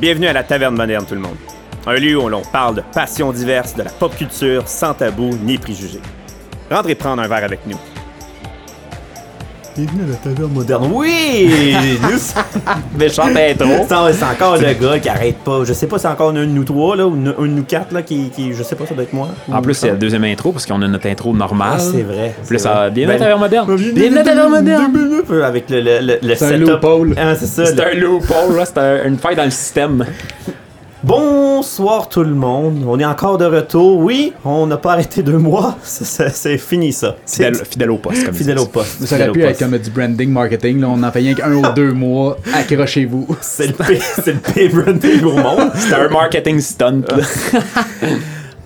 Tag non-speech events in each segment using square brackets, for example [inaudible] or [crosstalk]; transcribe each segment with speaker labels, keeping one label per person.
Speaker 1: Bienvenue à la Taverne Moderne, tout le monde. Un lieu où l'on parle de passions diverses, de la pop culture, sans tabou ni préjugés. Rentrez prendre un verre avec nous.
Speaker 2: Bienvenue à la taverne moderne.
Speaker 3: Oui!
Speaker 1: [laughs]
Speaker 3: Nous sommes- Méchant intro.
Speaker 2: [laughs] Ça, C'est encore le gars qui arrête pas. Je sais pas si c'est encore un de nous trois là, ou un un de nous quatre là, qui, qui- Je sais pas, ça doit être moi.
Speaker 3: En plus, c'est la deuxième intro parce qu'on a notre intro normale.
Speaker 2: Ah, c'est vrai.
Speaker 3: Puis
Speaker 2: c'est
Speaker 3: là, ça
Speaker 2: vrai.
Speaker 3: va bien à la
Speaker 2: Ben,
Speaker 3: taverne moderne. Bienvenue à la taverne moderne.
Speaker 2: moderne. Avec le, le, le, le
Speaker 4: C'est un
Speaker 2: setup.
Speaker 4: loophole.
Speaker 2: Ah, c'est ça.
Speaker 3: C'est
Speaker 2: le-
Speaker 3: un loophole, là. C'est un- une faille dans le système.
Speaker 2: Bonsoir tout le monde. On est encore de retour. Oui, on n'a pas arrêté deux mois. [laughs] C'est- C'est c'est fini ça. C'est
Speaker 3: Fidèle, fidèle au poste, comme ils
Speaker 2: fidèle au
Speaker 3: disent.
Speaker 2: poste.
Speaker 4: Ça
Speaker 2: fidèle
Speaker 4: aurait
Speaker 2: au
Speaker 4: pu
Speaker 2: poste.
Speaker 4: être comme du branding marketing, là, on en fait rien qu'un ou deux mois, accrochez-vous.
Speaker 2: C'est le pire- c'est le pire branding au monde.
Speaker 3: C'est un marketing stunt, là.
Speaker 2: Ah.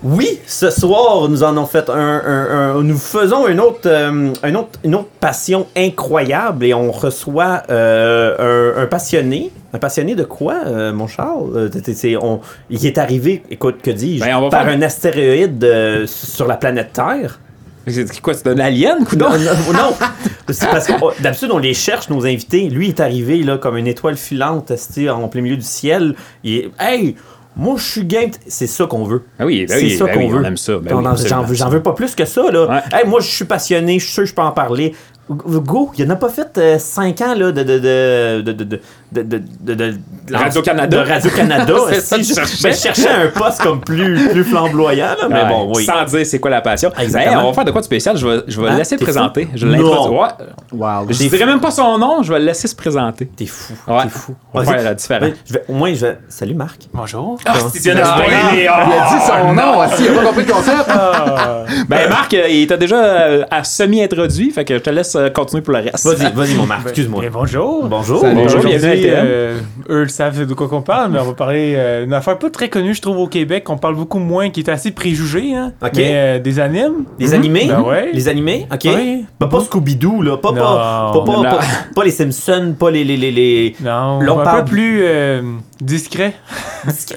Speaker 2: Oui, ce soir, nous en avons fait un, un- un- nous faisons une autre, euh, un autre, une autre passion incroyable et on reçoit euh, un, un passionné. Un passionné de quoi, euh, mon Charles Euh, t'es- t'es- c'est- on- Il est arrivé, écoute, que dis-je,
Speaker 3: Ben, on va
Speaker 2: par
Speaker 3: faire-
Speaker 2: un astéroïde euh, sur la planète Terre.
Speaker 3: C'est quoi, c'est un alien,
Speaker 2: Non,
Speaker 3: coudon? Euh, [laughs]
Speaker 2: non, non. c'est parce que oh, d'habitude on les cherche nos invités. Lui il est arrivé là comme une étoile filante, esti, en plein milieu du ciel. Il est, hey, moi je suis game. C'est ça qu'on veut.
Speaker 3: Ah oui, ben
Speaker 2: C'est
Speaker 3: oui,
Speaker 2: ça
Speaker 3: ben
Speaker 2: qu'on
Speaker 3: oui,
Speaker 2: veut.
Speaker 3: on aime ça. Ben
Speaker 2: On
Speaker 3: oui,
Speaker 2: en- J'en
Speaker 3: absolument.
Speaker 2: veux, j'en veux pas plus que ça, là.
Speaker 3: Ouais.
Speaker 2: Hey, moi, je suis passionné, je suis sûr que je peux en parler. Go- Go, il y en a pas fait 5 ans, là, de. de, de, de, de, de, de, de, de- de- de-
Speaker 3: Radio-Canada.
Speaker 2: De Radio-Canada.
Speaker 3: [laughs] C'est
Speaker 2: esti.
Speaker 3: ça que je
Speaker 2: je,
Speaker 3: cherchais.
Speaker 2: ben, je cherchais un poste comme plus, plus flamboyant, là, mais
Speaker 3: Ouais,
Speaker 2: bon, oui.
Speaker 3: Sans dire c'est quoi la passion.
Speaker 2: Exactement.
Speaker 3: Ben, on va faire de quoi de spécial. Je vais, je vais
Speaker 2: Hein?
Speaker 3: le laisser
Speaker 2: T'es
Speaker 3: présenter.
Speaker 2: fou?
Speaker 3: Je vais l'introduire.
Speaker 2: Non.
Speaker 3: Ouais.
Speaker 4: Wow.
Speaker 3: Je dirais même pas son nom, je vais le laisser se présenter.
Speaker 2: T'es fou.
Speaker 3: Ouais.
Speaker 2: T'es fou.
Speaker 3: On va
Speaker 2: Vas-y.
Speaker 3: faire la différence.
Speaker 2: Ben, je vais- au moins, je vais. Salut, Marc.
Speaker 5: Bonjour.
Speaker 3: Ah,
Speaker 2: Comment-
Speaker 3: c'est bien spoilé.
Speaker 4: Il a dit son nom, aussi, il a pas compris le concept.
Speaker 3: Ben Marc, euh, il t'a déjà euh, à semi-introduit, fait que je te laisse euh, continuer pour le reste.
Speaker 2: Vas-y, vas-y, mon Marc. Excuse-moi.
Speaker 5: Bien, bonjour.
Speaker 2: Bonjour.
Speaker 4: Salut.
Speaker 3: Bonjour,
Speaker 5: Aujourd'hui,
Speaker 3: bienvenue à ITM.
Speaker 5: euh, eux le savent de quoi qu'on parle, mais on va parler euh, d'une affaire pas très connue, je trouve, au Québec, qu'on parle beaucoup moins, qui est assez préjugée, hein,
Speaker 2: Ok.
Speaker 5: mais, euh, des animes.
Speaker 2: Les animés?
Speaker 5: Ben ouais.
Speaker 2: Les animés? Ok.
Speaker 5: Oui.
Speaker 2: Ben, pas Scooby-Doo, là. Pas, pas, pas,
Speaker 5: Non.
Speaker 2: pas,
Speaker 3: Non.
Speaker 2: pas- pas les Simpsons, pas les. les, les, les...
Speaker 5: Non,
Speaker 2: Là, on
Speaker 5: un
Speaker 2: parle-
Speaker 5: peu plus euh, discret.
Speaker 2: [laughs]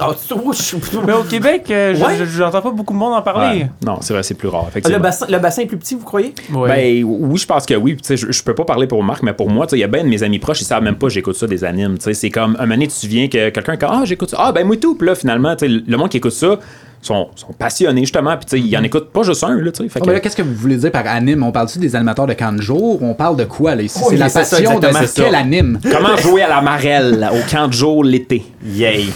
Speaker 2: Ah, tu- ouh, je-
Speaker 5: Mais au Québec, euh, je-
Speaker 2: Ouais.
Speaker 5: je- je n'entends pas beaucoup de monde en
Speaker 3: Ouais.
Speaker 5: parler.
Speaker 3: Non, c'est vrai, c'est plus rare,
Speaker 2: Ah, Le
Speaker 3: effectivement.
Speaker 2: bassin, le bassin est plus petit, vous croyez?
Speaker 5: Ouais.
Speaker 3: Ben oui, je pense que oui. Tu sais, Je, je peux pas parler pour Marc, mais pour moi, tu sais, il y a bien de mes amis proches, ils savent même pas que j'écoute ça des animes. Tu sais, C'est comme un moment donné, tu te souviens que quelqu'un quand Ah, j'écoute ça. Ah, ben moi tout. Puis là, finalement, tu sais, le monde qui écoute ça sont, sont passionnés, justement. Puis tu sais, ils en écoutent pas juste un. Là, tu sais. fait
Speaker 2: Ah,
Speaker 4: Oh,
Speaker 3: que-
Speaker 2: ben,
Speaker 4: mais là, qu'est-ce que vous voulez dire par anime? On parle-tu des animateurs de camp de jour? On parle de quoi, là, ici?
Speaker 2: Oui,
Speaker 4: c'est la
Speaker 2: c'est ça,
Speaker 4: passion de
Speaker 2: exactement, c'est
Speaker 4: quel
Speaker 2: ça.
Speaker 4: anime?
Speaker 3: Comment jouer à la marelle au camp de jour l'été?
Speaker 2: [laughs] Yay!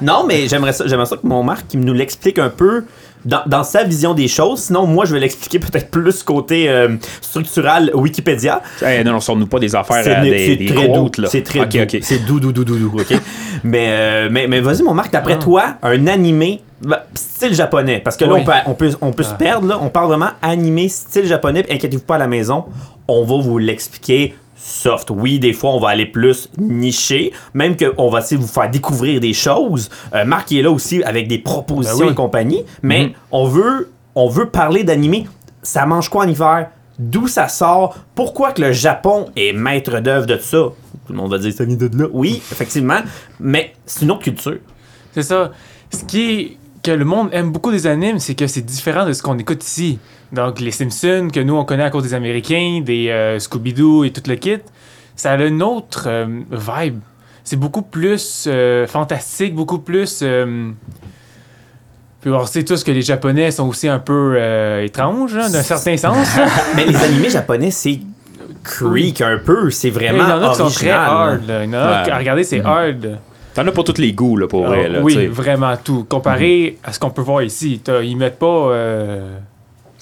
Speaker 2: non, mais j'aimerais ça, j'aimerais ça que mon Marc il nous l'explique un peu dans, dans sa vision des choses. Sinon, moi, je vais l'expliquer [laughs] peut-être plus côté euh, structural Wikipédia.
Speaker 3: Eh, non, non, sort-nous pas des affaires
Speaker 2: C'est
Speaker 3: euh,
Speaker 2: c'est
Speaker 3: des, des
Speaker 2: très doux.
Speaker 3: quotes, là.
Speaker 2: C'est très
Speaker 3: Ok,
Speaker 2: doux.
Speaker 3: ok.
Speaker 2: C'est doux, doux, doux, doux, doux, OK? [laughs] mais, euh, mais, mais vas-y, mon Marc, d'après toi, un animé ben, style japonais. Parce que là,
Speaker 5: Oui.
Speaker 2: on peut, on peut, on peut se perdre. Là. On parle vraiment animé style japonais. Puis Inquiétez-vous pas à la maison. On va vous l'expliquer soft. Oui, des fois, on va aller plus niché. Même qu'on va essayer de vous faire découvrir des choses. Euh, Marc, il est là aussi avec des propositions
Speaker 5: Ben oui.
Speaker 2: et compagnie. Mais on, veut, on veut parler d'animé. Ça mange quoi en hiver? D'où ça sort? Pourquoi que le Japon est maître d'œuvre de ça? Tout le monde va dire ça vient de là. Oui, effectivement. Mais c'est une autre culture.
Speaker 5: C'est ça. Ce qui est que le monde aime beaucoup des animes, c'est que c'est différent de ce qu'on écoute ici. Donc, les Simpsons, que nous, on connaît à cause des Américains, des euh, Scooby-Doo et tout le kit, ça a une autre euh, vibe. C'est beaucoup plus euh, fantastique, beaucoup plus... euh, puis on sait tous que les Japonais sont aussi un peu euh, étranges, hein, d'un certain sens. là.
Speaker 2: Mais les animés japonais, c'est creek un peu. C'est
Speaker 5: Mais il y
Speaker 2: vraiment
Speaker 5: en a qui sont très
Speaker 2: original.
Speaker 5: hard. là. Il y en a,
Speaker 3: Ouais.
Speaker 5: qui- regardez, c'est hard.
Speaker 3: T'en as pour tous les goûts, là, pour vrai.
Speaker 5: Ah,
Speaker 3: Là,
Speaker 2: [laughs]
Speaker 5: oui,
Speaker 3: tu sais. Mhm.
Speaker 5: vraiment tout. Comparé à ce qu'on peut voir ici, t'as- ils mettent pas. euh,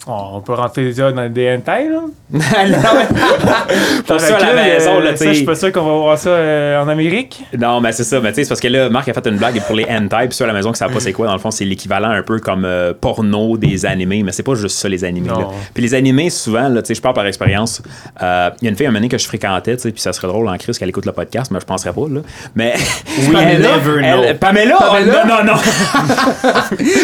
Speaker 5: oh, on peut rentrer déjà dans le DNT, là.
Speaker 3: Pour ça, à la
Speaker 5: Recul,
Speaker 3: maison,
Speaker 5: euh,
Speaker 3: là, tu
Speaker 5: ça, je suis
Speaker 3: sais.
Speaker 5: pas sûr qu'on va voir ça euh, en Amérique.
Speaker 3: Non, mais c'est ça, mais tu sais, c'est parce que là, Marc a fait une blague pour les hentai, puis ça, à la maison, que ça savent pas c'est quoi. Dans le fond, c'est l'équivalent un peu comme euh, porno des animés, mais c'est pas juste ça, les animés. là.
Speaker 5: Non.
Speaker 3: Puis les animés, souvent, là, tu sais, je parle par expérience. euh, Il y a une fille, un moment donné, que je fréquentais, tu sais, puis ça serait drôle en crise qu'elle écoute le podcast, mais je penserais pas, là.
Speaker 2: [laughs]
Speaker 3: Mais.
Speaker 2: We
Speaker 3: elle-
Speaker 2: never know.
Speaker 3: elle- Pamela! oh,
Speaker 4: Pamela?
Speaker 3: non,
Speaker 2: [laughs]
Speaker 3: non, non!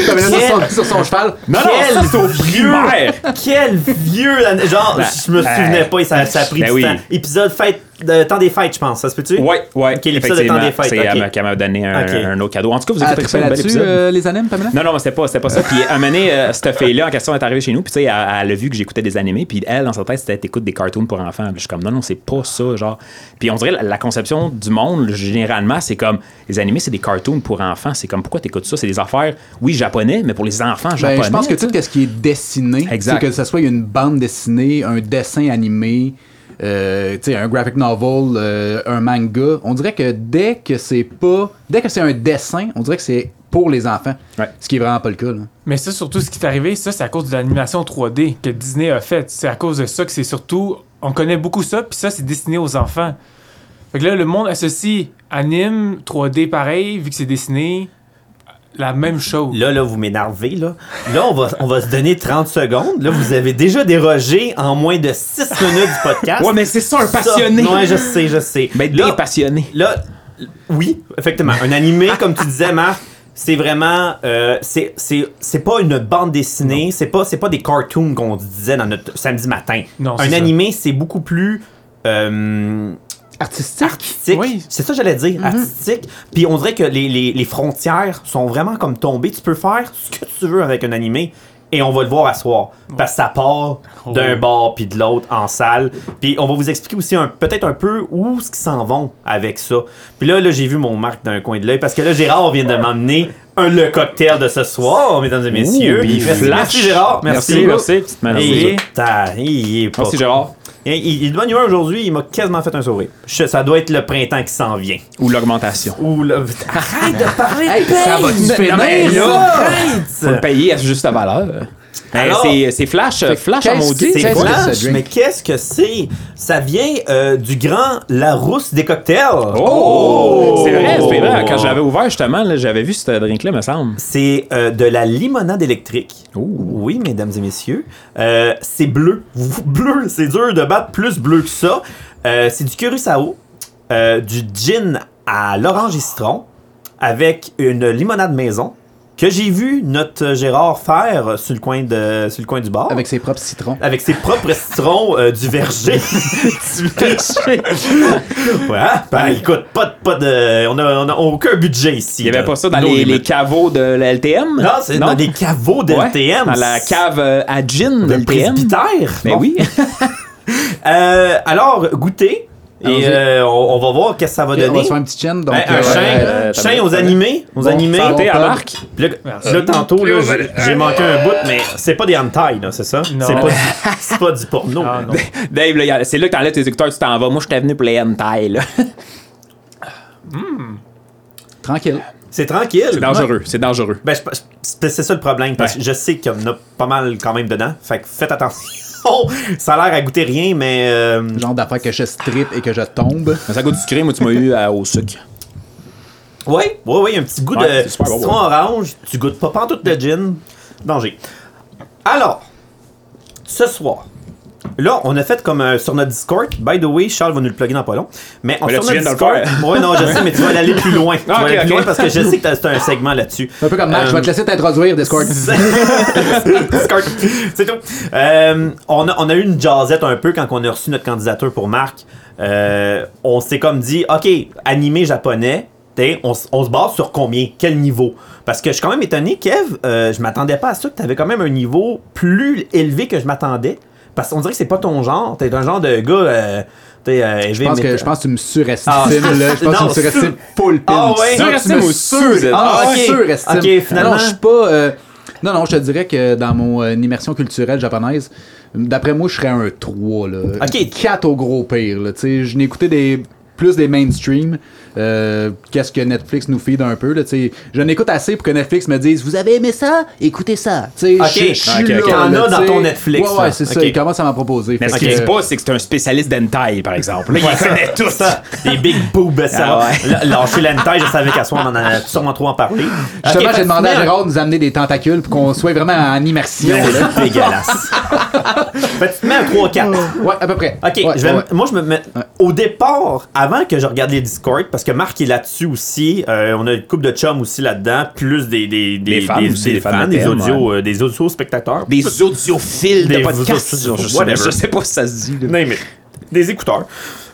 Speaker 4: Comme là, sur, son, sur son cheval.
Speaker 3: Non,
Speaker 2: Quel
Speaker 3: non, ça, c'est au
Speaker 2: vieux-
Speaker 3: primaire!
Speaker 2: Quel vieux. an- Genre,
Speaker 3: Ben,
Speaker 2: je me souvenais
Speaker 3: ben,
Speaker 2: pas et ça, ça a pris
Speaker 3: ben
Speaker 2: du
Speaker 3: oui.
Speaker 2: temps. Épisode fête de temps des fêtes, je pense. Ça se peut-tu?
Speaker 3: Ouais, ouais.
Speaker 2: Ok, l'épisode de temps des fêtes,
Speaker 3: C'est
Speaker 2: ok.
Speaker 3: elle m'a- qu'elle m'a donné un,
Speaker 2: Ok.
Speaker 3: un autre cadeau. En tout cas, vous
Speaker 4: Ah,
Speaker 3: écoutez
Speaker 4: trippé
Speaker 3: ça, un bel
Speaker 4: là-dessus,
Speaker 3: épisode.
Speaker 4: euh, les animes, Pamela?
Speaker 3: Non, non, mais c'était pas, c'était pas ça. Puis, à un moment donné, euh, cette fille-là en question est arrivée chez nous. Puis, tu sais, elle, elle a vu que j'écoutais des animés. Puis, elle, dans sa tête, c'était t'écoutes des cartoons pour enfants. Puis, je suis comme, non, non, c'est pas ça. Genre. Puis, on dirait la, la conception du monde, généralement, c'est comme, les animés, c'est des cartoons pour enfants. C'est comme, pourquoi t'écoutes ça? C'est des affaires, oui, japonais, mais pour les enfants japonais.
Speaker 4: Ben, je pense que
Speaker 3: tu
Speaker 4: tout
Speaker 3: sais.
Speaker 4: ce qui est dessiné,
Speaker 3: Exact.
Speaker 4: tu sais, que ce soit une bande dessinée, un dessin animé, euh, tu sais, un graphic novel, euh, un manga, on dirait que dès que c'est pas, dès que c'est un dessin, on dirait que c'est pour les enfants,
Speaker 3: Ouais.
Speaker 4: ce qui est vraiment pas le cas. là.
Speaker 5: Mais ça, surtout, ce qui est arrivé, ça, c'est à cause de l'animation 3D que Disney a faite. C'est à cause de ça que c'est surtout. On connaît beaucoup ça, puis ça, c'est destiné aux enfants. Fait que là, le monde associe anime, 3D pareil, vu que c'est dessiné, la même chose.
Speaker 2: Là, là, vous m'énervez, là. Là, on va, on va se donner 30 secondes. Là, vous avez déjà dérogé en moins de 6 minutes du podcast.
Speaker 3: Ouais, mais c'est ça, un passionné.
Speaker 2: Ça, ouais, je sais, je sais.
Speaker 3: Mais
Speaker 2: là,
Speaker 3: des passionnés.
Speaker 2: là, oui, effectivement. Un animé, comme tu disais, Marc, c'est vraiment. euh, c'est c'est- c'est pas une bande dessinée, c'est pas, c'est pas des cartoons qu'on disait dans notre samedi matin.
Speaker 5: Non, c'est
Speaker 2: un
Speaker 5: ça.
Speaker 2: animé, c'est beaucoup plus. euh,
Speaker 4: Artistique.
Speaker 2: artistique.
Speaker 5: Oui.
Speaker 2: C'est ça que j'allais dire, artistique. Puis on dirait que les, les- les frontières sont vraiment comme tombées. Tu peux faire ce que tu veux avec un animé et on va le voir à soir. Parce que ça part d'un
Speaker 5: Ouais.
Speaker 2: bord puis de l'autre en salle. Puis on va vous expliquer aussi un- peut-être un peu où ce qu'ils s'en vont avec ça. Puis là, là j'ai vu mon marque d'un coin de l'œil parce que là, Gérard vient de m'emmener un le cocktail de ce soir, mesdames et messieurs.
Speaker 3: il
Speaker 2: merci,
Speaker 3: flash.
Speaker 2: merci, Gérard. Merci.
Speaker 3: Merci, merci, petite madame.
Speaker 2: Et- ta- il est pas
Speaker 3: Merci, Gérard.
Speaker 2: il, il, il est de bonne humeur aujourd'hui, il m'a quasiment fait un sourire. Je- ça doit être le printemps qui s'en vient.
Speaker 3: Ou l'augmentation.
Speaker 2: Ou
Speaker 3: [laughs]
Speaker 2: le... Arrête de parler
Speaker 4: Hey, ça va-tu finir, ça?
Speaker 3: Faut le payer à juste valeur. Ben,
Speaker 2: Alors-
Speaker 3: c'est- c'est Flash, euh, Flash en
Speaker 4: qu'est-ce-
Speaker 3: maudit.
Speaker 4: qu'est-ce
Speaker 2: C'est
Speaker 3: c'est
Speaker 4: que
Speaker 3: quoi?
Speaker 4: c'est,
Speaker 2: flash,
Speaker 4: ce drink?
Speaker 2: mais qu'est-ce que c'est? Ça vient euh, du grand Larousse des cocktails.
Speaker 3: Oh! C'est vrai, c'est vrai. Quand je l'avais ouvert, justement, là, j'avais vu ce drink-là, me semble.
Speaker 2: C'est euh, de la limonade électrique.
Speaker 3: Oh.
Speaker 2: Oui, mesdames et messieurs. Euh, c'est bleu. Bleu, c'est dur de battre plus bleu que ça. Euh, c'est du curacao, euh, du gin à l'orange et citron, avec une limonade maison que j'ai vu notre Gérard faire sur le coin, de, sur le coin du bar.
Speaker 4: Avec ses propres citrons.
Speaker 2: Avec ses propres citrons euh, du verger. du verger. ouais, ben, écoute, pas de, pas de, on, a, on a aucun budget ici.
Speaker 3: Il n'y avait pas ça dans
Speaker 2: Nos
Speaker 3: les, les
Speaker 2: limites.
Speaker 3: caveaux de la LTM?
Speaker 2: Non, c'est dans des caveaux
Speaker 3: Ouais,
Speaker 2: d'LTM.
Speaker 3: Dans la cave euh, à gin de
Speaker 2: de
Speaker 3: LTM.
Speaker 2: presbytère.
Speaker 3: Mais
Speaker 2: Bon.
Speaker 3: Ben oui.
Speaker 2: Euh, alors, goûtez. Et
Speaker 4: Allons-y.
Speaker 2: euh, on, on va voir qu'est-ce que ça va
Speaker 4: Ok, on
Speaker 2: donner.
Speaker 4: va se faire un petit chien. Donc,
Speaker 2: Hey, Ben, un
Speaker 4: euh,
Speaker 2: chien,
Speaker 4: euh,
Speaker 2: chien aux animés, aux
Speaker 4: Bon,
Speaker 2: animés.
Speaker 3: Santé à [laughs]
Speaker 4: Bon,
Speaker 3: Marc.
Speaker 2: Puis là,
Speaker 5: Ah,
Speaker 2: là, tantôt, là, j'ai- j'ai manqué un bout, mais c'est pas des hentai, là, c'est ça?
Speaker 5: ben, euh, Non.
Speaker 2: C'est pas, du- c'est pas du porno.
Speaker 5: Ah, non.
Speaker 3: Dave, là, y a- c'est là que t'enlèves tes écouteurs, tu t'en vas. Moi, je t'ai venu pour les hentai, là.
Speaker 4: Tranquille.
Speaker 2: C'est tranquille.
Speaker 3: C'est dangereux, c'est dangereux.
Speaker 2: Ben, je- je- c'est c'est ça le problème, parce que
Speaker 3: Ouais.
Speaker 2: je sais qu'il y en a pas mal quand même dedans. Fait que faites attention. [laughs] ça a l'air à goûter rien, mais... euh,
Speaker 4: Genre d'affaire que je strip et que je tombe.
Speaker 3: Mais ça goûte du sucré, moi, tu m'as eu euh, au sucre.
Speaker 2: Oui, oui, oui, un petit goût
Speaker 3: Ouais,
Speaker 2: de
Speaker 3: c'est super bon,
Speaker 2: citron
Speaker 3: ouais.
Speaker 2: orange. Tu goûtes pas pantoute de gin. Danger. Alors, ce soir, là, on a fait comme euh, sur notre Discord. By the way, Charles va nous le plugger dans pas long. Mais on
Speaker 3: Mais là,
Speaker 2: sur
Speaker 3: tu
Speaker 2: notre
Speaker 3: viens de
Speaker 2: Discord.
Speaker 3: le faire.
Speaker 2: Oui, non,
Speaker 3: [laughs]
Speaker 2: je sais, mais tu vas aller plus loin. Tu
Speaker 3: Ah,
Speaker 2: vas
Speaker 3: ok,
Speaker 2: aller plus
Speaker 3: ok.
Speaker 2: loin parce que je sais que t'as- c'est un segment là-dessus.
Speaker 4: Un peu comme Marc,
Speaker 2: Euh,
Speaker 4: je vais te laisser t'introduire, Discord.
Speaker 2: Discord. C'est tout. Euh, on, a, on a eu une jasette un peu quand on a reçu notre candidature pour Marc. Euh, on s'est comme dit, OK, animé japonais, t'sais, on, s- on se base sur combien? Quel niveau? Parce que je suis quand même étonné, Kev, euh, je m'attendais pas à ça, que tu avais quand même un niveau plus élevé que je m'attendais. Parce qu'on dirait que c'est pas ton genre. T'es un genre de gars. euh, t'es, euh,
Speaker 4: Je
Speaker 2: élevé,
Speaker 4: pense,
Speaker 2: mais
Speaker 4: que,
Speaker 2: t'es- [laughs]
Speaker 4: je pense que tu me surestimes,
Speaker 2: Ah.
Speaker 4: là. Je pense que tu
Speaker 2: Non,
Speaker 4: me surestimes
Speaker 2: sur-
Speaker 4: full pin.
Speaker 2: Ah ouais?
Speaker 4: Non, tu me
Speaker 3: Surestime ou sur-
Speaker 4: Ah,
Speaker 2: Ah, ok.
Speaker 4: surestime.
Speaker 2: Ok, finalement.
Speaker 4: Non, je suis pas... euh, Non, non, je te dirais que dans mon euh, immersion culturelle japonaise, d'après moi, je serais un 3, là.
Speaker 2: Ok.
Speaker 4: 4 au gros pire, là. Tu sais, je n'écoutais des... Plus des mainstream, euh, qu'est-ce que Netflix nous feed un peu. Là, tu sais. je n'écoute assez pour que Netflix me dise Vous avez aimé ça Écoutez ça. Tu sais,
Speaker 2: Ok.
Speaker 4: je- je suis
Speaker 3: Ok,
Speaker 4: là,
Speaker 3: ok.
Speaker 4: là,
Speaker 2: T'en as dans
Speaker 4: tu sais.
Speaker 2: ton Netflix,
Speaker 4: Ouais, ouais,
Speaker 2: là.
Speaker 4: c'est
Speaker 2: Ok.
Speaker 4: ça. Il commence à m'en proposer.
Speaker 3: Mais ce
Speaker 4: Fait
Speaker 3: qu'il
Speaker 4: que-
Speaker 3: dit pas, c'est que c'est un spécialiste d'hentai, par exemple. Là, il connaît tout ça.
Speaker 2: Des big boobs, ça.
Speaker 3: Ah ouais.
Speaker 2: Là, Lâcher la taille, je savais qu'à soi, on en a sûrement trop en parler.
Speaker 4: Justement,
Speaker 2: Ok,
Speaker 4: j'ai demandé à
Speaker 2: finalement-
Speaker 4: Gérard de nous amener des tentacules pour qu'on soit vraiment en
Speaker 2: [laughs]
Speaker 4: immersion. là.
Speaker 2: C'est dégueulasse. [laughs] fait, que tu te mets un 3-4.
Speaker 4: Ouais, à peu près.
Speaker 2: Ok,
Speaker 4: Ouais,
Speaker 2: je vais-
Speaker 4: ouais.
Speaker 2: moi je me mets. Au départ, avant que je regarde les Discord, parce que Marc est là-dessus aussi, euh, on a une coupe de chums aussi là-dedans, plus des, des, des,
Speaker 3: Des fans aussi, des fans de
Speaker 2: des,
Speaker 3: thème,
Speaker 2: audios, euh, des audios spectateurs.
Speaker 3: Des audiophiles de
Speaker 2: Des
Speaker 3: podcasts.
Speaker 2: audiophiles,
Speaker 3: Je sais-
Speaker 2: whatever.
Speaker 3: je sais pas si ça se dit. là.
Speaker 2: Non, mais des écouteurs.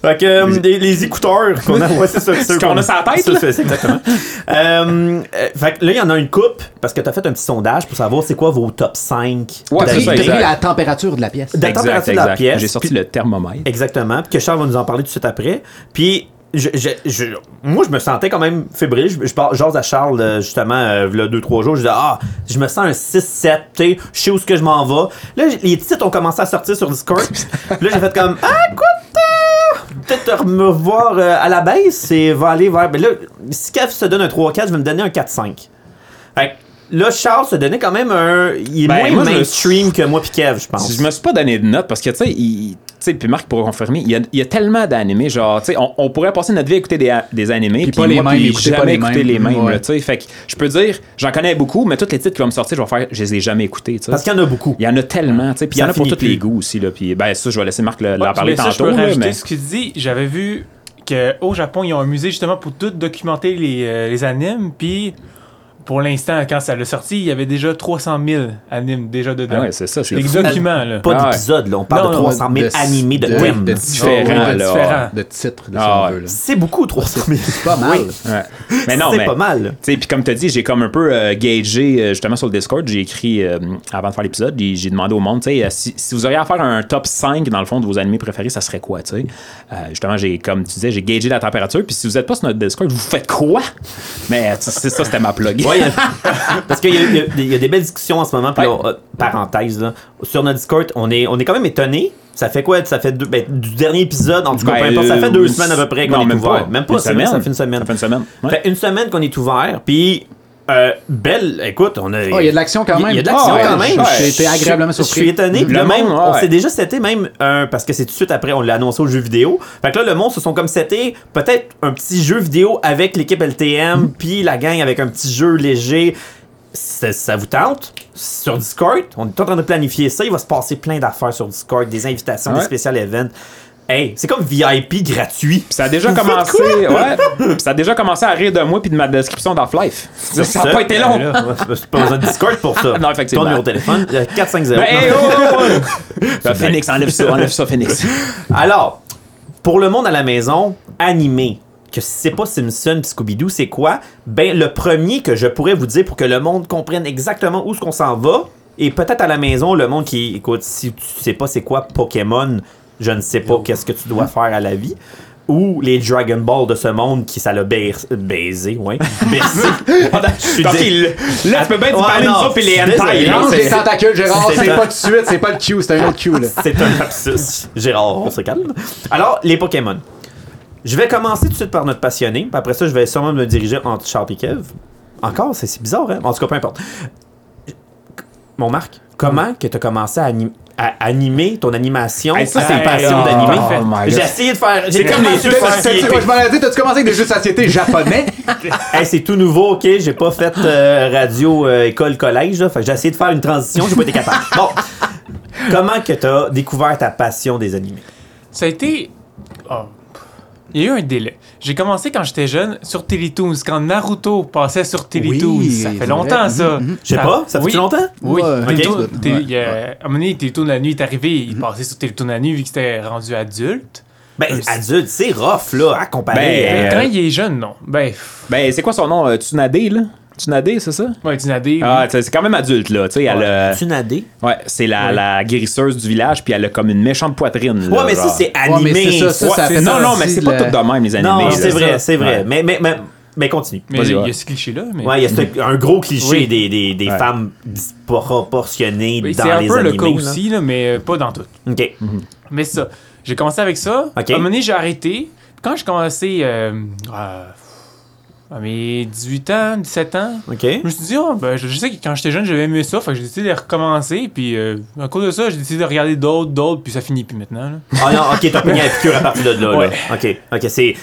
Speaker 2: Fait que, euh, des- les écouteurs qu'on a, ouais, c'est ça, ceux
Speaker 3: [laughs] qu'on a sur la tête,
Speaker 2: ceux-
Speaker 3: là.
Speaker 2: c'est- c'est
Speaker 3: [laughs]
Speaker 2: exactement. Euh, euh, fait que là, il y en a une coupe parce que t'as fait un petit sondage pour savoir c'est quoi vos top 5
Speaker 3: Ouais,
Speaker 4: T'as
Speaker 3: c'est
Speaker 4: pris,
Speaker 3: ça,
Speaker 4: t'as pris
Speaker 3: exact.
Speaker 4: la température de la pièce.
Speaker 2: D'accord. Attends,
Speaker 3: Exact,
Speaker 2: t'as-tu la
Speaker 3: exact.
Speaker 2: pièce?
Speaker 3: J'ai sorti le thermomètre.
Speaker 2: Exactement. Puis que Charles va nous en parler tout de suite après. Puis. Je, je, je- moi, je me sentais quand même fébrile. Je, je par- j'ose à Charles, euh, justement, euh, v'là deux, trois jours. Je disais, ah, je me sens un 6-7, tu sais, je sais où ce que je m'en vais. Là, j- les titres ont commencé à sortir sur
Speaker 3: [laughs]
Speaker 2: Discord. Puis là, j'ai fait comme, ah, écoute, euh, peut-être me voir euh, à la baisse et va aller vers. Mais là, si Kev se donne un 3-4, je vais me donner un 4-5. Fait que là, Charles se donnait quand même un. Il est
Speaker 3: Ben,
Speaker 2: moins
Speaker 3: moi, je me-
Speaker 2: mainstream que moi, puis Kev, je pense.
Speaker 3: Je me suis pas donné de notes parce que, tu sais, il- tu sais, puis Marc pourra confirmer, il y a, il y a tellement d'animés, genre, tu sais, on, on pourrait passer notre vie à écouter des, des animés,
Speaker 4: Puis
Speaker 3: puis
Speaker 4: pas les
Speaker 3: moi,
Speaker 4: mêmes,
Speaker 3: puis
Speaker 4: écouter pas
Speaker 3: jamais
Speaker 4: les
Speaker 3: écouter
Speaker 4: mêmes.
Speaker 3: les mêmes,
Speaker 4: Ouais.
Speaker 3: là, tu sais, fait que je peux dire, j'en connais beaucoup, mais tous les titres qui vont me sortir, je vais faire, je les ai jamais écoutés, tu sais.
Speaker 2: Parce qu'il y en a beaucoup.
Speaker 3: Il y en a tellement, tu sais, puis il y
Speaker 2: Ça
Speaker 3: en a pour
Speaker 2: finit
Speaker 3: tous les
Speaker 2: plus.
Speaker 3: goûts aussi, là, puis ben ça, je vais laisser Marc le- l'en
Speaker 5: Ouais,
Speaker 3: parler
Speaker 5: mais ça,
Speaker 3: tantôt,
Speaker 5: je peux
Speaker 3: là,
Speaker 5: rajouter
Speaker 3: mais...
Speaker 5: ce que tu dis. J'avais vu qu'au Japon, ils ont un musée justement pour tout documenter les, euh, les animes. Puis pour l'instant, quand ça l'a sorti, il y avait déjà 300 000 animes déjà dedans.
Speaker 3: Ah ouais, c'est ça, c'est
Speaker 5: Les
Speaker 3: fou.
Speaker 5: documents, là.
Speaker 2: Pas
Speaker 3: Ah ouais.
Speaker 2: d'épisode, là. On parle
Speaker 5: Non,
Speaker 2: de
Speaker 5: non,
Speaker 2: 300 000
Speaker 4: de-
Speaker 2: animés de,
Speaker 4: de-
Speaker 2: thèmes.
Speaker 4: de-
Speaker 3: différent,
Speaker 5: Ouais,
Speaker 3: là.
Speaker 5: différent.
Speaker 4: de titre de
Speaker 3: Ah,
Speaker 4: son
Speaker 3: ouais.
Speaker 4: vœu, là.
Speaker 2: C'est beaucoup, 300
Speaker 3: [laughs]
Speaker 2: 000.
Speaker 4: C'est pas mal.
Speaker 3: Ouais. Mais non,
Speaker 2: c'est
Speaker 3: mais,
Speaker 2: pas mal.
Speaker 3: Tu sais, puis comme tu dit, j'ai comme un peu euh, gagé euh, justement sur le Discord, j'ai écrit euh, avant de faire l'épisode, j'ai j'ai demandé au monde, tu sais, euh, si, si vous auriez à faire un top 5 dans le fond de vos animés préférés, ça serait quoi, tu sais? Euh, justement, j'ai comme tu disais, j'ai gagé la température, puis si vous êtes pas sur notre Discord, vous faites quoi? Mais euh, c'est ça, c'était ma plug. [laughs]
Speaker 2: Ouais, il y a- parce qu'il y, a- il y a- il y a des belles discussions en ce moment. Puis
Speaker 3: Ouais.
Speaker 2: on- euh, parenthèse, là, sur notre Discord, on est, on est quand même étonnés. Ça fait quoi? Ça fait deux- ben, du dernier épisode, en tout cas, peu
Speaker 3: Ben,
Speaker 2: importe, ça fait deux
Speaker 3: euh,
Speaker 2: semaines à peu près
Speaker 3: non,
Speaker 2: qu'on est
Speaker 3: même
Speaker 2: ouvert.
Speaker 3: pas.
Speaker 2: Même pas,
Speaker 3: Une
Speaker 2: c'est vrai, ça
Speaker 3: semaine.
Speaker 2: fait une semaine.
Speaker 3: Ça fait une semaine, ouais.
Speaker 2: Fait une semaine qu'on est ouvert, puis euh, belle, écoute, on a...
Speaker 4: Oh, il y a de l'action quand
Speaker 2: Il y-
Speaker 4: même.
Speaker 2: Il y a de l'action
Speaker 4: Ah, ouais,
Speaker 2: quand
Speaker 4: je-
Speaker 2: même.
Speaker 4: J'ai été agréablement surpris.
Speaker 2: Je suis étonné. puis
Speaker 3: Le
Speaker 2: le même,
Speaker 3: monde,
Speaker 2: on
Speaker 3: ouais.
Speaker 2: s'est déjà seté même un, parce que c'est tout de suite après, on l'a annoncé au jeu vidéo. Fait que là, le monde se sont comme seté peut-être un petit jeu vidéo avec l'équipe LTM,
Speaker 3: Mm.
Speaker 2: puis la gang avec un petit jeu léger. Ça, ça vous tente? Sur Discord, on est en train de planifier ça. Il va se passer plein d'affaires sur Discord, des invitations, des
Speaker 3: Ouais.
Speaker 2: spécial events. Hey, c'est comme VIP gratuit.
Speaker 3: Puis ça a déjà
Speaker 2: Vous faites
Speaker 3: commencé,
Speaker 2: quoi?
Speaker 3: ouais, puis ça a déjà commencé à rire de moi puis de ma description d'Half-Life. Ça n'a pas été long.
Speaker 2: Ben Là, C'est pas besoin de Discord pour ça.
Speaker 3: [laughs] Non, effectivement.
Speaker 2: Ton numéro de téléphone, Euh, le 450.
Speaker 3: Ben, hey, oh, oh, oh. Ben, Phoenix, enlève ça, enlève ça, Phoenix.
Speaker 2: Alors, pour le monde à la maison, animé, que si c'est pas Simpson pis Scooby-Doo, c'est quoi? Ben, le premier que je pourrais vous dire pour que le monde comprenne exactement où ce qu'on s'en va, et peut-être à la maison, le monde qui, écoute, si tu sais pas c'est quoi Pokémon, je ne sais pas qu'est-ce que tu dois faire à la vie. Ou les Dragon Ball de ce monde qui ça l'a bair- baisé,
Speaker 3: [laughs]
Speaker 2: ouais. Baisé. Je suis
Speaker 3: Donc,
Speaker 2: dé-
Speaker 3: il- là, tu peux bien te
Speaker 2: Ouais,
Speaker 3: parler de
Speaker 2: non,
Speaker 3: ça puis les
Speaker 2: je suis
Speaker 3: hentai,
Speaker 2: désolé.
Speaker 3: là.
Speaker 4: Lance
Speaker 2: c'est-
Speaker 4: les tentacules, Gérard,
Speaker 2: c'est-
Speaker 4: c'est pas tout de suite, c'est pas le Q, c'est un autre Q, là.
Speaker 2: C'est un lapsus. Gérard, on se calme. Alors, les Pokémon. Je vais commencer tout de suite par notre passionné. puis Après ça, je vais sûrement me diriger entre Charles et Kev. Encore, c'est c'est bizarre, hein? En tout cas, peu importe. Mon Marc, comment que tu as commencé à, ani- à animer ton animation,
Speaker 3: Hey, ça,
Speaker 2: à ta
Speaker 5: c'est-
Speaker 2: passion
Speaker 5: oh,
Speaker 2: d'animer?
Speaker 5: oh
Speaker 3: my
Speaker 2: J'ai
Speaker 3: God.
Speaker 2: essayé de faire... J'ai
Speaker 5: comme
Speaker 2: comme les
Speaker 5: les
Speaker 2: yeux
Speaker 5: jeux
Speaker 4: T'as- t'as-
Speaker 2: sorciers.
Speaker 4: t'as- Je m'en ai dit, t'as-tu commencé avec des jeux de société japonais?
Speaker 2: Hey, c'est tout nouveau, ok? J'ai pas fait euh, radio, euh, école, collège, là. Fait que j'ai essayé de faire une transition, j'ai pas été capable. Bon. Comment que t'as découvert ta passion des animés?
Speaker 5: Ça a été. oh, pff. Il y a eu un délai. J'ai commencé quand j'étais jeune sur Teletoons, quand Naruto passait sur Teletoons.
Speaker 4: Oui,
Speaker 5: ça fait
Speaker 4: c'est vrai. Mhm,
Speaker 5: longtemps, ça.
Speaker 2: Je sais pas, ça fait
Speaker 5: oui.
Speaker 2: longtemps?
Speaker 5: Oui,
Speaker 4: Ouais,
Speaker 5: Télétoon-
Speaker 4: ok.
Speaker 5: Télé-
Speaker 4: Ouais. Mhm.
Speaker 5: il y a- à un moment donné, Télétoon de la nuit est arrivé, il passait sur Télétoon de la nuit vu que c'était rendu adulte.
Speaker 2: Ben,
Speaker 5: Euh,
Speaker 2: adulte, c'est rough, là, à comparer.
Speaker 3: Ben,
Speaker 2: à-
Speaker 3: Euh,
Speaker 5: Quand il est jeune, non. Ben, pff,
Speaker 3: Ben, c'est quoi son nom? euh, Tsunade, là? Tsunade, c'est ça?
Speaker 5: ouais, Dinadé, oui.
Speaker 3: Ah, tu sais, c'est quand même adulte, là. Tu sais, elle a-
Speaker 2: Tu nadais?
Speaker 3: Ouais, c'est la, la guérisseuse du village, puis elle a comme une méchante poitrine. là,
Speaker 2: Ouais, mais ça,
Speaker 3: genre.
Speaker 2: c'est
Speaker 4: Ouais,
Speaker 2: animé.
Speaker 4: mais c'est ça, ça,
Speaker 3: Ouais,
Speaker 4: ça
Speaker 3: c'est-
Speaker 4: fait
Speaker 3: non, non, mais
Speaker 4: partie
Speaker 3: c'est
Speaker 4: de
Speaker 3: pas
Speaker 4: la-
Speaker 3: tout de même, les animés.
Speaker 2: Non,
Speaker 3: là.
Speaker 2: c'est vrai,
Speaker 3: ça.
Speaker 2: c'est vrai.
Speaker 3: Ouais.
Speaker 2: Mais, mais, mais, mais continue.
Speaker 5: Mais
Speaker 3: Vas-y,
Speaker 5: il y
Speaker 3: ouais.
Speaker 5: a ce cliché-là. Mais...
Speaker 2: Ouais, il y a ce- un gros cliché
Speaker 5: Oui.
Speaker 2: des, des, des
Speaker 3: Ouais.
Speaker 2: femmes disproportionnées
Speaker 5: Oui,
Speaker 2: dans
Speaker 5: Ben, c'est un
Speaker 2: les
Speaker 5: peu
Speaker 2: animés.
Speaker 5: le cas
Speaker 2: là.
Speaker 5: aussi, Mhm. là, mais euh, pas dans tout.
Speaker 2: OK.
Speaker 5: Mais ça, j'ai commencé avec ça.
Speaker 2: Ok.
Speaker 5: À un moment donné, j'ai arrêté. Quand j'ai commencé euh, euh, à mes 18 ans, 17 ans,
Speaker 2: OK.
Speaker 5: je me suis dit, Ah, ben, je, je sais que quand j'étais jeune, j'avais aimé ça. Fait que j'ai décidé de recommencer. Puis euh, à cause de ça, j'ai décidé de regarder d'autres, d'autres. Puis ça finit plus maintenant. là.
Speaker 2: Ah non, ok, t'as pogné la piqûre à partir de là.
Speaker 5: Ouais.
Speaker 2: là. Ok, ok, c'est.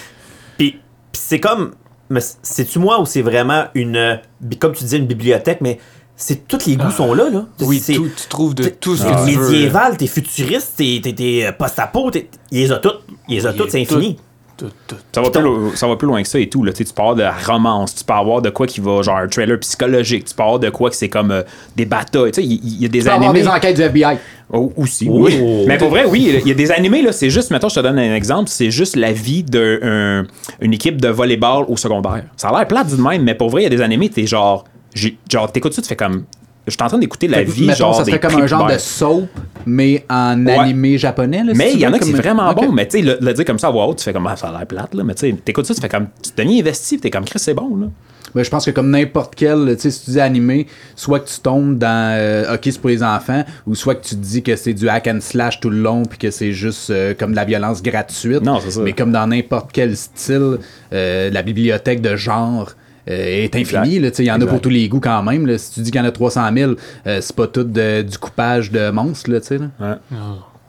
Speaker 2: Puis puis c'est comme. mais C'est-tu moi ou c'est vraiment une. euh, bi- Comme tu disais, une bibliothèque, mais c'est tous les goûts sont là, là.
Speaker 5: Oui,
Speaker 2: c'est.
Speaker 5: tout, tu trouves de
Speaker 2: t'es-
Speaker 5: tout ce
Speaker 2: t'es
Speaker 5: que tu veux. là.
Speaker 2: médiéval, t'es futuriste, t'es- t'es t'es, euh, post-apo, t'es- il les a toutes. Il les a
Speaker 5: Il
Speaker 2: toutes,
Speaker 5: est
Speaker 2: c'est
Speaker 5: tout.
Speaker 2: infini.
Speaker 5: tout, tout.
Speaker 3: Ça va, plus, lo- ça va plus loin que ça et tout. Là. Tu sais, tu pars de romance, tu pars voir de quoi qui va, genre un trailer psychologique, tu pars de quoi que c'est comme euh, des batailles. Tu sais, il il y, a des
Speaker 4: Tu vas avoir
Speaker 3: animés.
Speaker 4: des enquêtes du FBI.
Speaker 3: Oh, aussi,
Speaker 2: Oh.
Speaker 3: oui. Mais pour vrai, oui, il y a des animés, là, c'est juste, mettons, je te donne un exemple, c'est juste la vie d'une équipe de volleyball au secondaire. Ça a l'air plate du même, mais pour vrai, il y a des animés, t'es genre, j'ai- genre, t'écoutes ça, tu fais comme, je suis en train d'écouter la vie,
Speaker 4: Mettons,
Speaker 3: genre,
Speaker 4: ça
Speaker 3: des
Speaker 4: serait comme un genre de
Speaker 3: prépubères.
Speaker 4: soap, mais en
Speaker 3: Ouais.
Speaker 4: animé japonais. là, si
Speaker 3: Mais
Speaker 4: tu
Speaker 3: il y en
Speaker 4: veux,
Speaker 3: a qui c'est
Speaker 4: comme-
Speaker 3: vraiment
Speaker 4: Ok.
Speaker 3: bon, mais tu sais, le, le dire comme ça à voix haute, tu fais comme, ah, ça a l'air plate, là, mais tu sais, t'écoutes ça, tu fais comme, tu te mis investi, pis t'es comme, Chris, c'est bon, là.
Speaker 4: Ben, je pense que comme n'importe quel, tu sais, si tu dis animé, soit que tu tombes dans euh, OK, c'est pour les enfants, ou soit que tu te dis que c'est du hack and slash tout le long, puis que c'est juste euh, comme de la violence gratuite.
Speaker 3: Non, c'est ça.
Speaker 4: Mais comme dans n'importe quel style, euh, la bibliothèque de genre euh, est infinie.
Speaker 3: Exact.
Speaker 4: là, tu sais, Il y en a pour
Speaker 3: Exact.
Speaker 4: tous les goûts quand même. là. Si tu dis qu'il y en a 300 000, euh, c'est pas tout de- du coupage de monstres. Là, tu sais, là.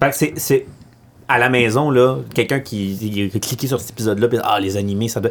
Speaker 2: Fait que c'est- c'est. À la maison, là, quelqu'un qui, qui a cliqué sur cet épisode-là, puis ah, les animés, ça doit.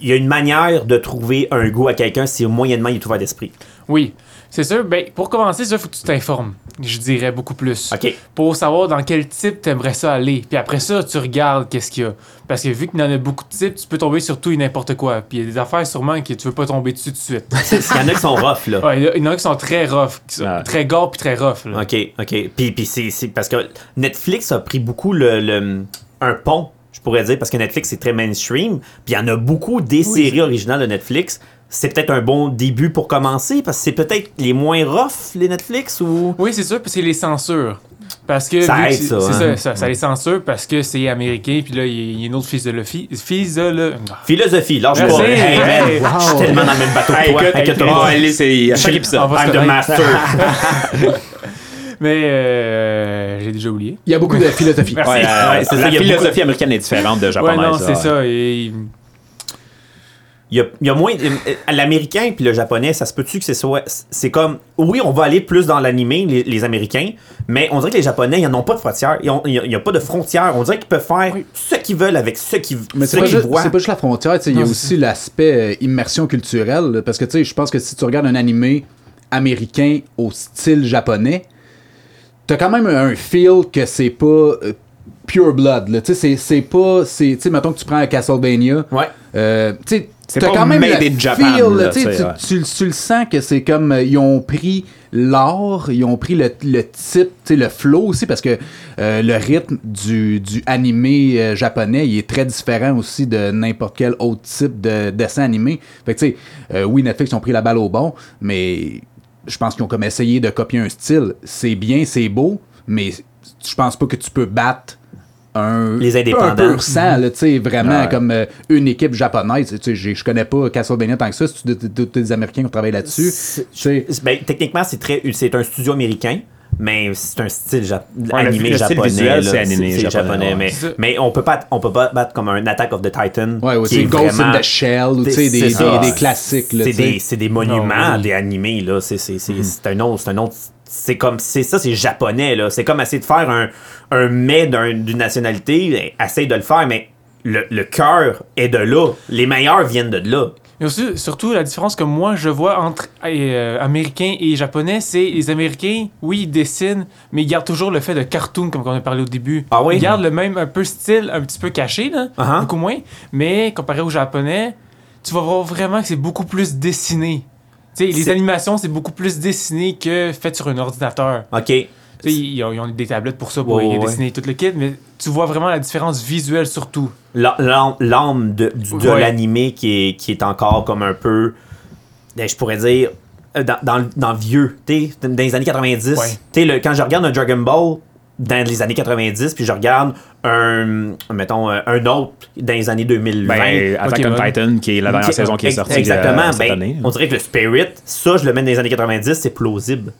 Speaker 2: Il y a une manière de trouver un goût à quelqu'un si moyennement il est ouvert d'esprit.
Speaker 5: Oui, c'est sûr. Ben, pour commencer, il faut que tu t'informes, je dirais beaucoup plus.
Speaker 2: [laughs] OK.
Speaker 5: Pour savoir dans quel type t'aimerais ça aller. Puis après ça, tu regardes qu'est-ce qu'il y a. Parce que vu qu'il y en a beaucoup de types, tu peux tomber sur tout et n'importe quoi. Puis il y a des affaires sûrement que tu veux pas tomber dessus tout de
Speaker 2: [laughs]
Speaker 5: suite.
Speaker 2: Il y en a qui sont rough, là.
Speaker 5: Ouais, il y en a- il y en a qui sont très rough, qui sont
Speaker 2: Ah.
Speaker 3: Ouais.
Speaker 5: très gore puis très rough. là.
Speaker 2: OK, OK. Puis, puis c'est, c'est parce que Netflix a pris beaucoup le, le- un pont, je pourrais dire, parce que Netflix, c'est très mainstream. Puis il y en a beaucoup des séries originales de Netflix. C'est peut-être un bon début pour commencer, parce que c'est peut-être les moins rough, les Netflix, ou...
Speaker 5: Oui, c'est sûr, parce que les censures. Parce que.
Speaker 2: Ça
Speaker 5: vu que
Speaker 2: aide,
Speaker 5: c'est-
Speaker 2: ça,
Speaker 5: C'est
Speaker 2: hein.
Speaker 5: ça, ça, ça les censure parce que c'est américain, puis là, il y a- il y, a une autre fils de le. Fils de le.
Speaker 2: Ah. Philosophie, lâche pas.
Speaker 5: Merci.
Speaker 2: Hey, man,
Speaker 5: Hey.
Speaker 2: Je suis tellement dans le même bateau que toi. Inquiète-toi pas.
Speaker 3: c'est à
Speaker 2: chaque
Speaker 5: On va se
Speaker 2: I'm the
Speaker 5: connaître.
Speaker 2: master.
Speaker 5: Mais euh, j'ai déjà oublié.
Speaker 4: Il y a beaucoup de philosophie.
Speaker 5: Merci.
Speaker 3: Ouais, euh,
Speaker 2: Ouais, c'est ça,
Speaker 3: la
Speaker 2: il y a
Speaker 3: philosophie américaine est différente de
Speaker 5: Ouais,
Speaker 3: japonaise.
Speaker 5: non,
Speaker 3: là,
Speaker 5: c'est ça. et-
Speaker 2: Il y, a, il y a moins. euh, L'américain puis le japonais, ça se peut-tu que c'est soit. C'est comme. Oui, on va aller plus dans l'animé, les, les Américains, mais on dirait que les Japonais, ils n'en ont pas de frontières. Ils ont- Il n'y a, pas de frontières. On dirait qu'ils peuvent faire ce qu'ils veulent avec ce qu'ils
Speaker 4: Mais
Speaker 2: ce
Speaker 4: c'est pas,
Speaker 2: qu'ils
Speaker 4: juste-
Speaker 2: voient.
Speaker 4: c'est pas juste la frontière, tu sais, il y a
Speaker 5: Non,
Speaker 4: aussi l'aspect euh, immersion culturelle. là, Parce que tu sais, je pense que si tu regardes un animé américain au style japonais, t'as quand même un feel que c'est pas euh, pure blood. là, Tu sais, c'est- c'est pas. c'est- Tu sais, mettons que tu prends un Castlevania.
Speaker 2: Ouais.
Speaker 4: euh, tu sais,
Speaker 3: C'est
Speaker 4: t'as
Speaker 3: pas
Speaker 4: quand même
Speaker 3: made
Speaker 4: le
Speaker 3: in Japan,
Speaker 4: feel,
Speaker 3: là,
Speaker 4: tu sais,
Speaker 3: tu sais,
Speaker 4: tu-
Speaker 3: ouais.
Speaker 4: tu, le- tu le sens que c'est comme euh, ils ont pris l'art, ils ont pris le, le type, tu sais, le flow aussi, parce que euh, le rythme du, du animé euh, japonais, il est très différent aussi de n'importe quel autre type de dessin animé. Fait que tu sais, euh, oui, Netflix ont pris la balle au bon, mais je pense qu'ils ont comme essayé de copier un style. C'est bien, c'est beau, mais je pense pas que tu peux battre un
Speaker 2: Les
Speaker 4: un
Speaker 2: indépendants.
Speaker 4: pur sang, là, tu sais, vraiment
Speaker 3: Ouais.
Speaker 4: comme euh, une équipe japonaise. Tu sais, j'ai- je connais pas Castlevania tant que ça. C'est tous des, des Américains qui ont travaillé là-dessus.
Speaker 2: C'est-
Speaker 4: Tu sais,
Speaker 2: Ben, techniquement, c'est très. C'est un studio américain. Mais c'est un style jap-
Speaker 3: le-
Speaker 2: animé
Speaker 3: le style
Speaker 2: japonais.
Speaker 3: visuel,
Speaker 2: là.
Speaker 3: c'est animé japonais, ouais.
Speaker 2: mais,
Speaker 5: C'est ça.
Speaker 2: mais on peut pas on peut pas battre comme un Attack of the Titan.
Speaker 4: Ouais, ouais,
Speaker 2: qui
Speaker 4: tu sais,
Speaker 2: est
Speaker 4: Ghost
Speaker 2: vraiment-
Speaker 4: in the Shell ou tu sais, des,
Speaker 2: C'est
Speaker 4: des-
Speaker 2: ça.
Speaker 4: des classiques. là,
Speaker 2: C'est
Speaker 4: tu sais. Mm-hmm.
Speaker 2: des, c'est des monuments,
Speaker 5: Non, oui.
Speaker 2: des animés, là. C'est, c'est, c'est, c'est un autre. C'est un autre. C'est comme. C'est ça, c'est japonais, là. C'est comme essayer de faire un, un mets d'un- d'une nationalité, eh, essaye de le faire, mais le, le cœur est de là. Les meilleurs viennent de là.
Speaker 5: Mais aussi, surtout, la différence que moi je vois entre euh, Américains et Japonais, c'est les Américains, oui, ils dessinent, mais ils gardent toujours le fait de cartoon, comme on a parlé au début.
Speaker 2: Ah oui?
Speaker 5: Ils gardent le même un peu style, un petit peu caché, là,
Speaker 2: Uh-huh.
Speaker 5: beaucoup moins. Mais comparé aux Japonais, tu vas voir vraiment que c'est beaucoup plus dessiné. Tu sais, les
Speaker 2: C'est-
Speaker 5: animations, c'est beaucoup plus dessiné que fait sur un ordinateur.
Speaker 2: OK.
Speaker 5: Tu sais, ils, ont, ils ont des tablettes pour ça, pour
Speaker 2: Ouais, ouais, ouais.
Speaker 5: dessiner tout le kit, mais tu vois vraiment la différence visuelle surtout.
Speaker 2: L'a- l'âme- L'âme de, du- de
Speaker 5: Ouais.
Speaker 2: l'animé qui est, qui est encore comme un peu. ben, je pourrais dire. euh, Dans, dans, le- dans le vieux, tu sais, dans les années 90.
Speaker 5: Ouais.
Speaker 2: Tu sais, le- quand je regarde un Dragon Ball dans les années 90, puis je regarde un, mettons, euh, un autre dans les années 2020.
Speaker 3: Ben, Attack on
Speaker 5: Pokémon.
Speaker 3: Titan, qui est la dernière
Speaker 2: Qui-
Speaker 3: saison qui est
Speaker 2: ex-
Speaker 3: sortie
Speaker 2: Exactement.
Speaker 3: euh, cette
Speaker 2: ben,
Speaker 3: année.
Speaker 2: On dirait que le Spirit, ça, je le mets dans les années 90, c'est plausible.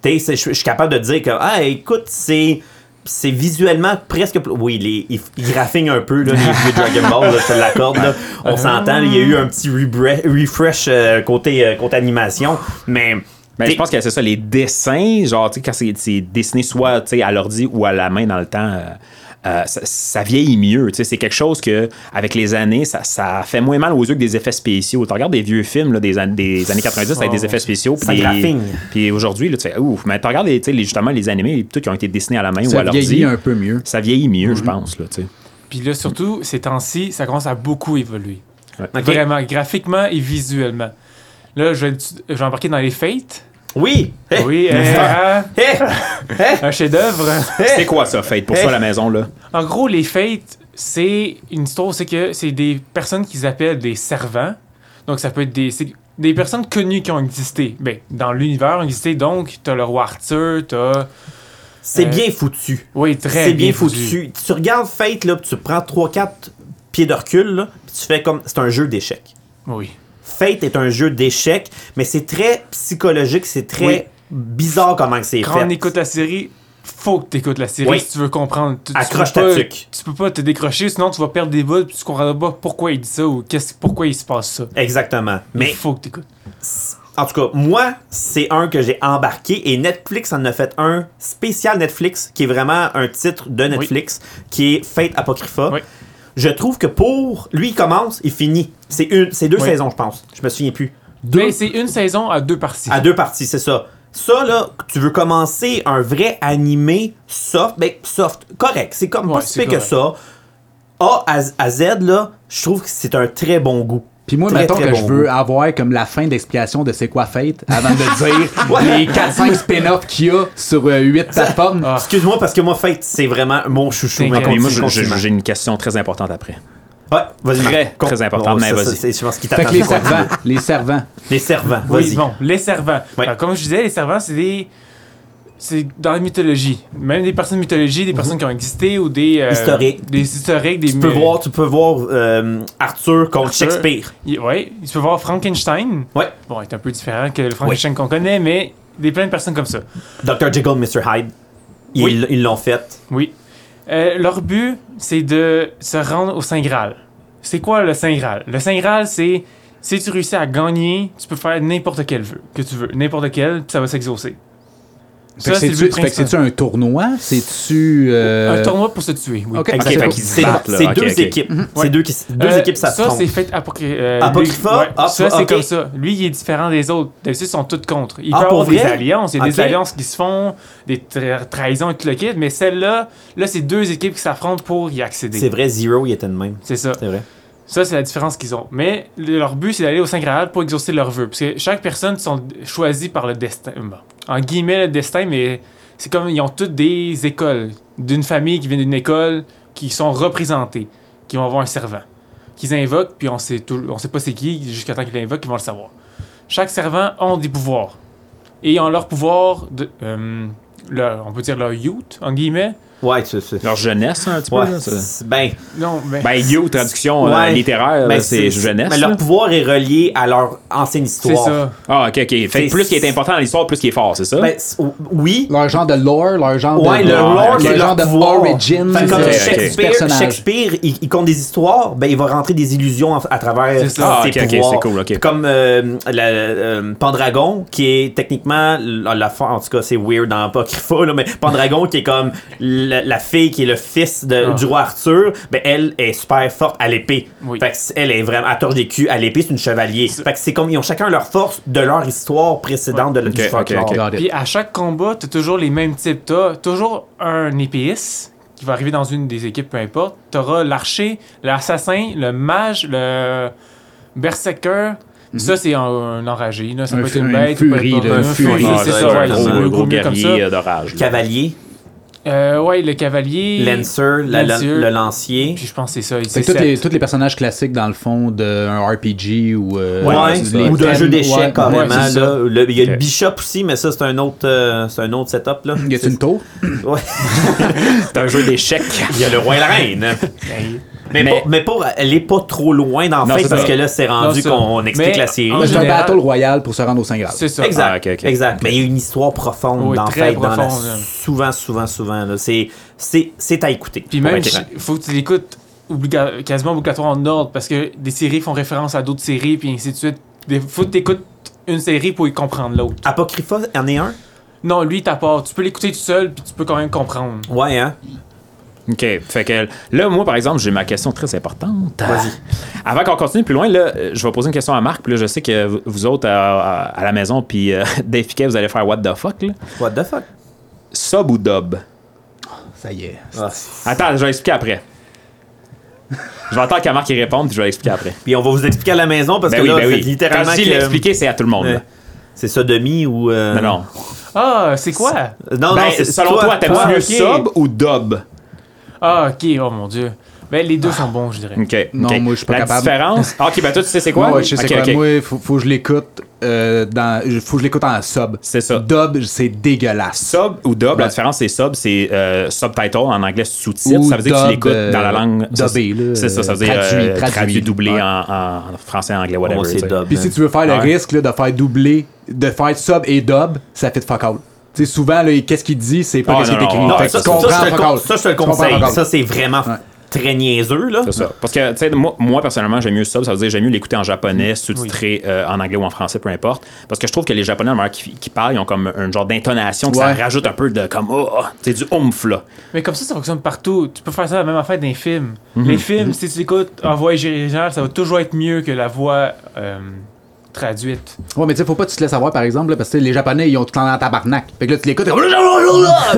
Speaker 2: T'sais, c'est- Je je suis capable de dire que, ah, écoute, c'est. C'est visuellement presque. pla- Oui, les, ils, ils raffinent un peu là, les vieux Dragon Ball, là, je te l'accorde. là.
Speaker 3: Ah.
Speaker 2: On s'entend, là, il y a eu un petit rebre- refresh euh, côté, euh, côté animation, mais.
Speaker 3: Ben,
Speaker 2: t'sais,
Speaker 3: je pense que c'est ça, les dessins, genre, tu sais, quand c'est c'est dessiné soit tu sais, à l'ordi ou à la main dans le temps, euh, euh, ça, ça vieillit mieux. tu sais. C'est quelque chose que, avec les années, ça, ça fait moins mal aux yeux que des effets spéciaux. Tu regardes des vieux films là, des, an- des années 90 avec
Speaker 5: Oh,
Speaker 3: des effets spéciaux.
Speaker 2: ça
Speaker 3: Puis, des-
Speaker 2: graffine.
Speaker 3: puis aujourd'hui, là, tu fais ouf. Mais tu regardes les, tu sais, les- justement les animés et tout qui ont été dessinés à la main ou à
Speaker 4: Ça
Speaker 3: l'ordi.
Speaker 4: vieillit un peu mieux.
Speaker 2: Mhm.
Speaker 3: Ça vieillit mieux, je pense. Là, tu sais.
Speaker 5: Puis là, surtout, ces temps-ci, ça commence à beaucoup évoluer.
Speaker 2: Ok.
Speaker 5: Vraiment, graphiquement et visuellement. Là, je vais, je vais embarquer dans les fêtes.
Speaker 2: Oui! [laughs] Eh,
Speaker 5: Oui, euh, hein,
Speaker 2: eh, eh,
Speaker 5: un chef-d'œuvre.
Speaker 3: C'est quoi ça, Fate, pour
Speaker 2: Hey.
Speaker 3: toi, la maison, là?
Speaker 5: En gros, les fêtes, c'est une histoire, c'est que c'est des personnes qu'ils appellent des servants. Donc, ça peut être des, c'est des personnes connues qui ont existé. Ben, dans l'univers, ont existé. Donc, t'as le roi Arthur, t'as.
Speaker 2: C'est
Speaker 5: Euh,
Speaker 2: bien foutu.
Speaker 5: Oui, très
Speaker 2: C'est bien,
Speaker 5: foutu.
Speaker 2: foutu. Tu regardes Fate, là, puis tu prends 3-4 pieds de recul, là, puis tu fais comme. C'est un jeu d'échecs.
Speaker 5: Oui.
Speaker 2: Fate est un jeu d'échecs, mais c'est très psychologique, c'est très
Speaker 5: Oui.
Speaker 2: bizarre comment que c'est
Speaker 5: Quand on
Speaker 2: fait.
Speaker 5: écoute la série, faut que t'écoutes la série
Speaker 2: Oui.
Speaker 5: si tu veux comprendre. Tu, tu
Speaker 2: Accroche
Speaker 5: peux
Speaker 2: ta
Speaker 5: pas-
Speaker 2: tuque.
Speaker 5: Tu peux pas te décrocher, sinon tu vas perdre des bouts puis tu comprendras pas pourquoi il dit ça ou qu'est-ce, pourquoi il se passe ça.
Speaker 2: Exactement.
Speaker 5: il
Speaker 2: Mais
Speaker 5: faut que t'écoutes.
Speaker 2: en tout cas, moi, c'est un que j'ai embarqué et Netflix en a fait un spécial Netflix qui est vraiment un titre de Netflix qui est Fate Apocrypha.
Speaker 5: Oui.
Speaker 2: Je trouve que pour lui, il commence, il finit. C'est une, c'est deux
Speaker 5: Oui.
Speaker 2: saisons, je pense. Je me souviens plus.
Speaker 5: Mais c'est une saison à deux parties.
Speaker 2: À deux parties, c'est ça. Ça, là, tu veux commencer un vrai animé soft, ben, soft, correct. C'est comme
Speaker 5: Ouais,
Speaker 2: pas si
Speaker 5: c'est
Speaker 2: pire que
Speaker 5: correct.
Speaker 2: ça. A à, à Z, là, je trouve que c'est un très bon goût.
Speaker 4: Puis moi,
Speaker 2: Très,
Speaker 4: mettons
Speaker 2: très
Speaker 4: que
Speaker 2: bon
Speaker 4: je veux
Speaker 2: goût.
Speaker 4: avoir comme la fin d'explication de c'est quoi Fate avant de
Speaker 2: [laughs]
Speaker 4: dire les 4-5 spin-offs qu'il y a sur 8 plateformes.
Speaker 5: Ah.
Speaker 2: Excuse-moi, parce que moi, Fate, c'est vraiment mon chouchou.
Speaker 5: T'inquiète.
Speaker 2: Mais
Speaker 5: Ah,
Speaker 3: Et
Speaker 5: mais
Speaker 2: continue,
Speaker 3: moi, je-
Speaker 2: continue,
Speaker 3: je-
Speaker 2: Marc.
Speaker 3: j'ai une question très importante après.
Speaker 2: Ouais, vas-y, Marc.
Speaker 3: Très,
Speaker 2: Con-
Speaker 3: très important,
Speaker 2: Non,
Speaker 3: mais
Speaker 2: ça,
Speaker 3: vas-y.
Speaker 2: ça, c'est- Je pense qu'il
Speaker 4: Fait
Speaker 2: t'attend.
Speaker 4: que les servants, les servants.
Speaker 2: Les servants,
Speaker 5: Oui,
Speaker 2: vas-y.
Speaker 5: bon, les servants.
Speaker 2: Ouais.
Speaker 5: Alors, comme je disais, les servants, c'est des. C'est dans la mythologie. Même des personnes de mythologie, des personnes qui ont existé ou des. euh,
Speaker 2: Mhm. Historiques.
Speaker 5: Des historiques, des.
Speaker 2: Tu peux voir, tu peux voir euh, Arthur contre
Speaker 5: Arthur.
Speaker 2: Shakespeare.
Speaker 5: Oui, tu peux voir Frankenstein.
Speaker 2: Ouais.
Speaker 5: Bon, il est un peu différent que le Frankenstein qu'on connaît, mais des plein de personnes comme ça.
Speaker 2: Dr. Jekyll, Mr. Hyde. Ils
Speaker 5: Oui.
Speaker 2: ils l'ont fait.
Speaker 5: Oui. Euh, leur but, c'est de se rendre au Saint Graal. C'est quoi le Saint Graal? Le Saint Graal, c'est si tu réussis à gagner, tu peux faire n'importe quel vœu que tu veux. N'importe quel, puis ça va s'exaucer.
Speaker 4: Fait que
Speaker 5: Ça, c'est le
Speaker 4: c'est-tu
Speaker 5: but
Speaker 4: fait que
Speaker 5: principal.
Speaker 4: c'est-tu un tournoi? C'est-tu... euh,
Speaker 5: Un tournoi pour se tuer, oui.
Speaker 4: Ok,
Speaker 2: Ok,
Speaker 4: c'est
Speaker 2: fait
Speaker 4: bon.
Speaker 2: qu'ils se battent, là.
Speaker 3: C'est
Speaker 2: Ok, ok.
Speaker 3: deux
Speaker 2: Mhm. Ouais.
Speaker 3: équipes.
Speaker 2: C'est deux, qui- deux
Speaker 5: Euh,
Speaker 2: équipes, ça se
Speaker 5: Ça,
Speaker 2: trompe.
Speaker 5: c'est fait apocry- euh,
Speaker 2: Apocrypha,
Speaker 5: lui- ouais,
Speaker 2: hop,
Speaker 5: Ça, c'est
Speaker 2: ok.
Speaker 5: comme ça. Lui, il est différent des autres. D'habitude, ils sont tous contre. Il
Speaker 2: Ah,
Speaker 5: peut
Speaker 2: pour
Speaker 5: avoir des
Speaker 2: vrai?
Speaker 5: alliances. Il y a
Speaker 2: Ok.
Speaker 5: des alliances qui se font, des tra- trahisons et tout le kit, mais celle-là, là, c'est deux équipes qui s'affrontent pour y
Speaker 2: C'est
Speaker 5: accéder.
Speaker 2: vrai, Zero, il était de même.
Speaker 5: C'est ça.
Speaker 2: C'est vrai.
Speaker 5: Ça, c'est la différence qu'ils ont. Mais le- leur but, c'est d'aller au Saint Graal pour exaucer leurs vœux. Parce que chaque personne sont choisies par le destin. Euh, Bon, en guillemets, le destin, mais c'est comme ils ont toutes des écoles. D'une famille qui vient d'une école, qui sont représentées, qui vont avoir un servant. Qu'ils invoquent, puis on sait, tout, on sait pas c'est qui, jusqu'à temps qu'ils l'invoquent, ils vont le savoir. Chaque servant a des pouvoirs. Et ils ont leur pouvoir, de, euh, leur- on peut dire leur youth, en guillemets.
Speaker 2: Ouais, c'est c'est-
Speaker 3: Leur jeunesse, un petit peu.
Speaker 2: Ouais,
Speaker 3: là, ça.
Speaker 2: c'est- ben,
Speaker 5: Non, mais.
Speaker 3: Ben, you, traduction euh,
Speaker 2: Ouais.
Speaker 3: littéraire,
Speaker 2: ben,
Speaker 3: là, c'est jeunesse.
Speaker 2: Mais
Speaker 3: là.
Speaker 2: leur pouvoir est relié à leur ancienne
Speaker 5: c'est
Speaker 2: histoire.
Speaker 5: ça.
Speaker 3: Ah, ok, ok. Fait
Speaker 2: C'est-
Speaker 3: que plus qui est important dans l'histoire, plus qui est fort, c'est ça?
Speaker 2: Ben, c'est- ou- oui.
Speaker 4: Leur genre de lore, leur genre
Speaker 2: Ouais,
Speaker 4: de...
Speaker 2: le lore,
Speaker 3: ok.
Speaker 2: c'est
Speaker 4: leur
Speaker 2: leur
Speaker 4: genre de
Speaker 2: pouvoir.
Speaker 4: origin.
Speaker 2: Fait que comme
Speaker 4: de-
Speaker 3: ok.
Speaker 2: Shakespeare,
Speaker 4: personnage.
Speaker 2: Shakespeare, il, il compte des histoires, ben il va rentrer des illusions en- à travers
Speaker 5: C'est
Speaker 2: ses
Speaker 5: ça.
Speaker 3: Ah, ok, ok,
Speaker 2: pouvoirs.
Speaker 3: c'est cool, ok.
Speaker 2: Comme euh, la, euh, Pendragon, qui est techniquement la, la fa- en tout cas c'est weird dans Apocrypha, là, mais Pendragon qui est comme la, la fille qui est le fils de-
Speaker 5: Ah.
Speaker 2: du roi Arthur, ben elle est super forte à l'épée.
Speaker 5: Oui.
Speaker 2: Fait que c'est- elle est vraiment à torche des culs à l'épée, c'est une chevalier. Fait que c'est comme ils ont chacun leur force de leur histoire précédente de,
Speaker 3: Ok,
Speaker 2: du
Speaker 3: ok,
Speaker 2: folklore.
Speaker 3: ok.
Speaker 4: Got it.
Speaker 5: Puis à chaque combat, t'as toujours les mêmes types. T'as toujours un épéiste qui va arriver dans une des équipes, peu importe. T'auras l'archer, l'assassin, le mage, le berserker. Ça, c'est un, un enragé. Là. Ça
Speaker 4: Un
Speaker 5: peut être
Speaker 4: fu-
Speaker 5: une
Speaker 4: une
Speaker 5: bête. peu
Speaker 4: furie,
Speaker 5: importe.
Speaker 4: là,
Speaker 5: Un
Speaker 4: une furie,
Speaker 5: furie,
Speaker 3: Ah,
Speaker 5: c'est
Speaker 2: ouais,
Speaker 5: ça.
Speaker 3: un
Speaker 5: Ouais,
Speaker 2: ouais,
Speaker 3: gros,
Speaker 5: c'est
Speaker 3: un
Speaker 5: un
Speaker 3: gros
Speaker 5: mieux comme ça.
Speaker 3: guerrier euh, d'orage. là.
Speaker 2: Cavalier,
Speaker 5: Euh, ouais, le cavalier.
Speaker 2: lancer, la- la-
Speaker 5: Lancieux.
Speaker 2: le lancier.
Speaker 5: Puis je pense que c'est ça.
Speaker 4: Fait que tous les, tous les personnages classiques, dans le fond, d'un RPG ou... euh,
Speaker 2: Ouais,
Speaker 4: les
Speaker 2: ou d'un
Speaker 4: thèmes,
Speaker 2: jeu d'échecs
Speaker 4: ouais,
Speaker 2: carrément.
Speaker 4: ouais, c'est ça.
Speaker 2: là. Le- il y a le
Speaker 3: Ok.
Speaker 2: bishop aussi, mais ça c'est un autre, euh, c'est un autre setup là.
Speaker 4: Y a-tu une tour?
Speaker 2: Ouais.
Speaker 3: C'est un jeu d'échecs.
Speaker 2: Il y a le roi et la [laughs] reine. mais,
Speaker 3: Mais-
Speaker 2: pour, mais pour aller pas trop loin dans
Speaker 3: Non,
Speaker 2: Fate,
Speaker 3: c'est
Speaker 2: parce
Speaker 3: ça.
Speaker 2: que là c'est rendu
Speaker 5: Non, ça.
Speaker 2: qu'on on explique
Speaker 5: Mais-
Speaker 2: la série.
Speaker 5: en
Speaker 4: C'est un
Speaker 5: général-
Speaker 4: battle royal pour se rendre au Saint Graal.
Speaker 5: C'est ça.
Speaker 2: Exact,
Speaker 3: Ah, ok, ok.
Speaker 2: exact. Mais il y a une histoire profonde
Speaker 5: Oui,
Speaker 2: dans
Speaker 5: très
Speaker 2: Fate, dans la-
Speaker 5: profonde.
Speaker 2: souvent, souvent, souvent. là. C'est, c'est, c'est à écouter.
Speaker 5: Puis
Speaker 2: Pour
Speaker 5: même,
Speaker 2: être
Speaker 5: ch-
Speaker 2: franc.
Speaker 5: faut que tu l'écoutes obliga- quasiment obligatoire en ordre parce que des séries font référence à d'autres séries, puis ainsi de suite. Des- Faut que tu écoutes une série pour y comprendre l'autre.
Speaker 2: Apocrypha en est un.
Speaker 5: Non, lui, t'apporte. Tu peux l'écouter tout seul, puis tu peux quand même comprendre.
Speaker 2: Ouais hein.
Speaker 3: OK. Fait que là, moi, par exemple, j'ai ma question très importante.
Speaker 2: Vas-y.
Speaker 3: Avant qu'on continue plus loin, là, euh, je vais poser une question à Marc. Puis là, je sais que vous- vous autres, à, à- à la maison, puis euh, [laughs] Dave Piquet, vous allez faire what the fuck, là.
Speaker 2: What the fuck.
Speaker 3: Sub ou dub?
Speaker 4: Ça y est.
Speaker 2: Ah.
Speaker 3: Attends, je vais expliquer après. Je vais attendre qu'à Marc y réponde, puis je vais l'expliquer après.
Speaker 2: Puis on va vous expliquer à la maison parce
Speaker 3: Ben
Speaker 2: que
Speaker 3: oui,
Speaker 2: là,
Speaker 3: ben
Speaker 2: vous
Speaker 3: oui.
Speaker 2: faites littéralement.
Speaker 3: Quand je dis
Speaker 2: que-
Speaker 3: l'expliquer, c'est à tout le monde.
Speaker 2: Ouais.
Speaker 3: là.
Speaker 2: C'est sodomie ou. euh,
Speaker 3: Non, non.
Speaker 5: Ah, c'est quoi?
Speaker 2: Euh, Non,
Speaker 3: Ben,
Speaker 2: non, c'est-
Speaker 3: selon toi, t'aimes
Speaker 5: toi,
Speaker 3: mieux
Speaker 5: ok.
Speaker 3: sub ou dub?
Speaker 5: Ah, ok, oh mon dieu. Ben, les deux sont bons, je dirais.
Speaker 3: OK.
Speaker 4: Non,
Speaker 3: ok.
Speaker 4: moi, je suis pas
Speaker 3: La
Speaker 4: capable.
Speaker 3: différence... Ah, OK, ben toi, tu sais c'est quoi?
Speaker 4: Moi, je sais
Speaker 3: Ok,
Speaker 4: quoi.
Speaker 3: ok.
Speaker 4: Moi, faut, faut que je l'écoute euh, dans. Faut que je l'écoute en sub.
Speaker 3: C'est ça.
Speaker 4: Dub, c'est dégueulasse.
Speaker 3: Sub ou dub, la
Speaker 4: Ouais.
Speaker 3: différence c'est sub, c'est euh, subtitle en anglais sous-titre.
Speaker 4: Ou
Speaker 3: Ça veut dire que tu
Speaker 4: dub,
Speaker 3: l'écoutes dans la
Speaker 4: euh,
Speaker 3: langue. ça,
Speaker 4: dubé, là,
Speaker 3: C'est ça, ça veut
Speaker 4: euh,
Speaker 3: dire
Speaker 4: traduit,
Speaker 3: euh,
Speaker 4: traduit.
Speaker 3: traduit, doublé
Speaker 4: Ouais.
Speaker 3: en, en français, anglais,
Speaker 2: Bon,
Speaker 3: whatever.
Speaker 2: c'est
Speaker 3: tu sais.
Speaker 2: dub.
Speaker 4: Puis si tu veux faire
Speaker 3: Ouais.
Speaker 4: le risque là, de faire doubler, de faire sub et dub, ça fait de fuck all. Tu sais, souvent, là, qu'est-ce qu'il dit, c'est pas
Speaker 3: Ah,
Speaker 4: qu'est-ce qui
Speaker 3: non,
Speaker 4: est écrit.
Speaker 3: non, non,
Speaker 4: Fait
Speaker 2: Ah,
Speaker 4: que
Speaker 2: ça,
Speaker 4: tu
Speaker 2: ça,
Speaker 4: comprends
Speaker 2: ça, je te
Speaker 4: fuck
Speaker 2: le con-
Speaker 4: all.
Speaker 2: ça, je te le
Speaker 4: Tu comprends
Speaker 2: conseille.
Speaker 4: fuck all.
Speaker 2: Ça, c'est vraiment très niaiseux, là.
Speaker 3: C'est ça. Parce que, tu sais, moi, moi, personnellement, j'aime mieux sub, ça veut dire j'aime mieux l'écouter en japonais, sous-titré euh, en anglais ou en français, peu importe. Parce que je trouve que les japonais, à la manière qu'ils qu'ils parlent, ils ont comme un genre d'intonation que ça
Speaker 4: Ouais.
Speaker 3: rajoute un peu de comme, oh, oh, tu sais, du oomph, là.
Speaker 5: Mais comme ça, ça fonctionne partout. Tu peux faire ça la même affaire dans les films.
Speaker 4: Mhm.
Speaker 5: Les films, si tu l'écoutes en voix originale, ça va toujours être mieux que la voix euh, traduite.
Speaker 4: Ouais, mais tu sais, faut pas que tu te laisses avoir, par exemple, là, parce que tu sais, les Japonais, ils ont tout le temps dans tabarnak. Fait que là, tu l'écoutes, t'es comme. [laughs]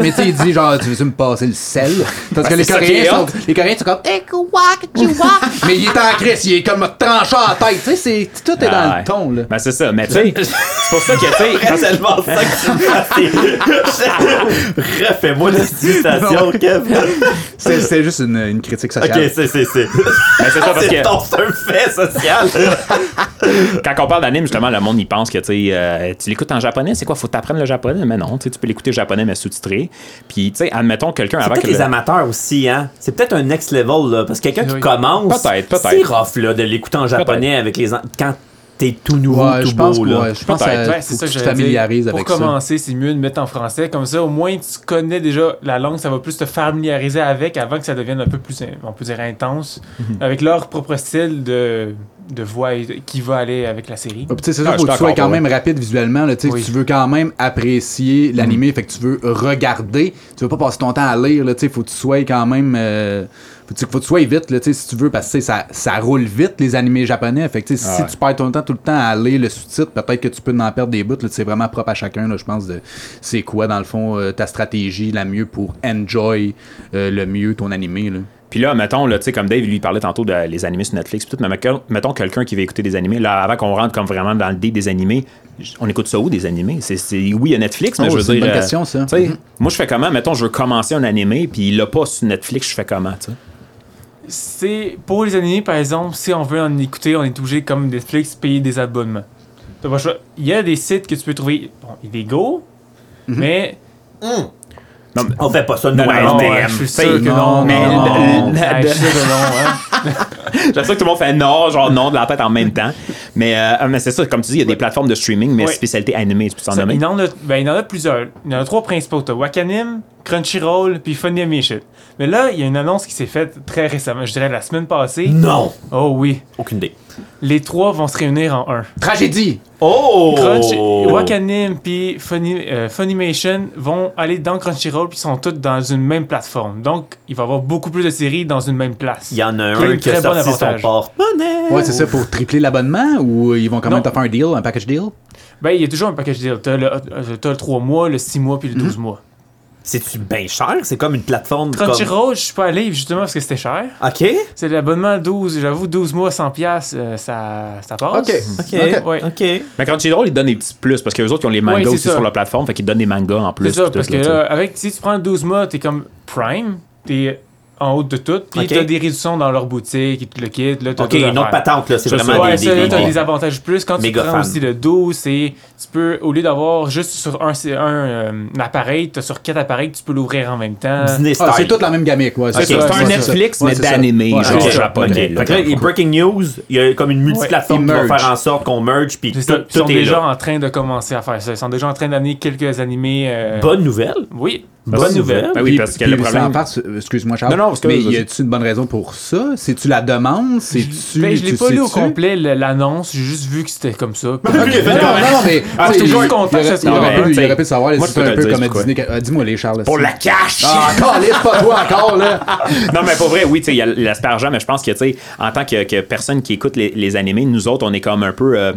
Speaker 4: Mais tu sais, il dit genre, tu veux me passer le sel? Parce que les
Speaker 3: c'est ça qui
Speaker 4: Coréens,
Speaker 3: est
Speaker 4: sont,
Speaker 3: hot.
Speaker 4: les Coréens sont comme. Eh, quoi, que tu vois? Mais il est en crise, il est comme tranchant à tête. Tu sais, c'est- tout est
Speaker 3: Ah,
Speaker 4: dans
Speaker 3: ouais.
Speaker 4: le ton, là.
Speaker 3: Ben, c'est ça. Mais, tu sais, c'est pour ça
Speaker 2: [laughs]
Speaker 3: que, tu sais,
Speaker 2: C'est tellement ça que tu me fais. Refais-moi la citation, Kev.
Speaker 4: C'est c'est juste une, une critique
Speaker 2: Ok,
Speaker 4: sociale.
Speaker 2: c'est, c'est, c'est.
Speaker 3: ben, c'est ça parce
Speaker 2: C'est
Speaker 3: que.
Speaker 2: ton seul fait social.
Speaker 3: Quand on parle d'anime, justement, le monde, il pense que tu sais, euh, tu l'écoutes en japonais, c'est quoi? Faut t'apprendre le japonais? Mais non, tu sais, tu peux l'écouter japonais, mais sous-titré. Puis, tu sais, admettons quelqu'un
Speaker 2: C'est
Speaker 3: avant
Speaker 2: peut-être
Speaker 3: que.
Speaker 2: les
Speaker 3: le-
Speaker 2: amateurs aussi, hein. C'est peut-être un next level, là. Parce que quelqu'un qui
Speaker 5: Oui.
Speaker 2: commence.
Speaker 3: Peut-être, peut-être.
Speaker 2: C'est rough, là, de l'écouter en japonais avec les. en- Quand t'es tout nouveau,
Speaker 4: Ouais,
Speaker 2: tout
Speaker 4: je pense
Speaker 2: beau,
Speaker 4: que
Speaker 2: là.
Speaker 4: ouais, je pense
Speaker 3: Peut-être.
Speaker 4: que
Speaker 5: Ben, Ouais,
Speaker 4: Ah, faut
Speaker 5: c'est
Speaker 4: que
Speaker 5: ça que
Speaker 4: tu te
Speaker 5: j'allais dire.
Speaker 4: familiarises avec
Speaker 5: Pour
Speaker 4: ça.
Speaker 5: commencer, c'est mieux de mettre en français. Comme ça, au moins, tu connais déjà la langue, ça va plus te familiariser avec avant que ça devienne un peu plus, on peut dire, intense,
Speaker 4: Mhm.
Speaker 5: avec leur propre style de, de voix et- qui va aller avec la série.
Speaker 4: Ah, puis tu sais, C'est ça,
Speaker 3: Ah, je
Speaker 4: faut que tu
Speaker 3: suis
Speaker 4: sois
Speaker 3: d'accord,
Speaker 4: quand
Speaker 3: ouais.
Speaker 4: même rapide visuellement. Là, tu sais,
Speaker 5: Oui.
Speaker 4: Tu veux quand même apprécier
Speaker 3: Mm.
Speaker 4: l'animé, fait que tu veux regarder. Tu veux pas passer ton temps à lire. Là, tu sais, faut que tu sois quand même. euh, faut, que tu- faut que tu sois vite, là, tu sais, si tu veux, parce que tu sais, ça, ça roule vite, les animés japonais. Fait que, tu sais,
Speaker 3: Ah
Speaker 4: si
Speaker 3: ouais.
Speaker 4: tu perds ton temps tout le temps à lire le sous-titre, peut-être que tu peux en perdre des bouts. là. C'est vraiment propre à chacun, là, je pense, de c'est quoi, dans le fond, euh, ta stratégie la mieux pour enjoy euh, le mieux ton animé. Là.
Speaker 3: Puis là, mettons, là, tu sais, comme Dave, lui, il parlait tantôt des les animés sur Netflix. puis tout, mais mettons- mettons quelqu'un qui veut écouter des animés. Là, avant qu'on rentre comme vraiment dans le dé des animés, j- on écoute ça où des animés C'est- c'est- Oui, il y a Netflix, mais
Speaker 4: Oh,
Speaker 3: je veux
Speaker 4: c'est
Speaker 3: dire.
Speaker 4: une bonne
Speaker 3: euh,
Speaker 4: question, ça.
Speaker 3: tu sais,
Speaker 4: Mhm.
Speaker 3: Moi, je fais comment Mettons, je veux commencer un animé, puis il l'a pas sur Netflix, je fais comment, tu sais [laughs]
Speaker 5: c'est pour les animés par exemple si on veut en écouter on est obligé comme Netflix payer des abonnements T'as pas le choix. il y a des sites que tu peux trouver bon il est go mais
Speaker 3: Non, mais-
Speaker 2: On fait pas ça, nous,
Speaker 3: Non, non,
Speaker 2: à
Speaker 3: non,
Speaker 2: SDM.
Speaker 5: ouais, je suis sûr que
Speaker 4: non,
Speaker 5: non
Speaker 4: mais
Speaker 5: non,
Speaker 4: le-
Speaker 5: non.
Speaker 3: le-
Speaker 5: Ah, je suis sûr que non, hein.
Speaker 3: J'aime ça que tout le monde fait non, genre non de la tête en même temps. Mais, euh, mais c'est ça, comme tu dis, il y a des plateformes de streaming, mais
Speaker 5: Ouais.
Speaker 3: spécialité animée, tu peux t'en
Speaker 5: Ça,
Speaker 3: nommer.
Speaker 5: il, [laughs] en a, ben, il en a plusieurs. Il en a trois principaux. T'as Wakanim, Crunchyroll, puis Funimation. Mais là, il y a une annonce qui s'est faite très récemment, je dirais la semaine passée.
Speaker 2: Non!
Speaker 5: Oh oui.
Speaker 2: Aucune idée.
Speaker 5: Les trois vont se réunir en un.
Speaker 4: Tragédie!
Speaker 2: Oh!
Speaker 5: Crunch, Wakanim puis Funny- euh, Funimation vont aller dans Crunchyroll puis sont toutes dans une même plateforme. Donc, il va y avoir beaucoup plus de séries dans une même place.
Speaker 2: Il y en a
Speaker 5: Plein
Speaker 2: un
Speaker 5: de
Speaker 2: qui
Speaker 5: très
Speaker 2: a
Speaker 5: bon
Speaker 2: sorti son
Speaker 5: avantage.
Speaker 2: porte-monnaie.
Speaker 4: Ouais, c'est ça, pour tripler l'abonnement ou ils vont quand
Speaker 5: Non.
Speaker 4: même te faire un deal, un package deal?
Speaker 5: Ben, il y a toujours un package deal. T'as le, euh, t'as le 3 mois, le 6 mois puis le
Speaker 2: Mhm.
Speaker 5: 12 mois.
Speaker 2: C'est-tu bien cher? C'est comme une plateforme. comme-
Speaker 5: Crunchyroll, je suis pas allé justement parce que c'était cher.
Speaker 2: OK.
Speaker 5: C'est l'abonnement 12, j'avoue, 12 mois, 100 piastres, euh, ça, ça passe.
Speaker 4: Ok.
Speaker 2: OK.
Speaker 5: Ok. Ouais.
Speaker 2: OK.
Speaker 3: Mais quand tu drôle, ils donnent des petits plus parce qu'eux autres, ils ont les mangas
Speaker 5: Ouais, c'est
Speaker 3: aussi
Speaker 5: ça.
Speaker 3: sur leur plateforme, fait qu'ils donnent des mangas en plus.
Speaker 5: C'est ça,
Speaker 3: puis tout,
Speaker 5: parce que
Speaker 3: là, tu sais.
Speaker 5: là, avec, si tu prends 12 mois, t'es comme prime, t'es en haut de tout, puis
Speaker 2: Ok.
Speaker 5: t'as des réductions dans leur boutique, ils te le quittent. Là, t'as
Speaker 2: OK,
Speaker 5: d'autres
Speaker 2: une autre
Speaker 5: affaires.
Speaker 2: patente, là. C'est
Speaker 3: Ça,
Speaker 2: vraiment
Speaker 5: ouais,
Speaker 2: des,
Speaker 5: ça,
Speaker 2: des-
Speaker 5: là, t'as
Speaker 2: des-
Speaker 5: des avantages plus. Quand tu
Speaker 2: Méga
Speaker 5: prends
Speaker 2: fan.
Speaker 5: aussi le 12, c'est. Tu peux, au lieu d'avoir juste sur un, c'est un, euh, appareil, t'as sur quatre appareils que tu peux l'ouvrir en même temps.
Speaker 2: Disney
Speaker 4: Ah, c'est
Speaker 2: style.
Speaker 4: toute la même gamique, ouais.
Speaker 2: Ok,
Speaker 4: ça,
Speaker 2: c'est un
Speaker 4: ouais,
Speaker 3: Netflix,
Speaker 4: ça. Ouais,
Speaker 3: mais
Speaker 4: c'est ça.
Speaker 3: d'animé,
Speaker 4: Ouais,
Speaker 3: genre
Speaker 4: ok.
Speaker 2: OK.
Speaker 3: japonais. là.
Speaker 2: Fait que là, les breaking news, il y a comme une multiplateforme
Speaker 4: Ouais,
Speaker 2: qui va
Speaker 4: ils
Speaker 2: faire en sorte qu'on merge puis
Speaker 5: Ils
Speaker 2: tout,
Speaker 5: sont- ils
Speaker 2: tout
Speaker 5: sont
Speaker 2: est
Speaker 5: déjà
Speaker 2: là.
Speaker 5: en train de commencer à faire ça. Ils sont déjà en train d'amener quelques animés. euh,
Speaker 2: Bonne nouvelle.
Speaker 5: Oui.
Speaker 2: Bonne nouvelle.
Speaker 3: Ben oui,
Speaker 4: Puis-
Speaker 3: parce que
Speaker 4: puis
Speaker 3: le
Speaker 4: ça en
Speaker 3: problème.
Speaker 4: passe- euh, excuse-moi Charles.
Speaker 3: Non, non, parce que-
Speaker 4: mais y a-tu une bonne raison pour ça C'est-tu la demande C'est-tu
Speaker 5: Ben, je l'ai
Speaker 4: tu
Speaker 5: pas lu au
Speaker 4: sais-tu?
Speaker 5: complet le- l'annonce, j'ai juste vu que c'était comme ça. Puis-
Speaker 4: Non, non, non, mais.
Speaker 5: Ah,
Speaker 4: tu sais,
Speaker 5: c'est toujours
Speaker 4: il-
Speaker 5: un contact,
Speaker 4: il aurait-
Speaker 5: ça,
Speaker 4: Il aurait
Speaker 3: c'est
Speaker 4: pu- il
Speaker 3: correct.
Speaker 4: aurait pu savoir, là,
Speaker 3: Moi,
Speaker 4: si
Speaker 3: je peux
Speaker 4: c'est un
Speaker 3: te le
Speaker 4: peu
Speaker 3: dire,
Speaker 4: comme
Speaker 3: c'est
Speaker 4: Disney. euh, Dis-moi les Charles.
Speaker 3: Pour
Speaker 4: c'est-
Speaker 3: la cash!
Speaker 4: Ah, encore, laisse pas toi encore, là.
Speaker 3: [laughs] non, mais pour vrai, oui, tu sais, il y a l'aspect argent, mais je pense que, tu sais, en tant que, que personne qui écoute les, les animés, nous autres, on est comme un peu. euh,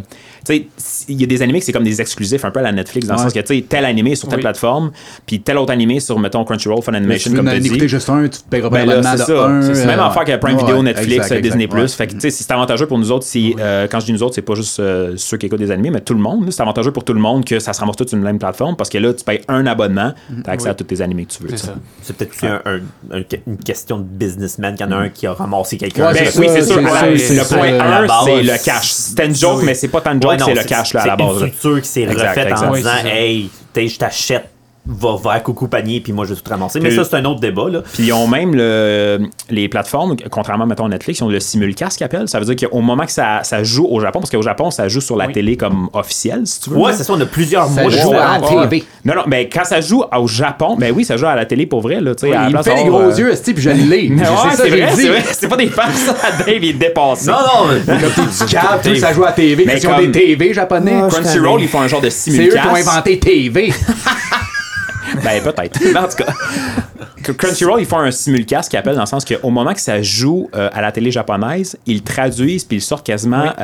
Speaker 3: tu sais, s- il y a des animés que c'est comme des exclusifs un peu à la Netflix, dans le
Speaker 4: Ouais.
Speaker 3: sens que, tu sais, tel animé est sur telle
Speaker 5: Oui.
Speaker 3: plateforme, puis tel autre animé abonné sur, mettons, Crunchyroll, Fun
Speaker 4: Mais si
Speaker 3: Animation,
Speaker 4: tu veux
Speaker 3: comme
Speaker 4: en
Speaker 3: tu dis.
Speaker 4: écouter juste un, tu te paieras pas
Speaker 3: Ben là,
Speaker 4: l'abonnement
Speaker 3: c'est ça.
Speaker 4: de un.
Speaker 3: C'est la même
Speaker 4: euh,
Speaker 3: affaire que Prime
Speaker 4: ouais,
Speaker 3: Video,
Speaker 4: ouais,
Speaker 3: Netflix,
Speaker 4: exact,
Speaker 3: Disney+.
Speaker 4: exact, ouais.
Speaker 3: Fait que, tu sais, c'est avantageux pour nous autres. Si, euh, quand je dis nous autres, c'est pas juste euh, ceux qui écoutent des animés, mais tout le monde. là. C'est avantageux pour tout le monde que ça se rembourse tout sur une même plateforme parce que là, tu payes un abonnement, t'as accès à tous tes animés que tu veux.
Speaker 5: C'est
Speaker 3: tu sais.
Speaker 5: ça.
Speaker 2: C'est peut-être aussi un- un- un- une question de businessman qu'il y en a un qui a ramassé quelqu'un.
Speaker 4: Ouais,
Speaker 3: Ben
Speaker 4: c'est
Speaker 3: oui,
Speaker 4: ça,
Speaker 3: c'est sûr.
Speaker 4: c'est
Speaker 3: à la-
Speaker 5: ça,
Speaker 3: c'est
Speaker 5: c'est
Speaker 3: Le
Speaker 5: ça.
Speaker 3: point
Speaker 2: À la
Speaker 3: 1,
Speaker 2: base,
Speaker 3: c'est le cash. C'était une joke,
Speaker 2: oui.
Speaker 3: mais c'est pas tant une joke,
Speaker 2: Ouais, non,
Speaker 3: c'est le cash là, à la base.
Speaker 2: C'est
Speaker 3: là.
Speaker 2: une structure qui s'est
Speaker 3: Exact,
Speaker 2: refaite en
Speaker 3: exact.
Speaker 5: Oui,
Speaker 2: disant
Speaker 5: c'est ça.
Speaker 2: Hey, t'es- je t'achète, va vers Coucou Panier, puis moi je vais tout ramasser. Mais
Speaker 3: Puis-
Speaker 2: ça, c'est un autre débat. Là.
Speaker 3: Puis ils ont même le- les plateformes, contrairement mettons à Netflix, ils ont le simulcast qu'ils appellent. Ça veut dire qu'au moment que ça, ça joue au Japon, parce qu'au Japon, ça joue sur la
Speaker 5: Oui.
Speaker 3: télé comme officielle, si tu veux.
Speaker 2: Ouais, c'est ça, on a plusieurs
Speaker 4: Ça
Speaker 2: mois de
Speaker 4: joue
Speaker 2: joueurs.
Speaker 4: à la
Speaker 3: Ouais.
Speaker 4: TV.
Speaker 3: Non, non, mais quand ça joue au Japon, ben oui, ça joue à la télé pour vrai, là, tu sais. à
Speaker 4: Il
Speaker 3: la
Speaker 4: me
Speaker 3: place
Speaker 4: fait les
Speaker 3: d'avoir,
Speaker 4: gros
Speaker 3: euh,
Speaker 4: yeux, ce type, je l'ai.
Speaker 3: Mais [laughs] ouais,
Speaker 4: C'est ça,
Speaker 3: c'est
Speaker 4: j'ai
Speaker 3: vrai,
Speaker 4: dit.
Speaker 3: c'est vrai. [laughs] C'est pas des fans, ça. Dave, il est dépassé.
Speaker 2: Non, non, mais-
Speaker 4: Comme t'es du câble, tout ça joue à TV.
Speaker 3: Mais
Speaker 4: Mais ils ont
Speaker 3: comme-
Speaker 4: des TV japonais.
Speaker 3: Crunchyroll, ils font un genre de
Speaker 4: C'est eux qui
Speaker 3: simulcast.
Speaker 4: ont inventé TV.
Speaker 3: Ben peut-être. [laughs] Mais en tout cas, que Crunchyroll, ils font un simulcast qui appelle dans le sens qu'au moment que ça joue euh, à la télé japonaise, ils traduisent puis ils sortent quasiment euh,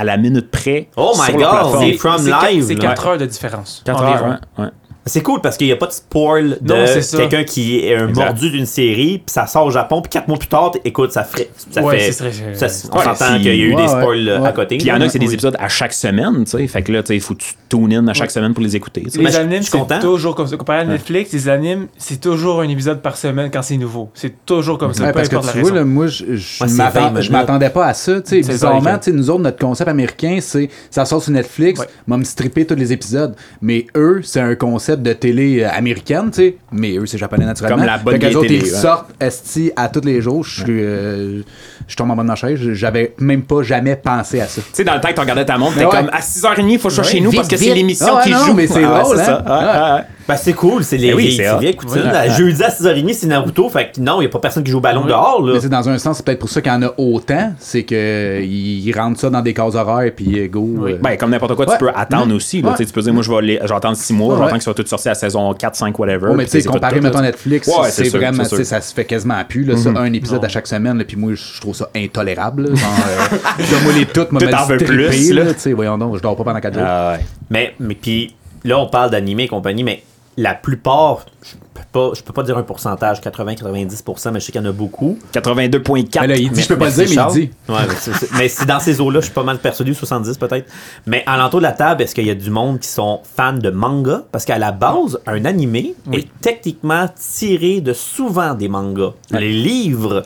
Speaker 3: à la minute près.
Speaker 2: Oh my
Speaker 3: sur
Speaker 2: God,
Speaker 3: la plateforme.
Speaker 2: c'est- From
Speaker 5: C'est quatre-
Speaker 2: Live,
Speaker 5: C'est
Speaker 2: là.
Speaker 5: 4 heures de différence.
Speaker 3: Quatre
Speaker 5: environ.
Speaker 3: heures, ouais, ouais.
Speaker 2: C'est cool parce qu'il n'y a pas de spoil de
Speaker 5: Non, c'est ça.
Speaker 2: quelqu'un qui est un
Speaker 3: Exact.
Speaker 2: mordu d'une série, puis ça sort au Japon, puis quatre mois plus tard, t- écoute, ça ferait. Ça
Speaker 5: Ouais,
Speaker 2: fait,
Speaker 5: ce serait-
Speaker 2: ça- on
Speaker 3: Ouais,
Speaker 2: s'entend
Speaker 3: si-
Speaker 2: qu'il y a eu
Speaker 4: ouais,
Speaker 2: des spoils
Speaker 4: ouais,
Speaker 2: euh,
Speaker 4: ouais.
Speaker 2: à côté.
Speaker 3: Puis il y en a, c'est des
Speaker 5: Oui.
Speaker 3: épisodes à chaque semaine, tu sais. Fait que là, tu sais, il faut que tu tune in à chaque semaine pour les écouter. tu sais.
Speaker 5: Les
Speaker 2: Ben, je-
Speaker 5: animes,
Speaker 2: je suis content.
Speaker 5: c'est toujours comme ça. Comparé à Netflix, les animes, c'est toujours un épisode par semaine quand c'est nouveau. C'est toujours comme ça,
Speaker 4: Ouais,
Speaker 5: peu
Speaker 4: parce que
Speaker 5: importe la
Speaker 4: tu vois,
Speaker 5: raison.
Speaker 4: là, moi, je, je
Speaker 2: Ouais, c'est
Speaker 4: m'attends-
Speaker 2: 20 minutes.
Speaker 4: je m'attendais pas à ça. tu sais.
Speaker 5: C'est
Speaker 4: Bizarrement,
Speaker 5: vrai,
Speaker 4: tu sais, nous autres, notre concept américain, c'est ça sort sur Netflix,
Speaker 5: Ouais.
Speaker 4: m'a me stripper tous les épisodes. Mais eux, c'est un concept de télé euh, américaine, tu sais. Mais eux, c'est japonais naturellement.
Speaker 3: Comme la bonne
Speaker 4: Fait qu'eux
Speaker 3: vieille
Speaker 4: autres,
Speaker 3: télé,
Speaker 4: ils
Speaker 3: ouais.
Speaker 4: sortent esti à tous les jours. Je suis, euh, je tombe en bas de ma chaise. J'avais même pas jamais pensé à ça.
Speaker 3: Tu sais, dans le temps que tu regardais ta montre, t'es
Speaker 4: Ouais.
Speaker 3: comme à 6h30, il faut que je sois
Speaker 4: Ouais,
Speaker 3: chez nous
Speaker 4: vite,
Speaker 3: parce que
Speaker 4: vite.
Speaker 3: c'est l'émission
Speaker 4: Ah ouais,
Speaker 3: qui
Speaker 4: non,
Speaker 3: joue.
Speaker 4: mais c'est
Speaker 3: Ouais,
Speaker 4: drôle,
Speaker 3: ça.
Speaker 4: hein?
Speaker 3: Ouais, ouais.
Speaker 2: Ben, c'est cool, c'est les
Speaker 3: Eh oui,
Speaker 2: vieilles
Speaker 3: c'est
Speaker 2: c'est
Speaker 3: hot.
Speaker 2: vieilles
Speaker 5: Oui.
Speaker 2: coutines. là. Jeudi à 6h30, c'est Naruto, fait que non, il n'y a pas personne qui joue au ballon dehors. Là.
Speaker 4: Mais c'est dans un sens, c'est peut-être pour ça qu'il y en a autant. C'est que ils ils rentrent ça dans des cases horaires, puis euh, go. euh,
Speaker 3: Ben, comme n'importe quoi,
Speaker 4: Ouais.
Speaker 3: tu peux attendre
Speaker 4: Ouais.
Speaker 3: aussi. là.
Speaker 4: Ouais.
Speaker 3: Tu sais, Tu peux dire, moi, je vais aller- j'attends 6 mois,
Speaker 4: Ouais,
Speaker 3: j'attends
Speaker 4: ouais.
Speaker 3: qu'ils soient toutes sorties à saison 4, 5, whatever.
Speaker 4: Ouais, mais
Speaker 3: puis
Speaker 4: tu sais,
Speaker 3: les écoutes
Speaker 4: comparé
Speaker 3: toutes,
Speaker 4: mettons
Speaker 3: là.
Speaker 4: Netflix,
Speaker 3: Ouais,
Speaker 4: c'est
Speaker 3: sûr,
Speaker 4: vraiment, tu
Speaker 3: c'est
Speaker 4: sais,
Speaker 3: sûr.
Speaker 4: ça
Speaker 3: Mhm.
Speaker 4: se fait quasiment plus, là, ça, un épisode à chaque semaine, là, puis moi, je trouve ça intolérable,
Speaker 3: [laughs]
Speaker 4: là, genre, euh, donne-moi les toutes, moi,
Speaker 3: Tout en veut plus, là.
Speaker 4: tu sais, voyons donc, je dors pas pendant 4 jours.
Speaker 3: Ah, ouais.
Speaker 2: Mais, mais puis là, on parle d'animé et compagnie, mais la plupart, je peux pas, je peux pas dire un pourcentage, 80-90%, mais je sais qu'il y en a beaucoup.
Speaker 3: 82.4.
Speaker 4: Mais Ben là, il dit, je peux pas le
Speaker 2: Merci,
Speaker 4: dire, mais
Speaker 2: Charles.
Speaker 4: il dit.
Speaker 2: Ouais, mais c'est- c'est- mais c'est dans ces eaux-là, je suis pas mal persuadé, 70 peut-être. Mais à l'entour de la table, est-ce qu'il y a du monde qui sont fans de manga? Parce qu'à la base, un animé est techniquement tiré de souvent des mangas. Les livres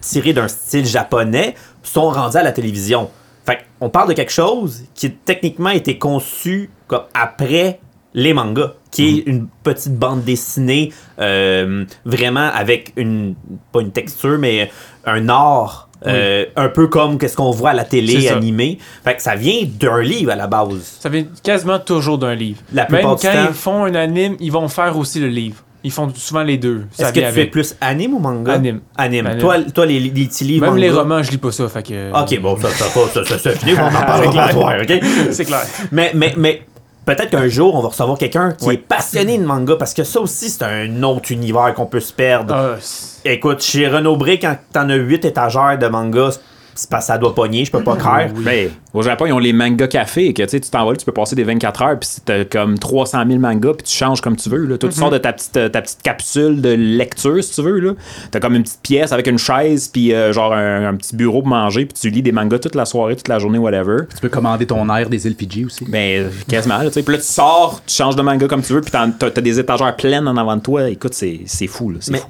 Speaker 2: tirés d'un style japonais sont rendus à la télévision. Fait on parle de quelque chose qui techniquement a été conçu comme après les mangas,
Speaker 5: Mhm.
Speaker 2: qui est une petite bande dessinée euh, vraiment avec une pas une texture mais un art euh, un peu comme qu'est-ce qu'on voit à la
Speaker 5: C'est
Speaker 2: télé
Speaker 5: ça.
Speaker 2: animée. Fait que ça vient d'un livre à la base.
Speaker 5: Ça vient quasiment toujours d'un livre.
Speaker 2: La
Speaker 5: Même
Speaker 2: plupart
Speaker 5: quand
Speaker 2: du temps.
Speaker 5: ils font un anime, ils vont faire aussi le livre. Ils font souvent les deux. Ça
Speaker 2: Est-ce que tu
Speaker 5: vient
Speaker 2: fais
Speaker 5: avec.
Speaker 2: plus anime ou manga
Speaker 5: Anime.
Speaker 2: Anime.
Speaker 5: Anime.
Speaker 2: Toi toi les, les petits livres
Speaker 5: Même les
Speaker 2: manga.
Speaker 5: romans, je lis pas ça, fait que.
Speaker 2: OK, bon, ça, ça, ça, ça, ça, finit, on en parlera pas soir, OK?
Speaker 5: C'est clair.
Speaker 2: Mais, mais, mais peut-être qu'un jour, on va recevoir quelqu'un qui est passionné de manga, parce que ça aussi, c'est un autre univers qu'on peut se perdre.
Speaker 5: Ah, c'est-
Speaker 2: Écoute, chez Renaud Bré, quand t'en as 8 étagères de manga, c'est parce que ça doit pogner, je peux pas croire.
Speaker 3: Ben, au Japon, ils ont les manga cafés que tu sais, tu t'envoles, tu peux passer des 24 heures, puis t'as comme 300 000 mangas, puis tu changes comme tu veux. Là. Toi, tu
Speaker 4: Mm-hmm.
Speaker 3: sors de ta petite, euh, ta petite capsule de lecture, si tu veux. Là. T'as comme une petite pièce avec une chaise, puis euh, genre un, un petit bureau pour manger, puis tu lis des mangas toute la soirée, toute la journée, whatever.
Speaker 4: Tu peux commander ton air des LPG
Speaker 3: [laughs]
Speaker 4: aussi.
Speaker 3: Ben, euh, quasiment, là, tu sais. Puis là, tu sors, tu changes de manga comme tu veux, puis t'en- t'as, t'as des étagères pleines en avant de toi. Écoute, c'est, c'est fou, là. C'est
Speaker 2: Mais
Speaker 3: fou.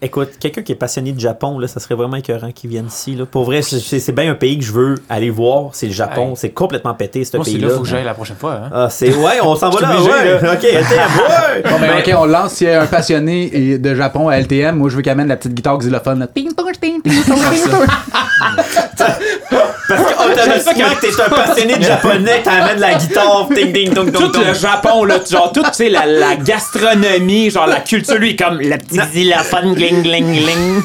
Speaker 2: écoute, quelqu'un qui est passionné de Japon, là, ça serait vraiment écœurant qu'il vienne ici. Là. Pour vrai, c'est- c'est c'est bien un pays que je veux aller voir, c'est le Japon.
Speaker 5: Hey.
Speaker 2: C'est complètement pété, ce
Speaker 5: Moi, c'est
Speaker 2: pays-là.
Speaker 5: là, faut que j'aille la prochaine fois. hein.
Speaker 2: Ah, c'est... Ouais, on s'en va
Speaker 5: Je suis
Speaker 2: là,
Speaker 5: obligé,
Speaker 2: ouais.
Speaker 5: là.
Speaker 2: OK, attends, ouais.
Speaker 4: Bon, ben, ok, on lance. S'il y a un passionné et- de Japon à LTM, moi, je veux qu'il amène la petite guitare xylophone, là. Ping, pong, ping, ping, pong, ping, pong.
Speaker 2: Parce que automatiquement, t'es un passionné de japonais, t'amènes la guitare, ting ding tong tong
Speaker 3: Tout
Speaker 2: tong.
Speaker 3: le Japon, là, genre, toute, tu sais, la, la gastronomie, genre, la culture, lui, comme la petite xylophone, gling, gling, gling.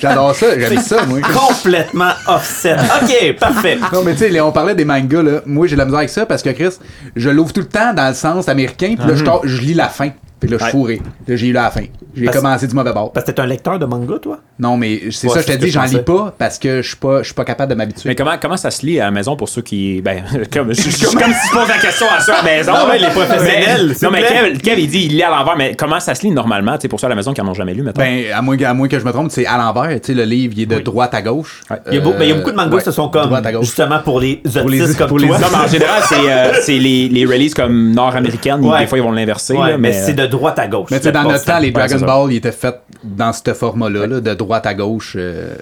Speaker 4: J'adore ça, j'aime ça, moi.
Speaker 2: Complètement offset. Ok, parfait.
Speaker 4: Non, mais tu sais, là, on parlait des mangas,
Speaker 2: Mhm.
Speaker 4: là. Moi, j'ai de la misère avec ça parce que, Chris, je l'ouvre tout le temps dans le sens américain, puis là, je, tor- je lis la fin. Puis là, je
Speaker 1: Ouais.
Speaker 4: suis fourré. Là, j'ai eu la fin. J'ai
Speaker 2: Parce-
Speaker 4: commencé du mauvais bord.
Speaker 2: Parce que t'es un lecteur de manga, toi?
Speaker 4: Non, mais c'est
Speaker 2: Ouais,
Speaker 4: ça, je
Speaker 2: c'est ce
Speaker 4: te
Speaker 2: que
Speaker 4: dis,
Speaker 2: je
Speaker 4: j'en lis
Speaker 2: pensais.
Speaker 4: pas parce que je suis pas, je suis pas capable de
Speaker 3: Mais
Speaker 4: m'habituer.
Speaker 3: comment, comment ça se lit à la maison pour ceux qui. Ben, [laughs] comme, je, je- comme si je pose la question à ceux à la maison.
Speaker 2: Ah ouais, les professionnels,
Speaker 3: Mais-
Speaker 2: s'il
Speaker 3: non,
Speaker 2: vous
Speaker 3: mais
Speaker 2: plaît.
Speaker 3: Kev, Kev, il dit il lit à l'envers, mais comment ça se lit normalement, tu sais, pour ceux à la maison qui n'en ont jamais lu, maintenant?
Speaker 4: Ben, à moins, que- à moins que je me trompe, c'est à l'envers. Tu sais, le livre, il est de droite à gauche.
Speaker 3: Ouais.
Speaker 2: Il y a, beau-
Speaker 4: Euh,
Speaker 2: mais il y a beaucoup de mangas
Speaker 4: ouais,
Speaker 2: qui se sont comme,
Speaker 4: Droite à gauche.
Speaker 2: justement, pour les autistes
Speaker 4: les-
Speaker 2: comme
Speaker 4: pour les
Speaker 2: toi.
Speaker 3: non, mais en général, c'est euh, c'est les, les releases comme nord-américaines,
Speaker 2: Ouais.
Speaker 3: des fois ils vont l'inverser.
Speaker 2: Ouais,
Speaker 3: là,
Speaker 2: mais
Speaker 3: mais
Speaker 2: c'est de droite à gauche.
Speaker 4: Mais tu sais, dans
Speaker 2: 7%.
Speaker 4: notre temps, les Dragon
Speaker 3: c'est ça.
Speaker 4: Ball, ils étaient faits dans ce format-là, là, de droite à gauche. euh,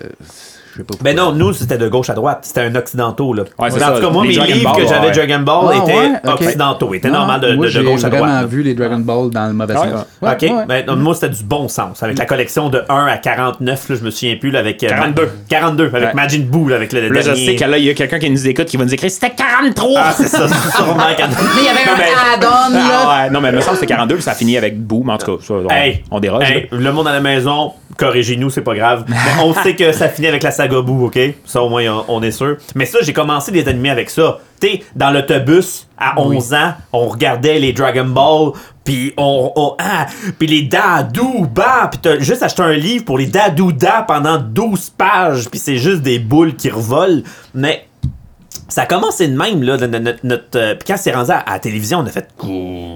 Speaker 4: je sais pas pourquoi.
Speaker 2: Ben non, nous, c'était de gauche à droite. C'était un occidentaux, là.
Speaker 3: Ouais, c'est
Speaker 2: en
Speaker 3: ça.
Speaker 2: tout cas, moi,
Speaker 3: Les
Speaker 2: mes
Speaker 3: Dragon
Speaker 2: livres
Speaker 3: Ball,
Speaker 2: que j'avais
Speaker 3: ouais.
Speaker 2: Dragon Ball
Speaker 4: Ah,
Speaker 2: étaient
Speaker 4: ouais? Ok.
Speaker 2: occidentaux. Étaient
Speaker 4: Non,
Speaker 2: normal de,
Speaker 4: moi,
Speaker 2: de- de gauche à
Speaker 4: J'ai vraiment
Speaker 2: droite.
Speaker 4: vu les Dragon Ball dans le mauvais
Speaker 3: Ouais,
Speaker 4: sens.
Speaker 2: là.
Speaker 4: Ouais,
Speaker 2: ok, ben-
Speaker 4: ouais.
Speaker 2: mais non, moi c'était du bon sens. Avec la collection de 1 à 49, là, je me souviens plus, là, avec. euh,
Speaker 3: 42.
Speaker 2: Ma- 42, avec
Speaker 3: Ouais.
Speaker 2: Majin Buu, là, avec le, le
Speaker 3: Là, je
Speaker 2: dernier.
Speaker 3: sais qu'il y a quelqu'un qui nous écoute qui va nous écrire c'était 43!
Speaker 2: Ah, c'est [laughs] ça, c'est
Speaker 4: [laughs]
Speaker 2: sûrement Ben, que-
Speaker 4: Mais il y avait
Speaker 3: Non, mais-
Speaker 4: un add-on, là.
Speaker 3: Ben, [laughs] Ah ouais, non, mais il me semble que c'était 42, puis ça finit avec boum, en tout cas. ça, on,
Speaker 2: Hey,
Speaker 3: on déroge.
Speaker 2: hey, le monde à la maison, corrigez-nous, c'est pas
Speaker 3: [laughs]
Speaker 2: grave. Mais on sait que ça finit avec la saga Boo, ok? Ça, au moins, on- on est sûr. Mais ça, j'ai commencé les animés avec ça. T'es dans l'autobus à 11 ans, on regardait les Dragon Ball, puis on, on- ah, puis les dadou bah, puis t'as juste acheté un livre pour les dadou da pendant 12 pages, puis c'est juste des boules qui revolent. Mais ça a commencé de même là, de- de- notre, notre, euh, puis quand c'est rendu à, à la télévision, on a fait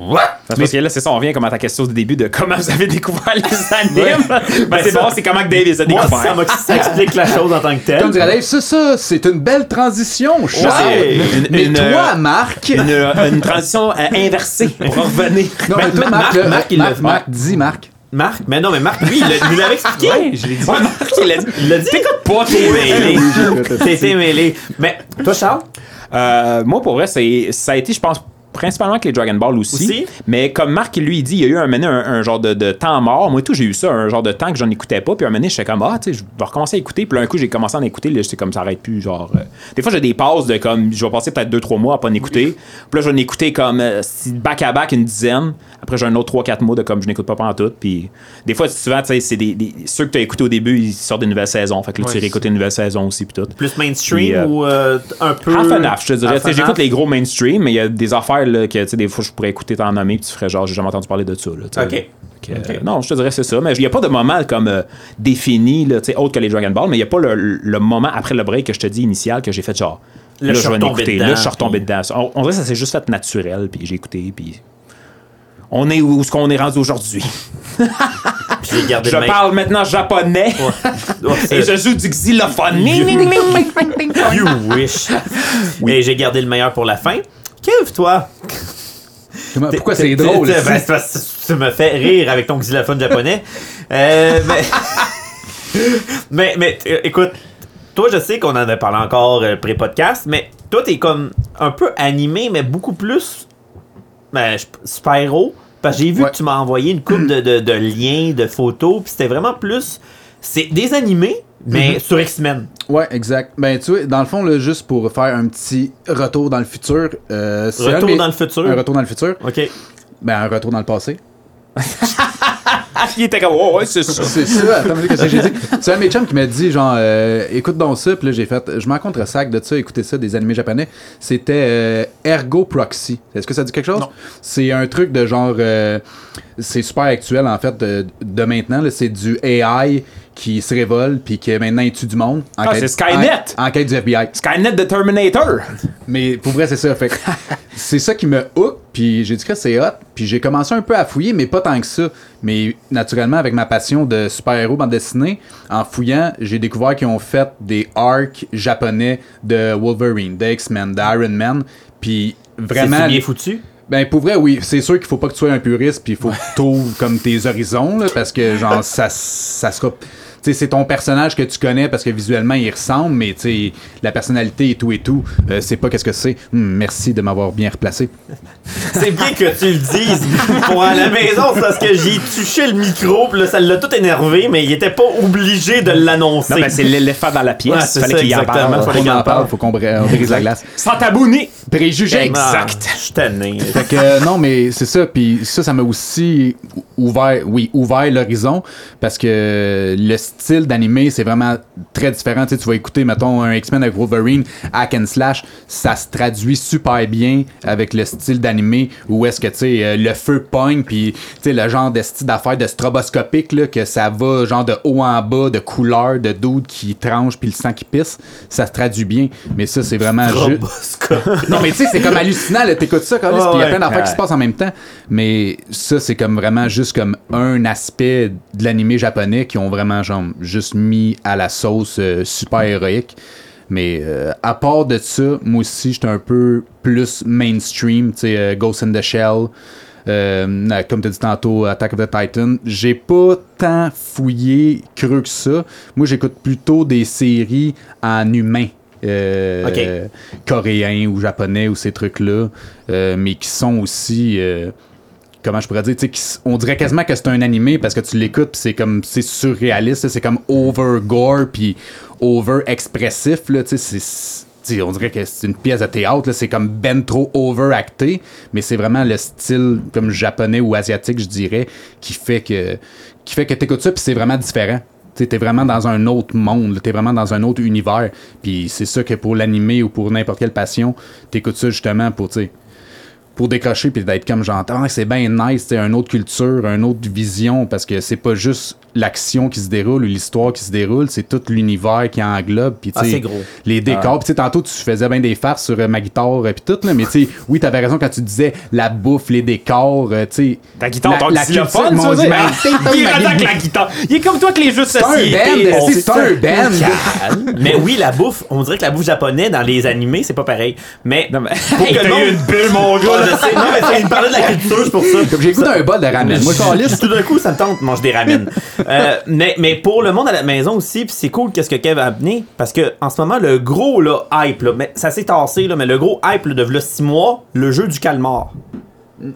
Speaker 2: quoi?
Speaker 3: Parce que là, c'est ça, on revient comme à ta question du début de comment vous avez découvert les animes. [laughs] ben, c'est
Speaker 2: ça-
Speaker 3: bon, c'est comment que Dave les a
Speaker 2: Moi,
Speaker 3: découverts.
Speaker 2: ça, m'a- ça explique la chose en tant que telle.
Speaker 4: Comme dirait Dave, c'est ça, c'est une belle transition, Charles.
Speaker 3: Ouais, une-
Speaker 4: mais
Speaker 3: une-
Speaker 2: euh,
Speaker 4: toi, Marc.
Speaker 3: une, une transition euh, inversée pour revenir.
Speaker 4: non, mais toi, Marc,
Speaker 2: Ben, Marc-
Speaker 4: là,
Speaker 2: Marc, il le
Speaker 4: Marc,
Speaker 2: fait.
Speaker 4: Marc, dis, Marc.
Speaker 2: Marc, mais non, mais Marc, lui, il l'a- il nous l'avait expliqué.
Speaker 5: Ouais, je l'ai dit.
Speaker 3: Ouais, Marc, il a dit.
Speaker 2: Il l'a dit.
Speaker 3: T'écoutes pas,
Speaker 2: T'es mêlé.
Speaker 4: j'écoute.
Speaker 2: T'es- T'es mêlé. Mais toi, Charles,
Speaker 3: Euh, moi, pour vrai, c'est, ça a été, je pense, principalement avec les Dragon Ball aussi.
Speaker 2: Aussi.
Speaker 3: Mais comme Marc, lui, il dit, il y a eu un, moment, un, un genre de, de temps mort. Moi, et tout, j'ai eu ça, un genre de temps que j'en écoutais pas. Puis un moment, donné, j'étais comme, ah, tu sais, je vais recommencer à écouter. Puis là, un coup, j'ai commencé à en écouter. Là, j'étais comme, ça arrête plus. Genre, euh, des fois, j'ai des pauses de comme, je vais passer peut-être deux, trois mois à pas en écouter. Puis là, je vais en écouter comme, euh, si- back à back, une dizaine. Après, j'ai un autre trois, quatre mois de comme, je n'écoute pas pendant tout. Puis des fois, souvent, tu sais, c'est des, des- ceux que tu as écoutés au début, ils sortent des nouvelles saisons. Fait que là, tu
Speaker 5: Ouais,
Speaker 3: réécoutes une nouvelle saison aussi. Puis tout.
Speaker 2: plus mainstream
Speaker 3: Yeah.
Speaker 2: ou euh, un peu.
Speaker 3: Half and half, je te dirais.
Speaker 2: Half
Speaker 3: Tu sais,
Speaker 2: and half.
Speaker 3: J'écoute les gros mainstream, mais il y a des affaires là, que tu sais, des fois je pourrais écouter t'en nommer puis tu ferais genre j'ai jamais entendu parler de ça. Là, tu sais.
Speaker 2: Ok.
Speaker 3: Fait que, euh, non, je te dirais c'est ça. Mais il n'y a pas de moment comme euh, défini, là, tu sais, autre que les Dragon Ball, mais il n'y a pas le, le moment après le break que je te dis initial que j'ai fait genre.
Speaker 2: Là,
Speaker 3: Là,
Speaker 2: je
Speaker 3: je
Speaker 2: suis
Speaker 3: vais
Speaker 2: retombé
Speaker 3: l'écouter.
Speaker 2: dedans,
Speaker 3: Là, je suis retombé
Speaker 2: puis-
Speaker 3: dedans. On, on dirait que ça s'est juste fait naturel, puis j'ai écouté, puis. On est où, où ce qu'on est rendu aujourd'hui?
Speaker 2: Puis j'ai gardé
Speaker 3: Je
Speaker 2: le même.
Speaker 3: parle maintenant japonais
Speaker 2: Oh,
Speaker 3: [laughs] et
Speaker 2: c'est-
Speaker 3: je joue du
Speaker 2: [laughs]
Speaker 3: xylophone.
Speaker 2: You-
Speaker 3: Ning, ning, ning.
Speaker 2: You wish. Et j'ai gardé le meilleur pour la fin. Kev, toi.
Speaker 4: Comment-
Speaker 2: T'es-
Speaker 4: Ah, Pourquoi
Speaker 2: t'es-
Speaker 4: c'est
Speaker 2: t'es-
Speaker 4: drôle?
Speaker 2: t'es-
Speaker 4: ici?
Speaker 2: ben, c'est parce que tu me fais rire avec ton xylophone japonais. Euh, mais, mais, [laughs] mais, euh, écoute, toi, je sais qu'on en a parlé encore euh, pré-podcast, mais toi, t'es comme un peu animé, mais beaucoup plus ben, je- spyro. Parce que j'ai vu
Speaker 4: Ouais.
Speaker 2: que tu m'as envoyé une coupe de, de- de liens, de photos, puis c'était vraiment plus. C'est des animés, mais
Speaker 4: Mhm.
Speaker 2: sur X-Men.
Speaker 4: Ouais, exact. Ben, tu vois, dans le fond, là, juste pour faire un petit retour dans le futur. euh, c'est
Speaker 2: Retour
Speaker 4: un de mes-
Speaker 2: dans le futur.
Speaker 4: Un retour dans le futur.
Speaker 2: OK.
Speaker 4: Ben, un retour dans le passé.
Speaker 3: Ah, il était comme, ouais, ouais, c'est ça.
Speaker 4: C'est ça, attends, qu'est-ce que j'ai dit? C'est un de mes chums qui m'a dit, genre, euh, écoute donc ça, puis là, j'ai fait, je m'en contre sac de ça, écoutez ça, des animés japonais. C'était euh, Ergo Proxy. Est-ce que ça dit quelque chose? C'est un truc de genre, euh, c'est super actuel, en fait, de, de maintenant, là. c'est du AI qui se révolte, puis qui maintenant il tue du monde. Enquête-
Speaker 3: Ah, c'est Skynet!
Speaker 4: en- Enquête du FBI.
Speaker 3: Skynet de Terminator.
Speaker 4: Mais pour vrai, c'est ça. Fait que c'est ça qui me hook, puis j'ai dit que c'est hot, puis j'ai commencé un peu à fouiller, mais pas tant que ça. Mais naturellement, avec ma passion de super-héros bande dessinée, en fouillant, j'ai découvert qu'ils ont fait des arcs japonais de Wolverine, de X-Men, d'Iron Man, puis
Speaker 2: Vraiment.
Speaker 4: vraiment.
Speaker 2: C'est bien foutu.
Speaker 4: Ben pour vrai, oui, c'est sûr qu'il faut pas que tu sois un puriste, puis il faut que
Speaker 2: [laughs]
Speaker 4: tu ouvres comme tes horizons, là, parce que genre ça, ça sera. Tu sais, c'est ton personnage que tu connais parce que visuellement il ressemble, mais tu sais, la personnalité et tout et tout, euh, c'est pas qu'est-ce que c'est. Hum, merci de m'avoir bien replacé.
Speaker 2: C'est bien que tu le dises pour à la maison, c'est parce que j'ai touché le micro, pis là, ça l'a tout énervé, mais il était pas obligé de l'annoncer.
Speaker 3: Non, ben c'est l'éléphant dans la
Speaker 2: Ouais,
Speaker 3: pièce.
Speaker 2: c'est
Speaker 3: fallait
Speaker 2: ça,
Speaker 3: qu'il en
Speaker 2: exactement.
Speaker 3: parle.
Speaker 4: Faut
Speaker 2: les
Speaker 4: qu'on
Speaker 2: gars
Speaker 4: en parle,
Speaker 2: parlent.
Speaker 4: faut qu'on br- on brise la glace.
Speaker 3: Sans tabou ni
Speaker 4: Préjugé.
Speaker 3: Exact.
Speaker 2: Ah, Je suis tanné.
Speaker 4: Fait que euh, non, mais c'est ça. Puis ça, ça m'a aussi ou- ouvert, oui, ouvert l'horizon parce que le, s- style d'animé, c'est vraiment très différent. Tu, sais, tu vas écouter, mettons, un X-Men avec Wolverine, hack and slash, ça se traduit super bien avec le style d'animé où est-ce que, tu sais, euh, le feu pogne, puis, tu sais, le genre de style d'affaires de stroboscopique, là, que ça va, genre, de haut en bas, de couleur, de doute qui tranche, puis le sang qui pisse, ça se traduit bien. Mais ça, c'est vraiment juste... [laughs] Non, mais tu sais, c'est comme hallucinant, là. T'écoutes ça, quand même,
Speaker 2: Ah
Speaker 4: il y a
Speaker 2: ouais.
Speaker 4: plein d'affaires qui
Speaker 2: Ouais.
Speaker 4: se passent en même temps. Mais ça, c'est comme vraiment juste comme un aspect de l'animé japonais qui ont vraiment, genre, juste mis à la sauce euh, super héroïque. Mais euh, à part de ça, moi aussi, j'étais un peu plus mainstream, tu sais, euh, Ghost in the Shell. euh, euh, comme tu dit tantôt, Attack of the Titan, j'ai pas tant fouillé creux que ça. Moi, j'écoute plutôt des séries en humain euh,
Speaker 2: Ok.
Speaker 4: euh, coréens ou japonais ou ces trucs-là, euh, mais qui sont aussi. euh, comment je pourrais dire, tu sais, qui s- on dirait quasiment que c'est un animé parce que tu l'écoutes pis c'est comme c'est surréaliste, là, c'est comme over gore puis over expressif là, tu sais, c'est- c'est tu sais, on dirait que c'est une pièce de théâtre, là, c'est comme ben trop overacté, mais c'est vraiment le style comme japonais ou asiatique, je dirais, qui fait que qui fait que t'écoutes ça puis c'est vraiment différent. Tu sais, T'es vraiment dans un autre monde, là. t'es vraiment dans un autre univers. Puis c'est ça que pour l'animé ou pour n'importe quelle passion, t'écoutes ça justement pour, tu sais, pour décrocher puis d'être comme j'entends Ah, c'est bien nice c'est une autre culture une autre vision parce que c'est pas juste l'action qui se déroule ou l'histoire qui se déroule c'est tout l'univers qui englobe puis tu
Speaker 2: Ah,
Speaker 4: sais,
Speaker 2: c'est gros.
Speaker 4: les décors puis tu sais, tantôt tu faisais bien des farces sur euh, ma guitare euh, puis tout là mais tu sais oui t'avais raison quand tu disais la bouffe les décors euh, tu sais
Speaker 1: Ta guitare,
Speaker 4: la-
Speaker 1: ton
Speaker 4: la
Speaker 1: xylophone,
Speaker 4: culture,
Speaker 1: tu veux
Speaker 4: mon
Speaker 1: dire?
Speaker 4: Dieu,
Speaker 1: Ah, Il est rendu avec la guitare. Il est comme toi que les jeux de
Speaker 4: c'est un
Speaker 1: société.
Speaker 4: band,
Speaker 1: on-
Speaker 4: c'est- c'est un band
Speaker 2: mais oui, la bouffe, on dirait que la bouffe japonaise dans les animés, c'est pas pareil. Mais.
Speaker 3: Non, mais-
Speaker 2: Pour que
Speaker 1: Hey,
Speaker 2: le
Speaker 1: t'as eu
Speaker 2: monde-
Speaker 1: une bulle, mon
Speaker 2: Ouais,
Speaker 1: gars. là.
Speaker 2: je sais. Non, mais c'est- il me parlait de la culture, c'est pour ça.
Speaker 4: comme j'ai goûté un bol de ramen moi je
Speaker 2: Caliste, tout d'un coup, ça me tente, mange des ramen. Euh, mais, mais pour le monde à la maison aussi, puis c'est cool qu'est-ce que Kev a amené, parce que en ce moment, le gros là, hype, là, mais ça s'est tassé, là, mais le gros hype là, de v'là 6 mois, le jeu du calmar.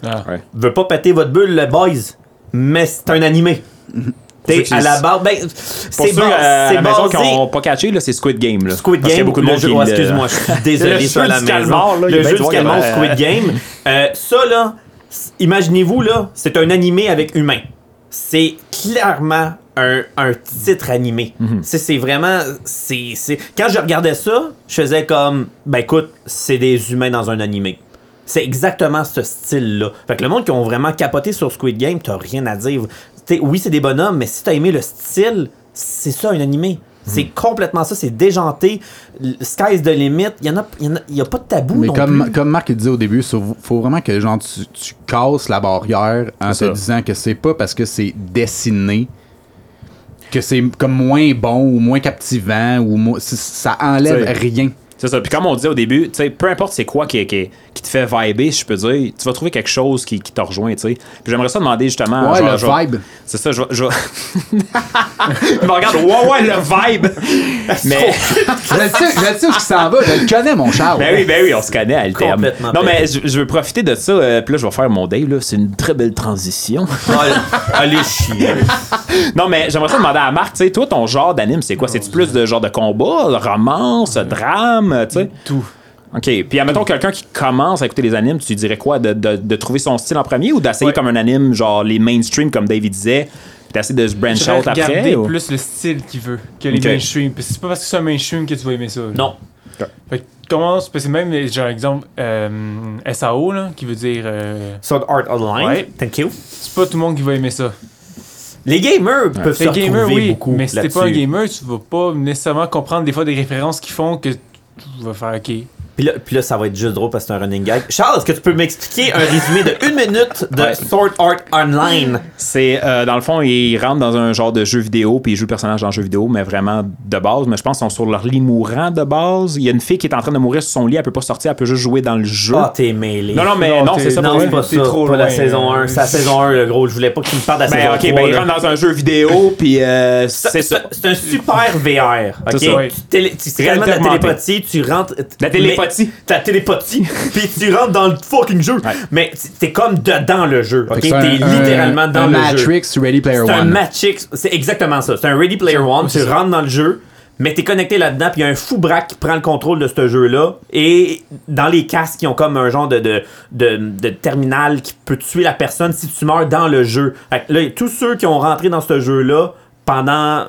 Speaker 5: Ah.
Speaker 3: Ouais.
Speaker 2: Veux pas péter votre bulle, les boys, mais c'est un
Speaker 3: [laughs]
Speaker 2: animé.
Speaker 3: ceux
Speaker 2: T'es
Speaker 3: qui-
Speaker 2: à la barre, ben,
Speaker 3: Pour
Speaker 2: c'est
Speaker 3: ceux
Speaker 2: bas-
Speaker 3: euh, à
Speaker 2: c'est
Speaker 3: la maison
Speaker 2: basé...
Speaker 3: qui n'ont pas catché, là, c'est Squid Game. Là.
Speaker 2: Squid
Speaker 3: Parce qu'il y a
Speaker 2: Game,
Speaker 3: beaucoup de
Speaker 2: le
Speaker 3: monde
Speaker 2: jeu,
Speaker 3: qui
Speaker 2: oh,
Speaker 3: le-
Speaker 2: excuse-moi, je
Speaker 3: [laughs]
Speaker 2: suis
Speaker 3: Le
Speaker 2: désolé sur
Speaker 3: jeu
Speaker 2: la
Speaker 3: du
Speaker 2: maison.
Speaker 3: calmar, là, il y a
Speaker 2: le jeu
Speaker 3: bien du
Speaker 2: du
Speaker 3: monde qui
Speaker 2: calmar,
Speaker 3: avait-
Speaker 2: Squid Game.
Speaker 3: [laughs]
Speaker 2: Euh, ça là, s- imaginez-vous là, c'est un animé avec humain. C'est clairement un, un titre animé. C'est- C'est vraiment, c'est, c'est- quand je regardais ça, je faisais comme, ben écoute, c'est des humains dans un animé. C'est exactement ce style-là. Fait que le monde qui ont vraiment capoté sur Squid Game, t'as rien à dire. T'sais, oui, c'est des bonhommes, mais si t'as aimé le style, c'est ça un animé. C'est complètement ça, c'est déjanté. L- Sky's the limit. Il n'y a, y en a- y a pas de tabou
Speaker 4: Mais
Speaker 2: non
Speaker 4: comme,
Speaker 2: plus.
Speaker 4: comme Marc il disait au début, so- faut vraiment que genre, tu, tu casses la barrière en te
Speaker 3: C'est ça.
Speaker 4: disant que c'est pas parce que c'est dessiné que c'est comme moins bon ou moins captivant ou moins- c- ça enlève
Speaker 3: T'sais.
Speaker 4: rien.
Speaker 3: C'est ça. Puis comme on disait au début, tu sais, peu importe c'est quoi qui, qui, qui te fait vibrer, si je peux dire, tu vas trouver quelque chose qui, qui te rejoint, tu sais. Puis j'aimerais ça demander justement.
Speaker 4: Ouais,
Speaker 3: genre,
Speaker 4: le
Speaker 3: genre-
Speaker 4: vibe.
Speaker 3: C'est ça, je vais. je vais- [laughs] Il me regarde, ouais, ouais, le vibe! mais.
Speaker 4: je le sais, je le sais où il s'en va, je le connais mon Charles.
Speaker 3: Ben oui, ben oui, on se connaît à le terme.
Speaker 2: Complètement
Speaker 3: Non, mais je, je veux profiter de ça, euh, puis là, je vais faire mon Dave, là. C'est une très belle transition. [laughs]
Speaker 2: Ah, allez chier.
Speaker 3: non, mais j'aimerais ça demander à Marc, tu sais, toi, ton genre d'anime, c'est
Speaker 5: Oh,
Speaker 3: quoi? C'est-tu plus de genre de combat, de romance, drame, tu sais?
Speaker 5: Tout.
Speaker 3: OK. Puis, admettons, quelqu'un qui commence à écouter les animes, tu dirais quoi? De, de- de trouver son style en premier ou d'essayer
Speaker 5: Ouais.
Speaker 3: comme un anime, genre les mainstream, comme David disait, puis d'essayer de se branch
Speaker 5: Je vais
Speaker 3: out après?
Speaker 5: regarder
Speaker 3: ou-
Speaker 5: plus le style qu'il veut que les
Speaker 3: Ok.
Speaker 5: mainstream. Parce que c'est pas parce que c'est un mainstream que tu vas aimer ça. là.
Speaker 2: Non.
Speaker 5: Fait que commence, parce que même, j'ai un exemple, euh, SAO, là, qui veut dire. euh,
Speaker 2: Sword Art Online.
Speaker 5: Ouais.
Speaker 2: Thank you.
Speaker 5: c'est pas tout le monde qui va aimer ça.
Speaker 2: Les gamers peuvent se
Speaker 5: Les gamers,
Speaker 2: retrouver
Speaker 5: oui,
Speaker 2: beaucoup
Speaker 5: mais si t'es pas un
Speaker 2: là-dessus.
Speaker 5: gamer, tu vas pas nécessairement comprendre des fois des références qui font que tu vas faire OK. Ben,
Speaker 2: Puis là, puis là, ça va être juste drôle parce que c'est un running gag. Charles, est-ce que tu peux m'expliquer un résumé de une minute de
Speaker 3: Ouais.
Speaker 2: Sword Art Online?
Speaker 3: C'est, euh, dans le fond, ils rentrent dans un genre de jeu vidéo, puis ils jouent le personnage dans le jeu vidéo, mais vraiment de base. Mais je pense qu'ils sont sur leur lit mourant de base. Il y a une fille qui est en train de mourir sur son lit, elle peut pas sortir, elle peut juste jouer dans le jeu.
Speaker 2: Ah, t'es mêlé.
Speaker 3: non, non, mais
Speaker 5: Non,
Speaker 3: Hein? non,
Speaker 5: t'es-
Speaker 3: c'est ça.
Speaker 2: Non,
Speaker 3: pour
Speaker 2: c'est
Speaker 3: vrai.
Speaker 2: pas
Speaker 5: t'es
Speaker 2: ça.
Speaker 5: trop
Speaker 2: pas la
Speaker 5: loin,
Speaker 2: saison
Speaker 5: là.
Speaker 2: 1. C'est la saison 1, le gros. Je voulais pas que tu me parles de la
Speaker 3: Ben,
Speaker 2: saison
Speaker 3: ok,
Speaker 2: 3.
Speaker 3: ben, ils
Speaker 2: là.
Speaker 3: rentrent dans un
Speaker 2: [laughs]
Speaker 3: jeu vidéo, puis euh, c'est ça.
Speaker 2: C'est un super VR. ok?
Speaker 3: C'est ça,
Speaker 5: oui.
Speaker 2: Tu télé- tu- C'est
Speaker 3: Réalité
Speaker 2: tellement de la
Speaker 3: augmentée.
Speaker 2: télépathie, tu rentres.
Speaker 3: La télépathie.
Speaker 2: mais- Ta
Speaker 3: [laughs]
Speaker 2: télépathie, puis tu rentres dans le fucking jeu. Mais t- t'es comme dedans le jeu. ok?
Speaker 4: Fait
Speaker 2: T'es
Speaker 4: que c'est un-
Speaker 2: littéralement
Speaker 4: un-
Speaker 2: dans
Speaker 4: un
Speaker 2: le jeu.
Speaker 4: Matrix Ready Player
Speaker 2: C'est un
Speaker 4: One.
Speaker 2: Matrix. C'est exactement ça. C'est un Ready Player One. Tu rentres dans le jeu, mais t'es connecté là-dedans, puis il y a un fou braque qui prend le contrôle de ce jeu-là. Et dans les casques, ils ont comme un genre de, de, de, de terminal qui peut tuer la personne si tu meurs dans le jeu. Fait que là, tous ceux qui ont rentré dans ce jeu-là pendant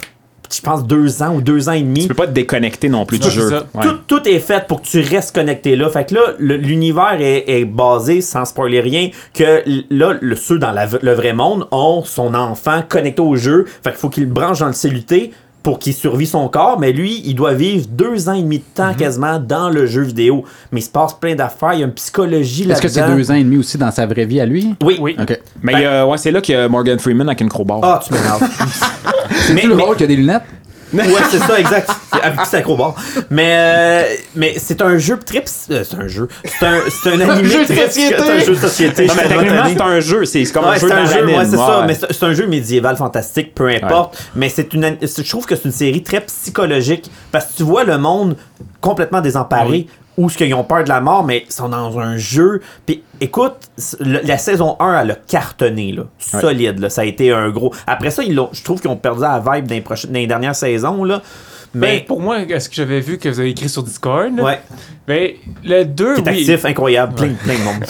Speaker 2: je pense, deux ans ou deux ans et demi.
Speaker 3: Tu peux pas te déconnecter non plus
Speaker 5: Non,
Speaker 3: du
Speaker 5: c'est
Speaker 3: jeu.
Speaker 5: ça.
Speaker 3: Ouais.
Speaker 2: Tout, tout est fait pour que tu restes connecté là. Fait que là, le- l'univers est, est basé, sans spoiler rien, que l- là, le, ceux dans la v- le vrai monde ont son enfant connecté au jeu. Fait qu'il faut qu'il le branche dans le celluté pour qu'il survive son corps, mais lui, il doit vivre deux ans et demi de temps quasiment dans le jeu vidéo. Mais il se passe plein d'affaires, il y a une psychologie là-dedans.
Speaker 4: Est-ce que c'est deux ans et demi aussi dans sa vraie vie à lui?
Speaker 2: Oui.
Speaker 5: Oui.
Speaker 4: OK.
Speaker 3: Mais
Speaker 2: Ben-
Speaker 3: euh, ouais, c'est là qu'il y a Morgan Freeman avec une crowbar.
Speaker 2: Ah, tu
Speaker 4: [laughs]
Speaker 2: m'énerves. mais,
Speaker 4: Tu le rôle qu'il y a des lunettes?
Speaker 2: ouais, c'est ça, exact. C'est- Avec qui c'est acrobat. Mais, euh, mais c'est un jeu trips. euh, c'est un jeu. C'est un, c'est
Speaker 4: [laughs]
Speaker 2: un animé.
Speaker 4: jeu de
Speaker 2: trips-
Speaker 4: société.
Speaker 2: C'est un jeu de société.
Speaker 3: Non, mais
Speaker 2: je suis
Speaker 3: techniquement,
Speaker 2: retourné.
Speaker 3: c'est un jeu. C'est c'est comme
Speaker 2: Ouais,
Speaker 3: un jeu
Speaker 2: c'est un
Speaker 3: dans
Speaker 2: jeu,
Speaker 3: l'anime.
Speaker 2: ouais, c'est ça,
Speaker 3: ouais.
Speaker 2: mais c'est c'est un jeu médiéval fantastique, peu importe. Mais c'est une, an- c'est- je trouve que c'est une série très psychologique parce que tu vois le monde complètement désemparé. où Ou ce qu'ils ont peur de la mort, mais ils sont dans un jeu. Puis écoute, c- le- la saison 1, elle a cartonné, là. Solide, là. Ça a été un gros. Après ça, ils l'ont- je trouve qu'ils ont perdu la vibe dans les, prochaines- dans les dernières saisons, là.
Speaker 5: Ben,
Speaker 2: Mais.
Speaker 5: pour moi, est-ce que j'avais vu que vous avez écrit sur Discord? là?
Speaker 2: ouais.
Speaker 5: Ben, le 2,
Speaker 2: Qui est
Speaker 5: oui.
Speaker 2: actif, incroyable. Plein, plein de monde.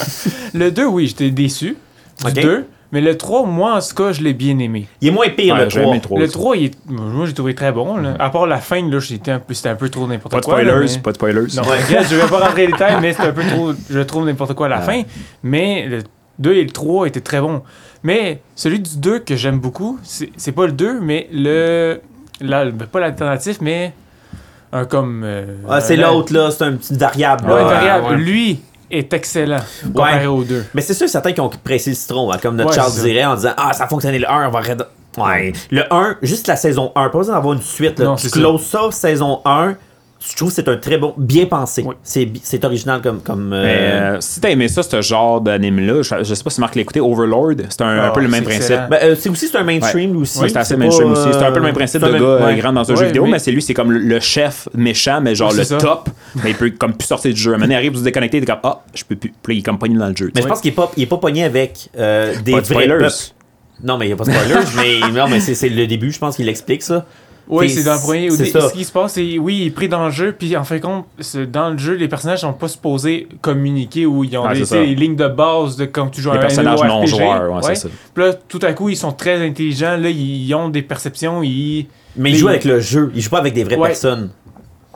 Speaker 5: Le 2, oui, j'étais déçu du
Speaker 2: Ok.
Speaker 5: 2. Mais le 3, moi, en tout cas, je l'ai bien aimé.
Speaker 2: Il est moins pire,
Speaker 3: Ouais,
Speaker 2: le
Speaker 3: j'ai aimé
Speaker 2: 3.
Speaker 3: le trois
Speaker 5: le
Speaker 3: aussi.
Speaker 5: 3, il est... moi, j'ai trouvé très bon.
Speaker 2: Mhm.
Speaker 5: là. À part la fin, là, j'étais un peu... c'était un peu trop n'importe
Speaker 3: Pas de
Speaker 5: quoi. là,
Speaker 3: spoilers,
Speaker 5: mais-
Speaker 3: pas de spoilers.
Speaker 5: Non, regarde, je vais pas rentrer les détails, mais c'est un peu trop, je trouve n'importe quoi à la fin. Mais le 2 et le 3 étaient très bons. Mais celui du 2 que j'aime beaucoup, c'est c'est pas le 2, mais le. la- ben, pas l'alternatif, mais. Un comme. euh,
Speaker 2: Ah, c'est
Speaker 5: un-
Speaker 2: l'autre, là. C'est un petit variable.
Speaker 5: Ouais,
Speaker 2: là.
Speaker 5: variable.
Speaker 3: ouais.
Speaker 5: Lui est excellent comparé aux deux.
Speaker 2: Mais c'est sûr, certains qui ont pressé le citron, hein, comme notre
Speaker 5: Ouais,
Speaker 2: Charles
Speaker 5: c'est ça.
Speaker 2: dirait, en disant Ah, ça a fonctionné le 1, on va arrêter. Ouais. Le 1, juste la saison 1, pas besoin d'avoir une suite. Là.
Speaker 5: Non,
Speaker 2: tu
Speaker 5: c'est ça.
Speaker 2: closes ça, saison 1, je trouve que c'est un très bon, bien pensé.
Speaker 5: Oui.
Speaker 2: C'est bi- C'est original comme. comme euh,
Speaker 3: Mais, euh, si t'as aimé ça, ce genre d'anime-là, je, je sais pas si Marc l'a écouté, Overlord, c'est un, un
Speaker 5: Ah,
Speaker 3: peu le même
Speaker 5: c'est
Speaker 3: principe.
Speaker 5: excellent.
Speaker 2: ben, euh, c'est aussi c'est un mainstream lui aussi.
Speaker 3: Ouais, c'est assez
Speaker 2: pas,
Speaker 3: mainstream aussi. C'est un
Speaker 2: euh,
Speaker 3: peu le même principe
Speaker 2: c'est
Speaker 3: de
Speaker 2: un
Speaker 3: gars
Speaker 2: même-
Speaker 3: euh,
Speaker 2: ouais.
Speaker 3: grand dans un
Speaker 5: Ouais,
Speaker 3: jeu vidéo,
Speaker 5: mais-
Speaker 3: mais c'est lui, c'est comme le- le chef méchant, mais genre
Speaker 5: Oui,
Speaker 3: le
Speaker 5: c'est ça.
Speaker 3: top. Mais il peut comme plus sortir du jeu. Maintenant, il arrive, vous déconnectez, il est comme Ah, je peux plus. Puis là, il est comme pogné dans le jeu.
Speaker 2: Mais
Speaker 3: tu
Speaker 2: je
Speaker 3: sais.
Speaker 2: pense qu'il est pas, il est pas pogné avec euh, des
Speaker 3: Pas de
Speaker 2: vrais
Speaker 3: spoilers.
Speaker 2: peuples. Non, mais il n'y a pas de spoilers, [laughs] mais, non, mais c'est c'est le début, je pense qu'il explique ça.
Speaker 5: Oui,
Speaker 2: T'es-
Speaker 5: c'est dans le premier. au
Speaker 2: c'est
Speaker 5: dé-
Speaker 2: ça.
Speaker 5: Ce qui se passe, c'est oui, il est pris dans le jeu, puis en fin de compte, c'est- dans le jeu, les personnages sont pas supposés communiquer ou ils ont
Speaker 3: Ah,
Speaker 5: des,
Speaker 3: c'est ça.
Speaker 5: tu sais, les lignes de base de quand tu joues à
Speaker 3: Les
Speaker 5: un
Speaker 3: personnages non
Speaker 5: MMORPG,
Speaker 3: joueurs, ouais, c'est ça.
Speaker 5: Puis là, tout à coup, ils sont très intelligents, là, ils ont des perceptions, ils.
Speaker 2: Mais il
Speaker 5: Mais
Speaker 2: joue
Speaker 5: il-
Speaker 2: avec le jeu, il joue pas avec des vraies
Speaker 5: Ouais.
Speaker 2: personnes.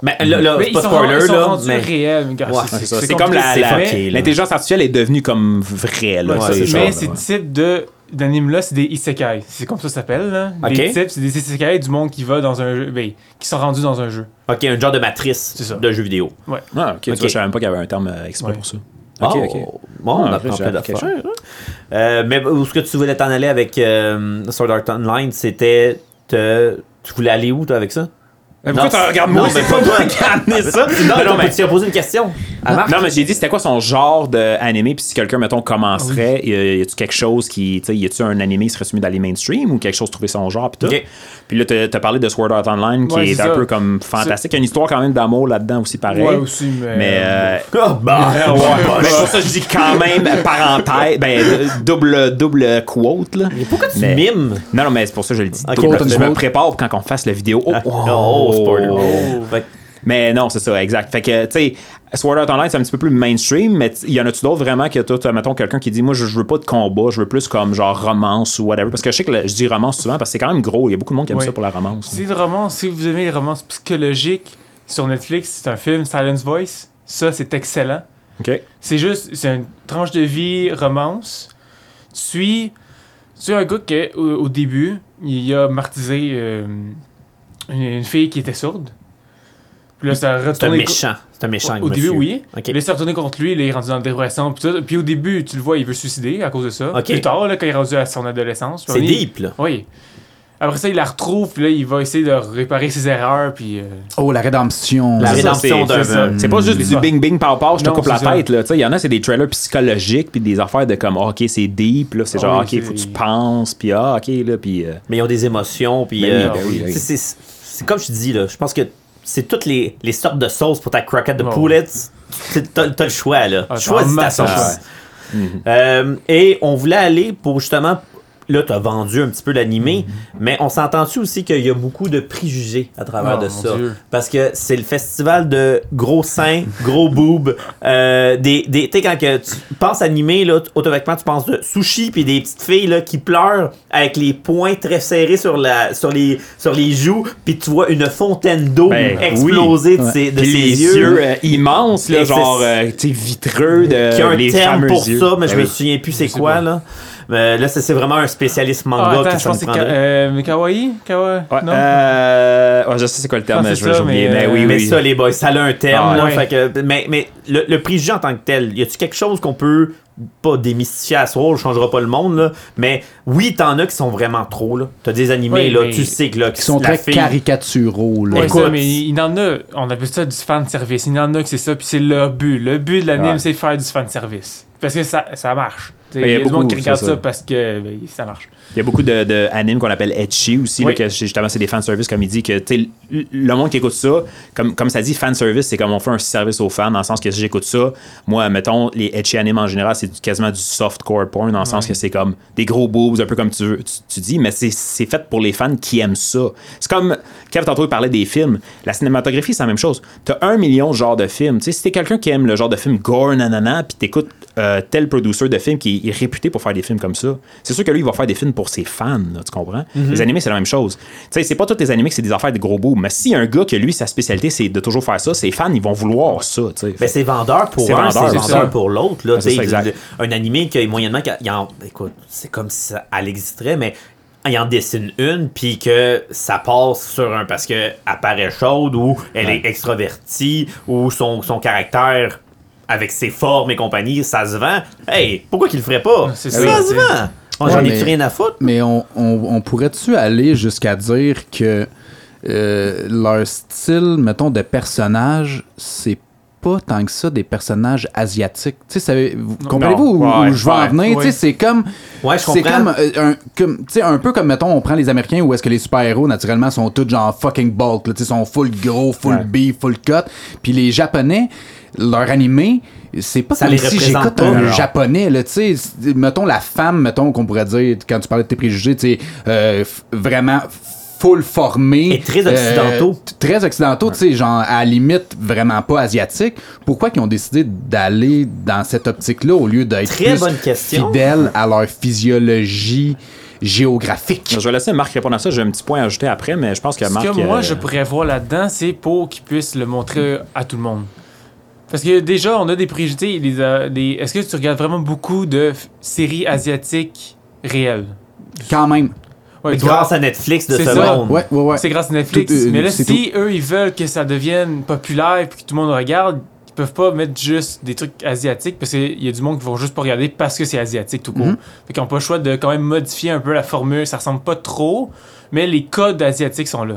Speaker 2: Mais là, là,
Speaker 5: Mais
Speaker 2: c'est
Speaker 5: ils
Speaker 2: pas
Speaker 5: sont,
Speaker 2: spoiler,
Speaker 5: ils sont
Speaker 2: là.
Speaker 5: rendus
Speaker 2: Mais...
Speaker 5: réels, gars.
Speaker 2: Ouais,
Speaker 5: c'est-
Speaker 3: C'est ça.
Speaker 5: c'est
Speaker 3: C'est comme la-
Speaker 5: compliqué,
Speaker 3: la-
Speaker 5: mais-
Speaker 2: fucké, là.
Speaker 3: l'intelligence artificielle est devenue comme vraie. Là,
Speaker 5: Ouais,
Speaker 3: tu sais,
Speaker 2: c'est
Speaker 5: c'est-
Speaker 3: genre, euh,
Speaker 5: mais ces
Speaker 3: ouais.
Speaker 5: types de d'animes là, c'est des isekai. C'est comme ça ça s'appelle. là.
Speaker 2: Ok.
Speaker 5: Des types, c'est des isekai du monde qui va dans un jeu, ben, qui sont rendus dans un jeu.
Speaker 2: Ok, un genre de matrice
Speaker 5: C'est ça.
Speaker 2: de jeux vidéo.
Speaker 3: Ah, ok. tu
Speaker 2: Ok.
Speaker 3: vois, je savais même pas qu'il y avait un terme euh, exprès
Speaker 5: Ouais.
Speaker 3: pour ça.
Speaker 2: Oh,
Speaker 3: Ok, ok.
Speaker 2: Bon, on
Speaker 3: Ah,
Speaker 2: apprend plein
Speaker 3: ok, j'ai
Speaker 2: d'affaires.
Speaker 3: appris
Speaker 2: Euh, mais où est-ce que tu voulais t'en aller avec euh, Sword Art Online C'était. te- Tu voulais aller où, toi, avec ça
Speaker 3: pourquoi t'en regardes
Speaker 2: non,
Speaker 3: moi?
Speaker 2: mais pas toi qui as amené ça. Non,
Speaker 3: Non,
Speaker 2: non,
Speaker 3: mais-
Speaker 2: mais tu as posé une question. à Marc?
Speaker 3: Non, mais j'ai dit, c'était quoi son genre d'animé? Puis si quelqu'un, mettons, commencerait, y a-tu quelque chose qui. Tu sais, y a-tu un animé qui serait soumis dans les mainstream ou quelque chose trouver son genre? Puis tout.
Speaker 2: Ok.
Speaker 3: Puis là, t'as t'as parlé de Sword Art Online qui
Speaker 5: Ouais,
Speaker 3: est
Speaker 5: c'est
Speaker 3: un
Speaker 5: ça.
Speaker 3: peu comme fantastique. Il y a une histoire quand même d'amour là-dedans aussi, pareil.
Speaker 5: Ouais, aussi, mais-
Speaker 3: Mais. euh,
Speaker 2: Ah, bah,
Speaker 3: ouais, mais pour ça, je dis quand même parenthèse, ben, euh, double, double quote, là.
Speaker 2: Pourquoi tu
Speaker 3: Mais-
Speaker 2: mimes
Speaker 3: Non, non, mais c'est pour ça que je le dis.
Speaker 2: Ok,
Speaker 3: double.
Speaker 4: parfait.
Speaker 3: je me prépare pour quand on fasse la vidéo. Oh,
Speaker 2: Ah,
Speaker 3: wow.
Speaker 2: Non, oh, spoiler. Fait que-
Speaker 3: Mais non, c'est ça, exact. Fait que, tu sais, Sword Art Online, c'est un petit peu plus mainstream, mais t- il y en a-tu d'autres vraiment que toi, t'as, mettons, quelqu'un qui dit, moi, je, je veux pas de combat, je veux plus comme genre romance ou whatever. Parce que je sais que le- je dis romance souvent parce que c'est quand même gros. Il y a beaucoup de monde qui aime
Speaker 5: Ouais.
Speaker 3: ça pour la romance.
Speaker 5: C'est une romance, si vous aimez les romances psychologiques sur Netflix, c'est un film Silence Voice. Ça, c'est excellent.
Speaker 3: OK.
Speaker 5: C'est juste, c'est une tranche de vie romance. Tu suis, tu suis un gars que, au, au début, il a martyrisé euh, une, une fille qui était sourde. Puis là, ça a
Speaker 2: C'est un
Speaker 5: retourné.
Speaker 2: méchant. C'est un méchant.
Speaker 5: Au début,
Speaker 2: monsieur.
Speaker 5: oui.
Speaker 2: Ok.
Speaker 5: Puis Là, c'est retourné contre lui, là, il est rendu dans la dépression. Puis, tout. Puis au début, tu le vois, il veut se suicider à cause de ça.
Speaker 2: Ok.
Speaker 5: Plus tard, là, quand il est rendu à son adolescence. puis
Speaker 2: C'est
Speaker 5: on est-
Speaker 2: deep, là.
Speaker 5: Oui. Après ça, il la retrouve, puis là, il va essayer de réparer ses erreurs, puis. euh,
Speaker 4: Oh, la rédemption.
Speaker 2: La
Speaker 3: C'est ça,
Speaker 2: rédemption
Speaker 3: c'est-
Speaker 2: d'un.
Speaker 5: c'est ça.
Speaker 3: C'est pas juste du
Speaker 5: ça.
Speaker 3: bing bing par par, je te
Speaker 5: Non,
Speaker 3: coupe la
Speaker 5: c'est ça.
Speaker 3: tête là. Tu sais, il y en a c'est des trailers psychologiques puis des affaires de comme ah, OK, c'est deep là, c'est
Speaker 5: Ah
Speaker 3: genre
Speaker 5: oui,
Speaker 3: OK, faut que
Speaker 5: c'est-
Speaker 3: tu penses puis ah OK là puis euh,
Speaker 2: mais ils ont des émotions puis
Speaker 3: Ben oui,
Speaker 2: euh,
Speaker 3: ben oui,
Speaker 2: tu
Speaker 3: oui.
Speaker 2: sais, c'est c'est comme je te dis là je pense que c'est toutes les, les sortes de sauces pour ta croquette de
Speaker 5: Oh.
Speaker 2: poulet tu- t'as t'as le choix là
Speaker 5: Ah, t'as
Speaker 2: choisis
Speaker 5: vraiment
Speaker 2: ta
Speaker 5: ton
Speaker 2: sauce
Speaker 5: choix.
Speaker 2: Euh, et on voulait aller pour justement là, t'as vendu un petit peu l'animé, mais on s'entend-tu aussi qu'il y a beaucoup de préjugés à travers
Speaker 5: Oh,
Speaker 2: de
Speaker 5: mon
Speaker 2: ça?
Speaker 5: Dieu.
Speaker 2: Parce que c'est le festival de gros seins, gros boobs, euh, des, des, tu sais, quand que tu penses animé, là, t- automatiquement, tu penses de sushi puis des petites filles, là, qui pleurent avec les poings très serrés sur la, sur les, sur les joues puis tu vois une fontaine d'eau
Speaker 3: Ben,
Speaker 2: exploser de ses, de
Speaker 3: Puis
Speaker 2: ses
Speaker 3: les
Speaker 2: yeux.
Speaker 3: yeux euh, immenses, là,
Speaker 2: Et
Speaker 3: genre,
Speaker 2: c'est-
Speaker 3: euh, tu sais, vitreux de.
Speaker 2: qui a un
Speaker 3: Euh, les
Speaker 2: terme
Speaker 3: fameux
Speaker 2: pour
Speaker 3: yeux.
Speaker 2: ça, mais je
Speaker 3: Ben
Speaker 2: me
Speaker 3: oui.
Speaker 2: souviens plus c'est
Speaker 5: sais
Speaker 2: quoi,
Speaker 5: pas.
Speaker 2: là. Mais là, ça, c'est vraiment un spécialiste
Speaker 5: Ah,
Speaker 2: manga
Speaker 5: attends,
Speaker 2: qui
Speaker 5: je pense que c'est ka-
Speaker 2: prendrait.
Speaker 5: euh, Kawaii? Kawaii?
Speaker 3: Ouais,
Speaker 5: non?
Speaker 3: euh, ouais, je sais c'est quoi le terme,
Speaker 5: Ah, c'est
Speaker 3: je vais
Speaker 5: ça,
Speaker 3: oublier.
Speaker 5: mais,
Speaker 3: Mais,
Speaker 5: euh,
Speaker 3: oui,
Speaker 2: mais
Speaker 3: oui.
Speaker 2: ça, les boys, ça a un terme.
Speaker 5: Ah,
Speaker 2: là,
Speaker 5: ouais.
Speaker 2: fait que, mais mais le, le préjugé en tant que tel, y a-tu quelque chose qu'on peut pas démystifier à soir, on changera pas le monde, là, mais oui, t'en as qui sont vraiment trop. là. T'as des animés,
Speaker 5: Oui,
Speaker 2: là,
Speaker 5: mais-
Speaker 2: tu sais que là,
Speaker 4: Qui sont
Speaker 2: la
Speaker 4: très
Speaker 2: fille-
Speaker 4: caricaturaux. Là.
Speaker 5: Ouais,
Speaker 2: Écoute.
Speaker 5: ça, mais il y en a, on appelle ça du fan service. Il y en a que c'est ça, puis c'est leur but. Le but de l'anime,
Speaker 3: Ouais.
Speaker 5: c'est de faire du fan service. Parce que ça, ça marche. T'sais,
Speaker 3: Mais
Speaker 5: Il y a du monde qui
Speaker 3: beaucoup,
Speaker 5: regarde
Speaker 3: c'est
Speaker 5: ça,
Speaker 3: ça.
Speaker 5: parce que ben, ça marche.
Speaker 3: Il y a beaucoup de, de animes qu'on appelle etchi aussi, là,
Speaker 5: Oui.
Speaker 3: que c'est- justement, c'est des fanservice, comme il dit, que tu sais, l- le monde qui écoute ça, comme, comme ça dit, fanservice, c'est comme on fait un service aux fans, dans le sens que si j'écoute ça, moi, mettons, les etchi animes en général, c'est du- quasiment du softcore porn, dans le sens que c'est comme des gros boobs, un peu comme tu, veux- tu, tu dis, mais c'est- c'est fait pour les fans qui aiment ça. C'est comme, Kev, tantôt, il parlait des films. La cinématographie, c'est la même chose. T'as un million de genres de films. Tu sais, si t'es quelqu'un qui aime le genre de film gore, nanana, puis t'écoutes euh, tel producer de films qui est réputé pour faire des films comme ça, c'est sûr que lui, il va faire des films pour ses fans, là, tu comprends?
Speaker 5: Mhm.
Speaker 3: Les animés, c'est la même chose. Tu sais, c'est pas tous les animés que c'est des affaires de gros bouts, mais si un gars que lui, sa spécialité, c'est de toujours faire ça, ses fans, ils vont vouloir ça, tu sais.
Speaker 2: Ben, c'est vendeur pour
Speaker 3: C'est
Speaker 2: un, c'est
Speaker 3: vendeur,
Speaker 5: c'est
Speaker 2: vendeur
Speaker 5: ça.
Speaker 2: pour l'autre. là.
Speaker 3: Ah, c'est
Speaker 2: T'sais,
Speaker 3: ça, exact.
Speaker 2: le- Un animé qui, moyennement, qu'il y en- écoute, c'est comme si ça, elle existerait, mais il en dessine une, puis que ça passe sur un parce qu'elle paraît chaude, ou elle est extrovertie, ou son, son caractère avec ses formes et compagnie, ça se vend. Hey, pourquoi qu'il le ferait pas?
Speaker 5: C'est
Speaker 2: ça
Speaker 5: ça,
Speaker 2: se
Speaker 5: c'est-
Speaker 2: vend! On J'en
Speaker 4: Ouais,
Speaker 2: ai
Speaker 4: mais-
Speaker 2: rien à foutre.
Speaker 4: Mais on, on- on pourrait-tu aller jusqu'à dire que euh, leur style, mettons, de personnage, c'est pas tant que ça des personnages asiatiques. Tu sais, savez- vous- comprenez-vous où,
Speaker 3: Ouais,
Speaker 4: où je veux en
Speaker 3: ouais,
Speaker 4: venir? Tu sais,
Speaker 5: ouais.
Speaker 4: c'est comme...
Speaker 2: Ouais, je
Speaker 4: c'est
Speaker 2: comprends.
Speaker 4: comme, euh, un, comme tu sais, un peu comme, mettons, on prend les Américains où est-ce que les super-héros, naturellement, sont tous genre fucking bulk. Là, tu sais, sont full gros, full
Speaker 3: Ouais.
Speaker 4: beef, full cut. Puis les Japonais, leur animé, c'est pas
Speaker 2: Ça
Speaker 4: comme
Speaker 2: les
Speaker 4: si
Speaker 2: représente
Speaker 4: j'écoute
Speaker 2: pas,
Speaker 4: un
Speaker 2: alors.
Speaker 4: japonais, là, tu sais, c'est- mettons la femme, mettons qu'on pourrait dire, quand tu parlais de tes préjugés, tu sais, euh, f- vraiment full formée. euh,
Speaker 2: Et très occidentaux.
Speaker 4: t- très occidentaux, tu sais, genre à la limite vraiment pas asiatique. Pourquoi qu'ils ont décidé d'aller dans cette optique-là au lieu d'être
Speaker 2: Très
Speaker 4: plus
Speaker 2: bonne question.
Speaker 4: fidèles à leur physiologie géographique?
Speaker 3: Je vais laisser Marc répondre à ça, j'ai un petit point à ajouter après, mais je pense que
Speaker 5: Ce
Speaker 3: Marc.
Speaker 5: que moi,
Speaker 3: euh,
Speaker 5: je pourrais voir là-dedans, c'est pour qu'ils puissent le montrer à tout le monde. Parce que déjà, on a des préjugés. les, euh, des- Est-ce que tu regardes vraiment beaucoup de f- séries asiatiques réelles?
Speaker 4: Quand même.
Speaker 5: Ouais, toi,
Speaker 2: Grâce à Netflix de
Speaker 5: C'est
Speaker 2: ce
Speaker 5: ça.
Speaker 2: monde.
Speaker 4: Ouais, ouais, ouais.
Speaker 5: C'est grâce à Netflix.
Speaker 4: Tout, euh,
Speaker 5: mais là,
Speaker 4: c'est
Speaker 5: si eux, ils veulent que ça devienne populaire et que tout le monde regarde, ils peuvent pas mettre juste des trucs asiatiques parce qu'il y a du monde qui vont juste pas regarder parce que c'est asiatique tout court.
Speaker 4: Mhm.
Speaker 5: Fait qu'ils n'ont pas le choix de quand même modifier un peu la formule. Ça ressemble pas trop, mais les codes asiatiques sont là.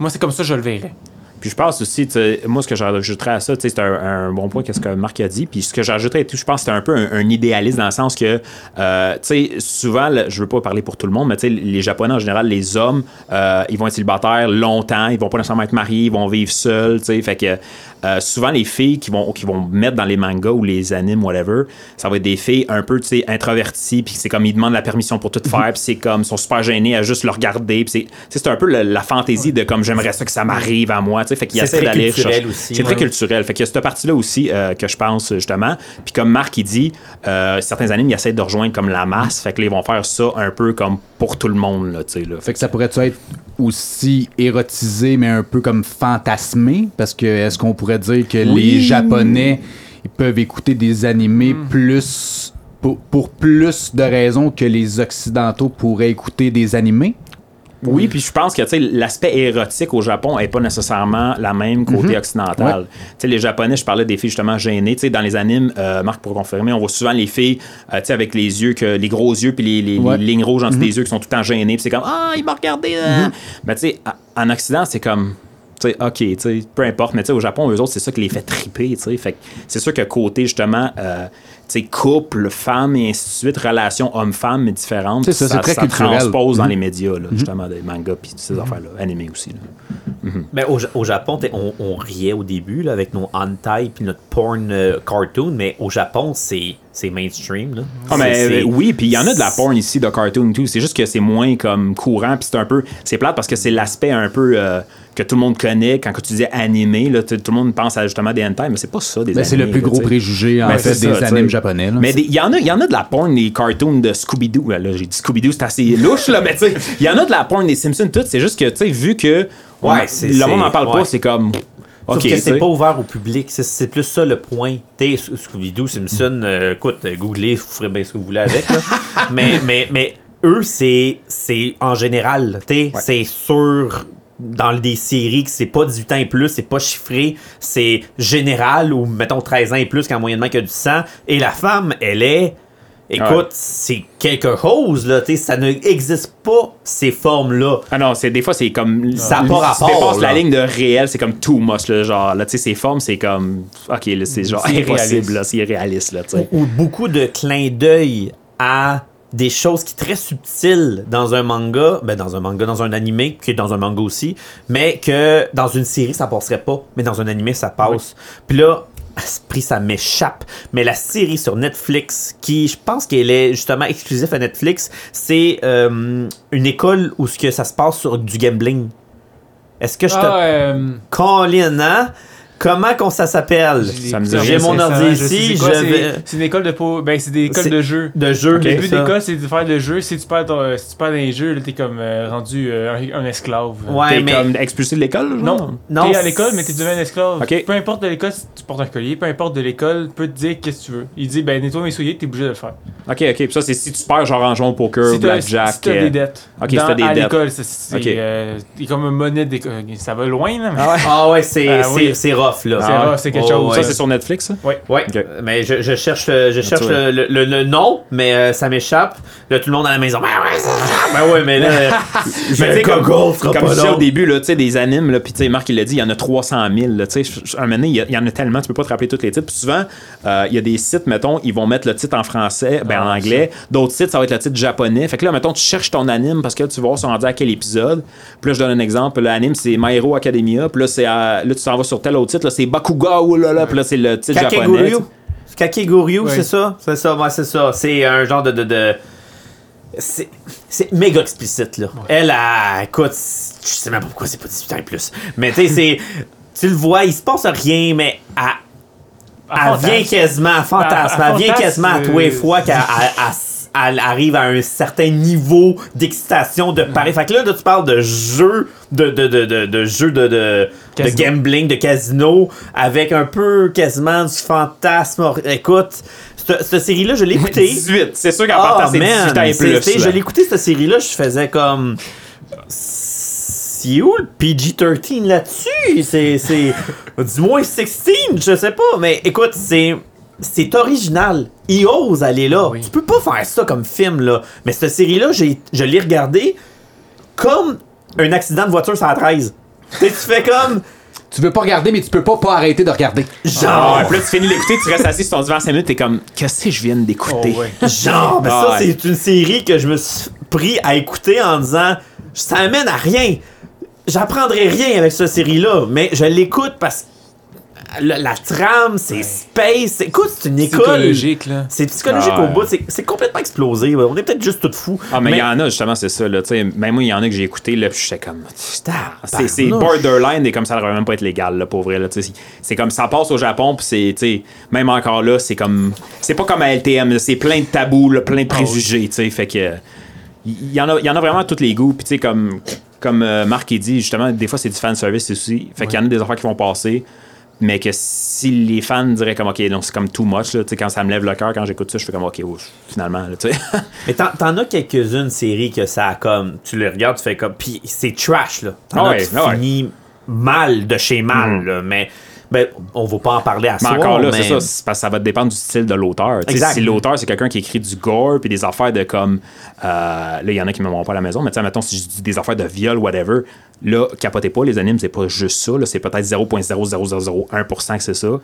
Speaker 5: Moi, c'est comme ça que je le verrais.
Speaker 3: Puis je pense aussi, tu sais, moi, ce que j'ajouterais à ça, tu sais, c'est un, un bon point, qu'est-ce que Marc a dit. Puis ce que j'ajouterais, et tout, je pense que c'est un peu un, un idéaliste dans le sens que, euh, tu sais, souvent, là, je veux pas parler pour tout le monde, mais tu sais, les Japonais, en général, les hommes, euh, ils vont être célibataires longtemps, ils vont pas nécessairement être mariés, ils vont vivre seuls, tu sais. Fait que euh, souvent, les filles qui vont, qui vont mettre dans les mangas ou les animes, whatever, ça va être des filles un peu, tu sais, introverties, puis c'est comme, ils demandent la permission pour tout
Speaker 2: Mhm.
Speaker 3: faire, puis c'est comme, ils sont super gênés à juste le regarder, puis c'est- tu sais, c'est un peu le- la fantaisie de comme, j'aimerais ça que ça m'arrive à moi, tu sais. Fait que il
Speaker 2: C'est
Speaker 3: essaie
Speaker 2: très
Speaker 3: d'aller
Speaker 2: culturel
Speaker 3: chercher-
Speaker 2: aussi,
Speaker 3: C'est très
Speaker 2: ouais.
Speaker 3: culturel. Fait qu'il y a cette partie-là aussi euh, que je pense, justement. Puis comme Marc, il dit, euh, certains animes, ils essaient de rejoindre comme la masse. Fait que là, ils vont faire ça un peu comme pour tout le monde, là, tu sais, là.
Speaker 4: Fait que ça pourrait-tu être aussi érotisé, mais un peu comme fantasmé? Parce que est-ce qu'on pourrait dire que les Japonais ils peuvent écouter des animés
Speaker 3: Hmm.
Speaker 4: plus pour, pour plus de raisons que les Occidentaux pourraient écouter des animés?
Speaker 3: Oui, puis je pense que tu sais, l'aspect érotique au Japon est pas nécessairement la même côté occidental. Tu sais, les Japonais, je parlais des filles justement gênées. Tu sais, dans les animes, euh, Marc pour confirmer, on voit souvent les filles euh, tu sais, avec les yeux, que, les gros yeux, puis les, les-
Speaker 4: Ouais.
Speaker 3: les lignes rouges euh. en dessous des yeux qui sont tout le temps gênées. Puis c'est comme Ah, il m'a regardé. là. Mais tu sais, à- en Occident, c'est comme tu sais, ok, tu sais, peu importe, mais tu sais, au Japon, eux autres, c'est ça qui les fait triper, tu sais. Fait que c'est sûr que côté, justement, euh, tu sais, couple, femme et ainsi de suite, relation homme-femme est différente.
Speaker 4: C'est ça, c'est très culturel. Mhm.
Speaker 3: transpose dans les médias, là, justement, des mangas puis ces affaires-là, animés aussi. là.
Speaker 2: Ben, au, Ja- au Japon, t'es- on, on riait au début là, avec nos hentai puis notre porn euh, cartoon, mais au Japon, c'est c'est mainstream. Là.
Speaker 3: Ah,
Speaker 2: C'est-
Speaker 3: mais
Speaker 2: c'est-
Speaker 3: euh, oui, puis il y en a de la porn ici, de cartoon et tout. C'est juste que c'est moins comme courant, puis c'est un peu. C'est plate parce que c'est l'aspect un peu euh, que tout le monde connaît. Quand tu dis animé, là, tu- tout le monde pense à justement des hentai, mais c'est pas ça des
Speaker 4: Ben, c'est le
Speaker 3: animés,
Speaker 4: plus
Speaker 3: là,
Speaker 4: gros
Speaker 3: tu sais.
Speaker 4: préjugé, en
Speaker 3: Ben,
Speaker 4: fait,
Speaker 3: c'est
Speaker 4: des
Speaker 3: ça, tu
Speaker 4: animes
Speaker 3: sais.
Speaker 4: japonais. là.
Speaker 3: Mais des- il y, en a- il y en a de la porn, des cartoons de Scooby-Doo. Ouais, Là, j'ai dit Scooby-Doo, c'est assez louche, là, mais tu sais, il y en a de la porn des Simpsons, tout. C'est juste que, tu sais, vu que on-
Speaker 2: Ouais, c'est-
Speaker 3: le monde
Speaker 2: c'est-
Speaker 3: n'en parle
Speaker 2: ouais.
Speaker 3: pas, c'est comme.
Speaker 2: Sauf
Speaker 3: Ok,
Speaker 2: que
Speaker 3: tu sais.
Speaker 2: c'est pas ouvert au public, c'est- c'est plus ça le point. T'es Sc- Scooby-Doo,
Speaker 3: Mm.
Speaker 2: Simpson, euh, écoute, euh, googlez, vous ferez bien ce que vous voulez avec. là.
Speaker 3: [laughs]
Speaker 2: mais, mais, mais eux, c'est c'est en général, t'es c'est sûr dans des séries que c'est pas 18 ans et plus, c'est pas chiffré, c'est général ou mettons 13 ans et plus quand moyennement qu'il y a du sang. Et la femme, elle est... Écoute,
Speaker 3: Ouais.
Speaker 2: c'est quelque chose, là, t'sais, ça n'existe pas, ces formes-là.
Speaker 3: Ah non, c'est des fois c'est comme
Speaker 2: Ça a
Speaker 3: tu
Speaker 2: pas rapport,
Speaker 3: dépasses
Speaker 2: là.
Speaker 3: la ligne de réel, c'est comme too much là, genre là tu sais ces formes c'est comme OK, là, c'est genre
Speaker 5: C'est irréaliste.
Speaker 3: impossible là, c'est irréaliste là, tu sais.
Speaker 2: ou beaucoup de clins d'œil à des choses qui très subtiles dans un manga, ben dans un manga, dans un animé, qui est dans un manga aussi, mais que dans une série ça passerait pas, mais dans un animé ça passe. Puis là, à ce prix ça m'échappe. Mais la série sur Netflix, qui je pense qu'elle est justement exclusive à Netflix, c'est euh, une école où ce que ça se passe sur du gambling. Est-ce que je te
Speaker 5: Ah, euh,
Speaker 2: Colin, hein? Comment qu'on ça s'appelle?
Speaker 3: Ça me dit
Speaker 2: J'ai
Speaker 3: rien,
Speaker 2: mon
Speaker 5: ça,
Speaker 2: ordi
Speaker 5: je sais
Speaker 2: ici,
Speaker 5: c'est quoi,
Speaker 2: je
Speaker 5: c'est-
Speaker 2: vais
Speaker 5: C'est une école de po- ben c'est des
Speaker 2: C'est-
Speaker 5: écoles de jeu.
Speaker 2: de jeu.
Speaker 5: Le but
Speaker 2: ça.
Speaker 5: d'école, c'est de faire le jeu. Si tu perds, ton- si tu perds dans les jeux, là, t'es comme euh, rendu euh, un, un esclave.
Speaker 2: Ouais,
Speaker 3: T'es
Speaker 2: mais
Speaker 3: comme expulsé de l'école genre?
Speaker 5: Non,
Speaker 2: Non,
Speaker 5: T'es à
Speaker 2: c'est-
Speaker 5: l'école, mais t'es devenu un esclave.
Speaker 3: Ok.
Speaker 5: Peu importe de l'école, si tu portes un collier, peu importe de l'école, peut te dire qu'est-ce que tu veux. Il dit, ben nettoie mes souliers, t'es obligé de le faire.
Speaker 3: OK, OK, puis ça c'est si tu perds genre en jouant au poker,
Speaker 5: si t'as
Speaker 3: blackjack.
Speaker 5: si t'as
Speaker 3: euh,
Speaker 5: des dettes.
Speaker 3: ok, si
Speaker 5: Dans-
Speaker 3: t'as des
Speaker 5: à
Speaker 3: dettes.
Speaker 5: l'école, c'est c'est,
Speaker 3: Ok.
Speaker 5: euh, il est comme une monnaie d'école. Ça va loin, là. mais-
Speaker 2: Ah ouais, c'est
Speaker 5: Ah
Speaker 2: c'est-
Speaker 5: oui.
Speaker 2: c'est rough là. Ah
Speaker 5: C'est rough, c'est quelque chose.
Speaker 3: Ça c'est sur Netflix ça?
Speaker 2: Ouais,
Speaker 3: Ok.
Speaker 2: mais je, je cherche, le- je cherche
Speaker 3: tu
Speaker 2: le,
Speaker 3: vois.
Speaker 2: le, le- le nom, mais euh, ça m'échappe. Là, tout le monde à la maison. Ben ouais, c'est ça. Ben ouais, [laughs] mais là.
Speaker 3: Mais tu sais, comme,
Speaker 2: Google fera
Speaker 3: comme
Speaker 2: pas
Speaker 3: je disais
Speaker 2: long.
Speaker 3: au début, là, tu sais, des animes, là, puis tu sais, Marc, il l'a dit, il y en a 300 000. Là, tu sais, je- je- un moment donné, il y a- il y, en a tellement, tu peux pas te rappeler tous les titres. Puis souvent, euh, il y a des sites, mettons, ils vont mettre le titre en français, ben, en anglais. D'autres sites, ça va être le titre japonais. Fait que là, mettons, tu cherches ton anime parce que là, tu vas voir, ils sont rendus à quel épisode. Puis là, je donne un exemple. L'anime, c'est My Hero Academia. Puis là, c'est, euh, là, tu t'en vas sur tel autre titre. Là, c'est Bakuga, oh là là. Puis là, c'est le titre japonais.
Speaker 2: Kakeguryu. Kakeguryu,
Speaker 5: Ouais.
Speaker 2: c'est ça? C'est ça, ouais, c'est ça. C'est un genre de. de, de... C'est c'est méga explicite, là. Elle, a, écoute, je sais même pas pourquoi c'est pas 18 ans et plus. Mais tu sais, c'est. Tu le vois, il se passe rien, mais à.
Speaker 5: À
Speaker 3: Ah,
Speaker 5: Ah,
Speaker 2: Elle vient
Speaker 5: fantasme.
Speaker 2: quasiment à fantasme.
Speaker 5: À- à
Speaker 2: Elle vient
Speaker 5: fantasme,
Speaker 2: quasiment à tous les
Speaker 5: euh,
Speaker 2: fois qu'elle elle- elle- elle arrive à un certain niveau d'excitation de Paris. Fait que là, là, tu parles de jeu, de, de, de, de, de jeu de, de, de
Speaker 5: Casino.
Speaker 2: gambling, de casino, avec un peu quasiment du fantasme. Or- Écoute, cette, cette série-là, je l'ai écoutée.
Speaker 3: 18. C'est sûr qu'en
Speaker 2: Ah,
Speaker 3: partant, c'est 18 ans
Speaker 2: man!
Speaker 3: et
Speaker 2: c'est- c'est-
Speaker 3: plus.
Speaker 2: Je
Speaker 3: là.
Speaker 2: l'ai écoutée, cette série-là, je faisais comme. C'est où le PG-13 là-dessus? C'est. c'est- [laughs] du moins 16, je sais pas, mais écoute, c'est. C'est original. Ils osent aller là.
Speaker 5: Oui.
Speaker 2: Tu peux pas faire ça comme film, là. Mais cette série-là, j'ai- je l'ai regardée comme un accident de voiture 113. Tu sais, tu fais comme.
Speaker 4: Tu veux pas regarder, mais tu peux pas pas arrêter de regarder.
Speaker 3: Ah ouais,
Speaker 2: Genre.
Speaker 3: puis là, tu finis de l'écouter, tu restes assis sur ton divan 5 minutes, t'es comme, qu'est-ce que je viens d'écouter?
Speaker 5: Oh, ouais.
Speaker 2: Genre, mais ça,
Speaker 3: Ah ouais.
Speaker 2: c'est une série que je me suis pris à écouter en disant ça amène à rien. J'apprendrai rien avec cette série-là, mais je l'écoute parce que la, la trame, c'est space. Écoute, c'est une
Speaker 5: C'est
Speaker 2: école.
Speaker 5: psychologique, là.
Speaker 2: C'est psychologique
Speaker 3: Ah
Speaker 2: au
Speaker 3: ouais.
Speaker 2: bout. C'est- C'est complètement explosé. ouais. On est peut-être juste tout fous.
Speaker 3: Ah, mais il y en a, justement, c'est ça. Là, tu sais, même moi, il y en a que j'ai écouté, là, puis j'étais comme. C'est, c'est borderline et comme ça, ça devrait même pas être légal, là, pour vrai. Là, tu sais. c'est, c'est comme ça passe au Japon, puis c'est. tu sais, Même encore là, c'est comme. C'est pas comme à LTM, là, c'est plein de tabous, là, plein de préjugés, tu sais. Fait que. Il y, en a- il y en a vraiment à tous les goûts, puis tu sais, comme, comme euh, Marc il dit, justement, des fois, c'est du fanservice aussi. Fait qu'il y en a des affaires qui vont passer. Mais que si les fans diraient comme, OK, non, c'est comme too much, là, tu sais, quand ça me lève le cœur, quand j'écoute ça, je fais comme, OK, ouf, finalement, là, tu sais. [laughs]
Speaker 2: Mais t'en, t'en as quelques-unes séries que ça a comme. Tu les regardes, tu fais comme. Puis c'est trash, là. T'en
Speaker 3: Ah
Speaker 2: as
Speaker 3: ouais,
Speaker 2: qui
Speaker 3: ah ouais. Hmm.
Speaker 2: finit mal de chez mal, là, Mais ben, on va pas en parler à
Speaker 3: Mais
Speaker 2: soir,
Speaker 3: encore là,
Speaker 2: mais-
Speaker 3: c'est ça, c'est parce que ça va dépendre du style de l'auteur. Tu sais,
Speaker 2: Exact.
Speaker 3: Si l'auteur, c'est quelqu'un qui écrit du gore puis des affaires de comme. euh, là, il y en a qui me vont pas à la maison, mais tu sais, mettons, si je dis des affaires de viol, whatever, Là, capotez pas, les animes, c'est pas juste ça. là, C'est peut-être 0.00001% que c'est ça. Euh,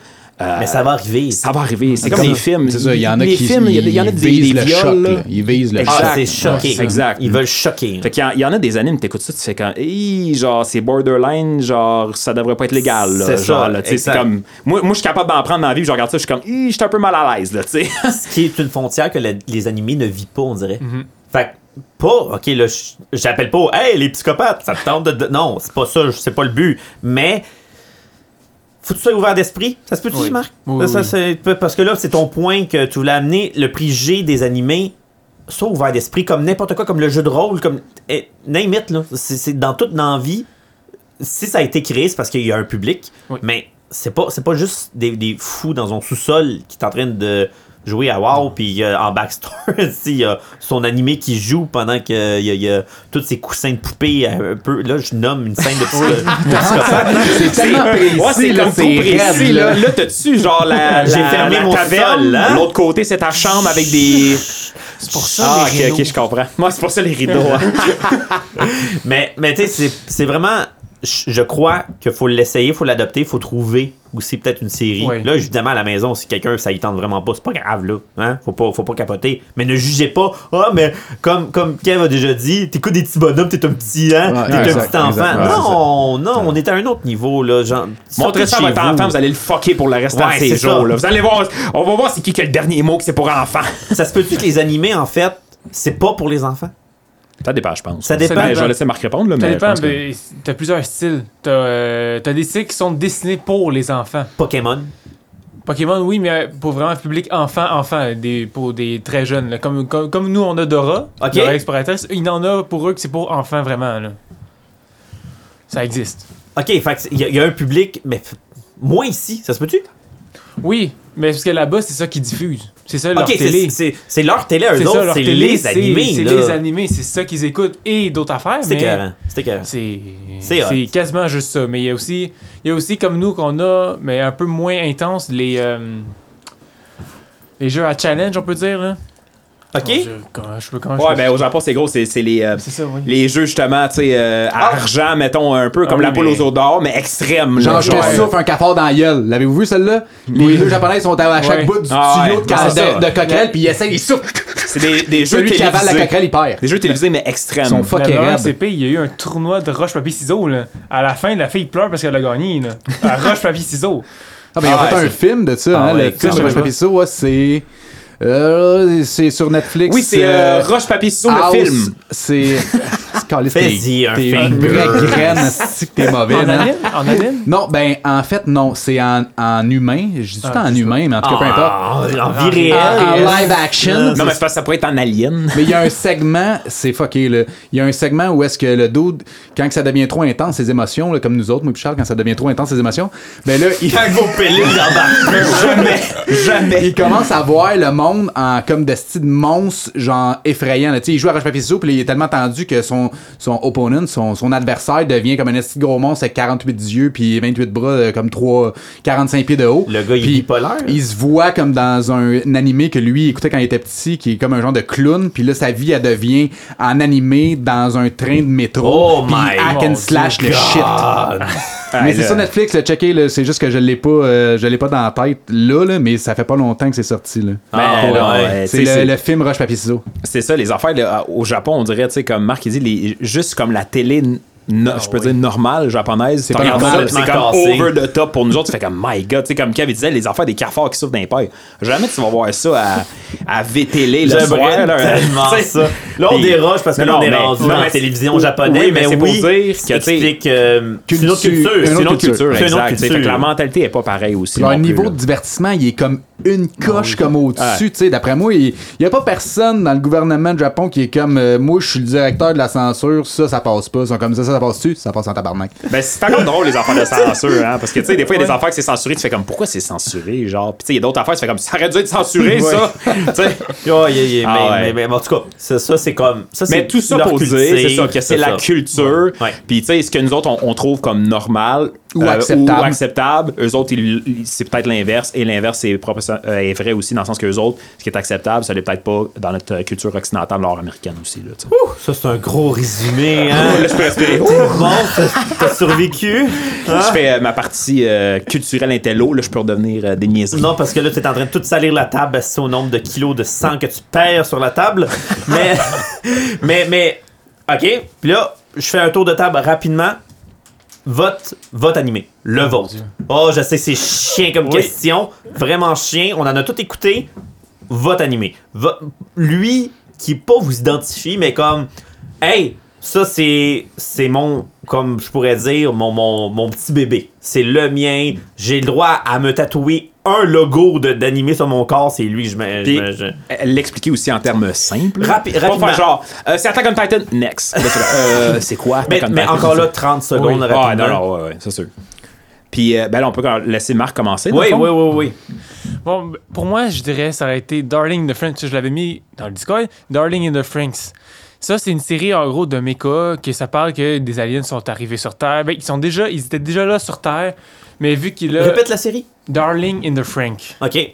Speaker 2: Mais ça va arriver.
Speaker 3: ça va arriver. C'est comme
Speaker 4: ça.
Speaker 3: les films.
Speaker 4: C'est ça, il y en a
Speaker 3: les
Speaker 4: qui
Speaker 3: films, il y a des- il y en a
Speaker 4: ils
Speaker 3: des,
Speaker 4: visent
Speaker 3: des
Speaker 4: le
Speaker 3: viols,
Speaker 4: choc,
Speaker 3: là.
Speaker 4: là. Ils visent
Speaker 3: Ah,
Speaker 4: le
Speaker 2: Exact,
Speaker 4: choc.
Speaker 2: c'est choqué.
Speaker 3: Exact.
Speaker 2: Ils veulent choquer.
Speaker 3: Fait qu'il y en- il y, en a des animes, t'écoutes ça, tu fais comme, Hi, genre, c'est borderline, genre, ça devrait pas être légal, là.
Speaker 2: C'est
Speaker 3: Genre,
Speaker 2: ça,
Speaker 3: là, tu sais, c'est
Speaker 2: exact.
Speaker 3: comme, moi, moi, je suis capable d'en prendre dans la vie, puis je regarde ça, je suis comme, Hi, je suis un peu mal à l'aise, là, tu sais.
Speaker 2: ce qui est une frontière que le- les animés ne vivent pas, on dirait. Fait que, pas, ok, là, je- j'appelle pas, hey, les psychopathes, ça te tente de. de- non, c'est pas ça, je- c'est pas le but. Mais, faut que tu sois ouvert d'esprit. Ça se peut-tu,
Speaker 5: Oui.
Speaker 2: Marc?
Speaker 5: Oui,
Speaker 2: Ça,
Speaker 5: oui,
Speaker 2: c'est- parce que là, c'est ton point que tu voulais amener, le prix G des animés. Sois ouvert d'esprit, comme n'importe quoi, comme le jeu de rôle, comme. eh, name it, là. C'est c'est dans toute l'envie. Si ça a été créé, c'est parce qu'il y a un public.
Speaker 5: Oui.
Speaker 2: Mais c'est pas c'est pas juste des, des fous dans son sous-sol qui est en train de jouer à WoW puis euh, en [laughs] backstore il y a son animé qui joue pendant que euh, il y a, il y a tous ses coussins de poupées euh, un peu là je nomme une scène de psychopathe
Speaker 4: C'est tellement précis,
Speaker 3: Ouais, c'est
Speaker 4: là,
Speaker 3: comme
Speaker 4: c'est
Speaker 3: trop précis,
Speaker 4: raide, là.
Speaker 3: là. Là, t'as-tu, genre, la,
Speaker 2: J'ai
Speaker 3: la-
Speaker 2: fermé
Speaker 3: la
Speaker 2: mon
Speaker 3: caverne,
Speaker 2: sol, là.
Speaker 3: L'autre côté, c'est ta chambre avec des.
Speaker 5: C'est pour
Speaker 3: Ah,
Speaker 5: ça. les
Speaker 3: ok,
Speaker 5: rénaux.
Speaker 3: ok, je comprends. Moi, c'est pour ça les rideaux. hein.
Speaker 2: mais mais tu sais c'est- c'est vraiment je je crois qu'il faut l'essayer, faut l'adopter, faut trouver aussi peut-être une série.
Speaker 5: Oui.
Speaker 2: Là, évidemment, à la maison, si quelqu'un, ça y tente vraiment pas, c'est pas grave, là. Hein? Faut, pas, faut pas capoter. Mais ne jugez pas. Ah, mais comme, comme Kev a déjà dit, t'écoutes des petits bonhommes, t'es un petit, hein?
Speaker 4: Ouais,
Speaker 2: t'es un
Speaker 4: exact,
Speaker 2: petit enfant.
Speaker 4: exact, ouais,
Speaker 2: non, non, on est à un autre niveau, là. Genre,
Speaker 3: Montrez ça à
Speaker 2: sortez
Speaker 3: votre
Speaker 2: chez vous.
Speaker 3: enfant, vous allez le fucker pour le reste de
Speaker 2: Ouais,
Speaker 3: ses
Speaker 2: c'est
Speaker 3: jours,
Speaker 2: ça.
Speaker 3: là. Vous allez voir, on va voir c'est qui qui a le dernier mot que c'est pour enfant.
Speaker 2: Ça se peut-tu que les animés, en fait, c'est pas pour les enfants?
Speaker 3: Ça dépend, je pense.
Speaker 2: Ça dépend.
Speaker 3: Ben, Je vais laisser Marc répondre, là,
Speaker 5: Ça
Speaker 3: mais. je
Speaker 5: dépend, ben.
Speaker 3: pense que-
Speaker 5: mais t'as plusieurs styles. T'as euh, t'as des styles qui sont dessinés pour les enfants.
Speaker 2: Pokémon.
Speaker 5: Pokémon, oui, mais euh, pour vraiment public enfant-enfant, des, pour des très jeunes. là. Comme, comme, comme nous, on a Dora,
Speaker 2: Ok.
Speaker 5: Dora l'exploratrice, il y en a pour eux que c'est pour enfants vraiment. Là. Ça existe.
Speaker 2: OK, fait il y, a- y a un public, mais f- moins ici. Ça se peut-tu?
Speaker 5: Oui, mais parce que là-bas, c'est ça qu'ils diffusent. C'est ça leur
Speaker 2: OK,
Speaker 5: télé.
Speaker 2: c'est- c'est c'est leur télé, eux
Speaker 5: C'est ça
Speaker 2: autres.
Speaker 5: leur
Speaker 2: C'est
Speaker 5: télé.
Speaker 2: les
Speaker 5: c'est-
Speaker 2: animés,
Speaker 5: C'est
Speaker 2: là.
Speaker 5: les animés, c'est ça qu'ils écoutent et d'autres affaires.
Speaker 2: C'était
Speaker 5: mais-
Speaker 2: écœurant. C'était écœurant.
Speaker 5: C'est
Speaker 2: C'est hot.
Speaker 5: c'est quasiment juste ça. Mais il y a aussi, il y a aussi comme nous qu'on a, mais un peu moins intense, les, euh, les jeux à challenge, on peut dire. Là.
Speaker 2: OK?
Speaker 5: Comment je, comment je peux comment je
Speaker 3: Ouais,
Speaker 5: peux-
Speaker 3: ben, au Japon, c'est gros, c'est c'est les. euh,
Speaker 5: C'est ça, oui.
Speaker 3: les jeux justement, tu sais, euh, argent, mettons, un peu comme
Speaker 5: oui,
Speaker 3: la poule
Speaker 5: mais-
Speaker 3: aux eaux d'or, mais extrême.
Speaker 4: Genre,
Speaker 3: là,
Speaker 4: je te
Speaker 3: genre. euh,
Speaker 4: souffle un cafard dans la gueule. L'avez-vous vu, celle-là? Les deux japonais sont à à chaque
Speaker 5: Ouais.
Speaker 4: bout du
Speaker 3: Ah ouais.
Speaker 4: tuyau de,
Speaker 3: Non,
Speaker 4: ca-
Speaker 3: c'est ça.
Speaker 4: de, de coquerelle, puis ils essayent, ils soufflent.
Speaker 3: C'est des, des jeux
Speaker 4: Celui qui avale la
Speaker 3: télévisés.
Speaker 4: coquerelle, il perd.
Speaker 3: Des jeux télévisés, mais
Speaker 4: Ils
Speaker 3: extrêmes.
Speaker 4: sont
Speaker 5: La
Speaker 4: fucking
Speaker 5: dernière
Speaker 4: raides.
Speaker 5: CP, il y a eu un tournoi de roche papier ciseaux là. À la fin, la fille pleure parce qu'elle a gagné là. À roche papier ciseaux.
Speaker 4: Ah, ben, ils ont
Speaker 3: Ah
Speaker 4: fait
Speaker 3: ouais,
Speaker 4: un film de ça,
Speaker 3: Ah
Speaker 4: hein,
Speaker 3: ouais,
Speaker 4: le
Speaker 3: ça,
Speaker 4: film
Speaker 5: je
Speaker 4: de
Speaker 5: savais
Speaker 4: Roche
Speaker 5: pas.
Speaker 4: Papier Ciseaux, ouais, c'est. euh, c'est sur Netflix.
Speaker 3: Oui, c'est euh, Roche Papier Ciseaux,
Speaker 4: House,
Speaker 3: le film.
Speaker 4: C'est. [laughs] C'est calé, t'es-
Speaker 2: Fais-y un
Speaker 4: T'es une
Speaker 2: film.
Speaker 4: vraie graine, c'est que t'es mauvais,
Speaker 5: En
Speaker 4: hein.
Speaker 5: anime, en anime.
Speaker 4: Non, ben, en fait, non, c'est en, en humain. Je dis tout le temps
Speaker 5: Ah,
Speaker 4: en
Speaker 5: c'est
Speaker 4: humain, mais en tout cas, peu importe.
Speaker 2: Ah, en, en vie réelle.
Speaker 4: En, en live action.
Speaker 3: Non, mais c'est parce que ça pourrait être
Speaker 2: [laughs]
Speaker 3: en Alien.
Speaker 4: Mais il y a un segment, c'est fucké, là. Il y a un segment où est-ce que le dude, quand que ça devient trop intense, ses émotions, là, comme nous autres, moi et Charles, quand ça devient trop intense, ses émotions, ben là, il,
Speaker 2: Quand vous pélez, j'embarque.
Speaker 3: Jamais, jamais.
Speaker 4: il commence à voir le monde en comme de style monstre, genre effrayant. Là. Tu sais, Il joue à roche papier ciseaux, puis là, il est tellement tendu que son, son opponent, son, son adversaire, devient comme un petit gros monstre avec 48 yeux, puis 28 bras, euh, comme 3, 45 pieds de haut.
Speaker 2: Le gars, il est
Speaker 4: Puis
Speaker 2: bipolaire.
Speaker 4: Il se voit comme dans un, un animé que lui écoutait quand il était petit, qui est comme un genre de clown, puis là, sa vie, elle devient en animé dans un train de métro.
Speaker 2: Oh
Speaker 4: puis
Speaker 2: my
Speaker 4: hack
Speaker 5: mon
Speaker 4: and slash
Speaker 3: [laughs]
Speaker 4: le shit. Mais c'est sur Netflix, le checker, là, c'est juste que je l'ai pas, euh, je l'ai pas dans la tête là, là, mais ça fait pas longtemps que c'est sorti là.
Speaker 2: Ah,
Speaker 3: non,
Speaker 2: ouais.
Speaker 3: ouais,
Speaker 4: ben, c'est
Speaker 3: tu sais,
Speaker 4: le, le film Roche Papier Ciseaux.
Speaker 3: C'est ça, les affaires là, au Japon, on dirait, tu sais, comme Marc il dit, les- juste comme la télé, no-
Speaker 4: Ah
Speaker 3: je peux dire normale japonaise, c'est
Speaker 4: pas
Speaker 2: normal,
Speaker 3: c'est comme
Speaker 2: complètement cassé.
Speaker 3: over the top pour nous autres. Tu fais comme my god, tu sais, comme Kev il disait, les affaires des cafards qui souffrent d'impair. Jamais tu vas voir ça à, à VTL le soir.
Speaker 2: J'aimerais
Speaker 3: là.
Speaker 2: tellement
Speaker 3: Tu sais,
Speaker 2: ça. Là, on
Speaker 3: puis-
Speaker 2: déroge parce que
Speaker 3: Non,
Speaker 2: là, on
Speaker 3: non,
Speaker 2: est
Speaker 3: mais-
Speaker 2: rendu
Speaker 3: non,
Speaker 2: dans
Speaker 3: mais
Speaker 2: la
Speaker 3: c'est-
Speaker 2: télévision japonaise,
Speaker 3: oui, mais
Speaker 2: mais
Speaker 3: c'est pour
Speaker 2: oui,
Speaker 3: dire que, tu sais-
Speaker 2: explique, euh, c'est une autre culture.
Speaker 4: Une
Speaker 3: C'est une autre culture,
Speaker 2: C'est une autre
Speaker 3: exact. C'est- fait que
Speaker 2: culture.
Speaker 3: la mentalité est pas pareille aussi.
Speaker 4: Leur
Speaker 3: non plus,
Speaker 4: niveau
Speaker 3: là.
Speaker 4: de divertissement, il est comme une coche comme au-dessus, tu sais. D'après moi, il n'y a pas personne dans le gouvernement de Japon qui est comme euh, moi, je suis le directeur de la censure, ça, ça passe pas. Ils sont comme ça, ça, ça passe-tu? Ça passe en [laughs] tabarnak.
Speaker 3: Ben, c'est encore drôle,
Speaker 4: [laughs]
Speaker 3: les affaires de censure, hein. Parce que, tu sais, des fois, il y a des affaires que c'est censuré, tu fais comme, pourquoi c'est censuré, genre. Puis, tu sais, il y a d'autres affaires, tu fais comme, ça aurait dû
Speaker 4: [laughs]
Speaker 3: être censuré, ça. Tu sais.
Speaker 2: Ah, yeah, yeah,
Speaker 3: Ah,
Speaker 2: mais,
Speaker 3: ouais.
Speaker 2: mais- mais- mais en tout cas, ça, ça, c'est comme. Ça,
Speaker 3: Mais
Speaker 2: c'est
Speaker 3: tout ça
Speaker 2: leur
Speaker 3: pour dire,
Speaker 2: culture,
Speaker 3: c'est ça, que c'est la
Speaker 2: ça.
Speaker 3: culture.
Speaker 2: Ouais.
Speaker 3: Puis, tu sais, ce que nous autres, on, on trouve comme normal,
Speaker 4: Ou
Speaker 3: euh,
Speaker 4: acceptable.
Speaker 3: ou acceptable. Eux autres, ils- ils- c'est peut-être l'inverse. Et l'inverse est, proportion- euh, est vrai aussi, dans le sens que eux autres, ce qui est acceptable, ça l'est peut-être pas dans notre euh, culture occidentale nord-américaine aussi. Là, tu sais.
Speaker 2: Ça, c'est un gros résumé,
Speaker 3: [laughs]
Speaker 2: hein?
Speaker 3: Là, je peux respirer. Ouh!
Speaker 2: Bon, t'as- t'as survécu. hein?
Speaker 3: Je fais euh, ma partie euh, culturelle intello. Là, je peux redevenir euh, des niaiseries.
Speaker 2: Non, parce que là, t'es en train de tout salir la table, c'est au nombre de kilos de sang que tu perds sur la table. Mais, [laughs] mais, mais, ok. Puis là, je fais un tour de table rapidement. Vote, vote animé. Le vote. Oh, je sais, c'est chien comme question. Vraiment chien. On en a tout écouté. Vote animé. Vote- Lui, qui pas vous identifie, mais comme, hey, ça, c'est, c'est mon, comme je pourrais dire, mon, mon, mon petit bébé. C'est le mien. J'ai le droit à me tatouer un logo de, d'animé sur mon corps. C'est lui que je mets. je
Speaker 3: Puis-
Speaker 2: mets- je-
Speaker 3: Elle euh, L'expliquer aussi en termes simples.
Speaker 2: Rapi-
Speaker 3: Pas faire
Speaker 2: rapidement.
Speaker 3: genre, euh, c'est Attack on Titan,
Speaker 2: [laughs]
Speaker 3: next. Là, tu vas, euh, c'est quoi Attack
Speaker 2: Mais,
Speaker 3: on
Speaker 2: mais
Speaker 3: Titan?
Speaker 2: encore là, 30 secondes.
Speaker 3: Oui.
Speaker 2: rapidement.
Speaker 3: Ah, non, non, ouais, ouais, c'est sûr. Puis, euh, ben là, on peut laisser Marc commencer. dans
Speaker 2: Oui,
Speaker 3: le fond.
Speaker 2: oui, oui, oui.
Speaker 5: [laughs] Bon, b- pour moi, je dirais ça aurait été Darling in the Franks. Je l'avais mis dans le Discord. Darling in the Franks. Ça, c'est une série en gros de mecha que ça parle que des aliens sont arrivés sur Terre. Ben, ils sont déjà, ils étaient déjà là sur Terre, mais vu qu'il a
Speaker 2: Répète la série.
Speaker 5: Darling in the Frank,
Speaker 2: OK.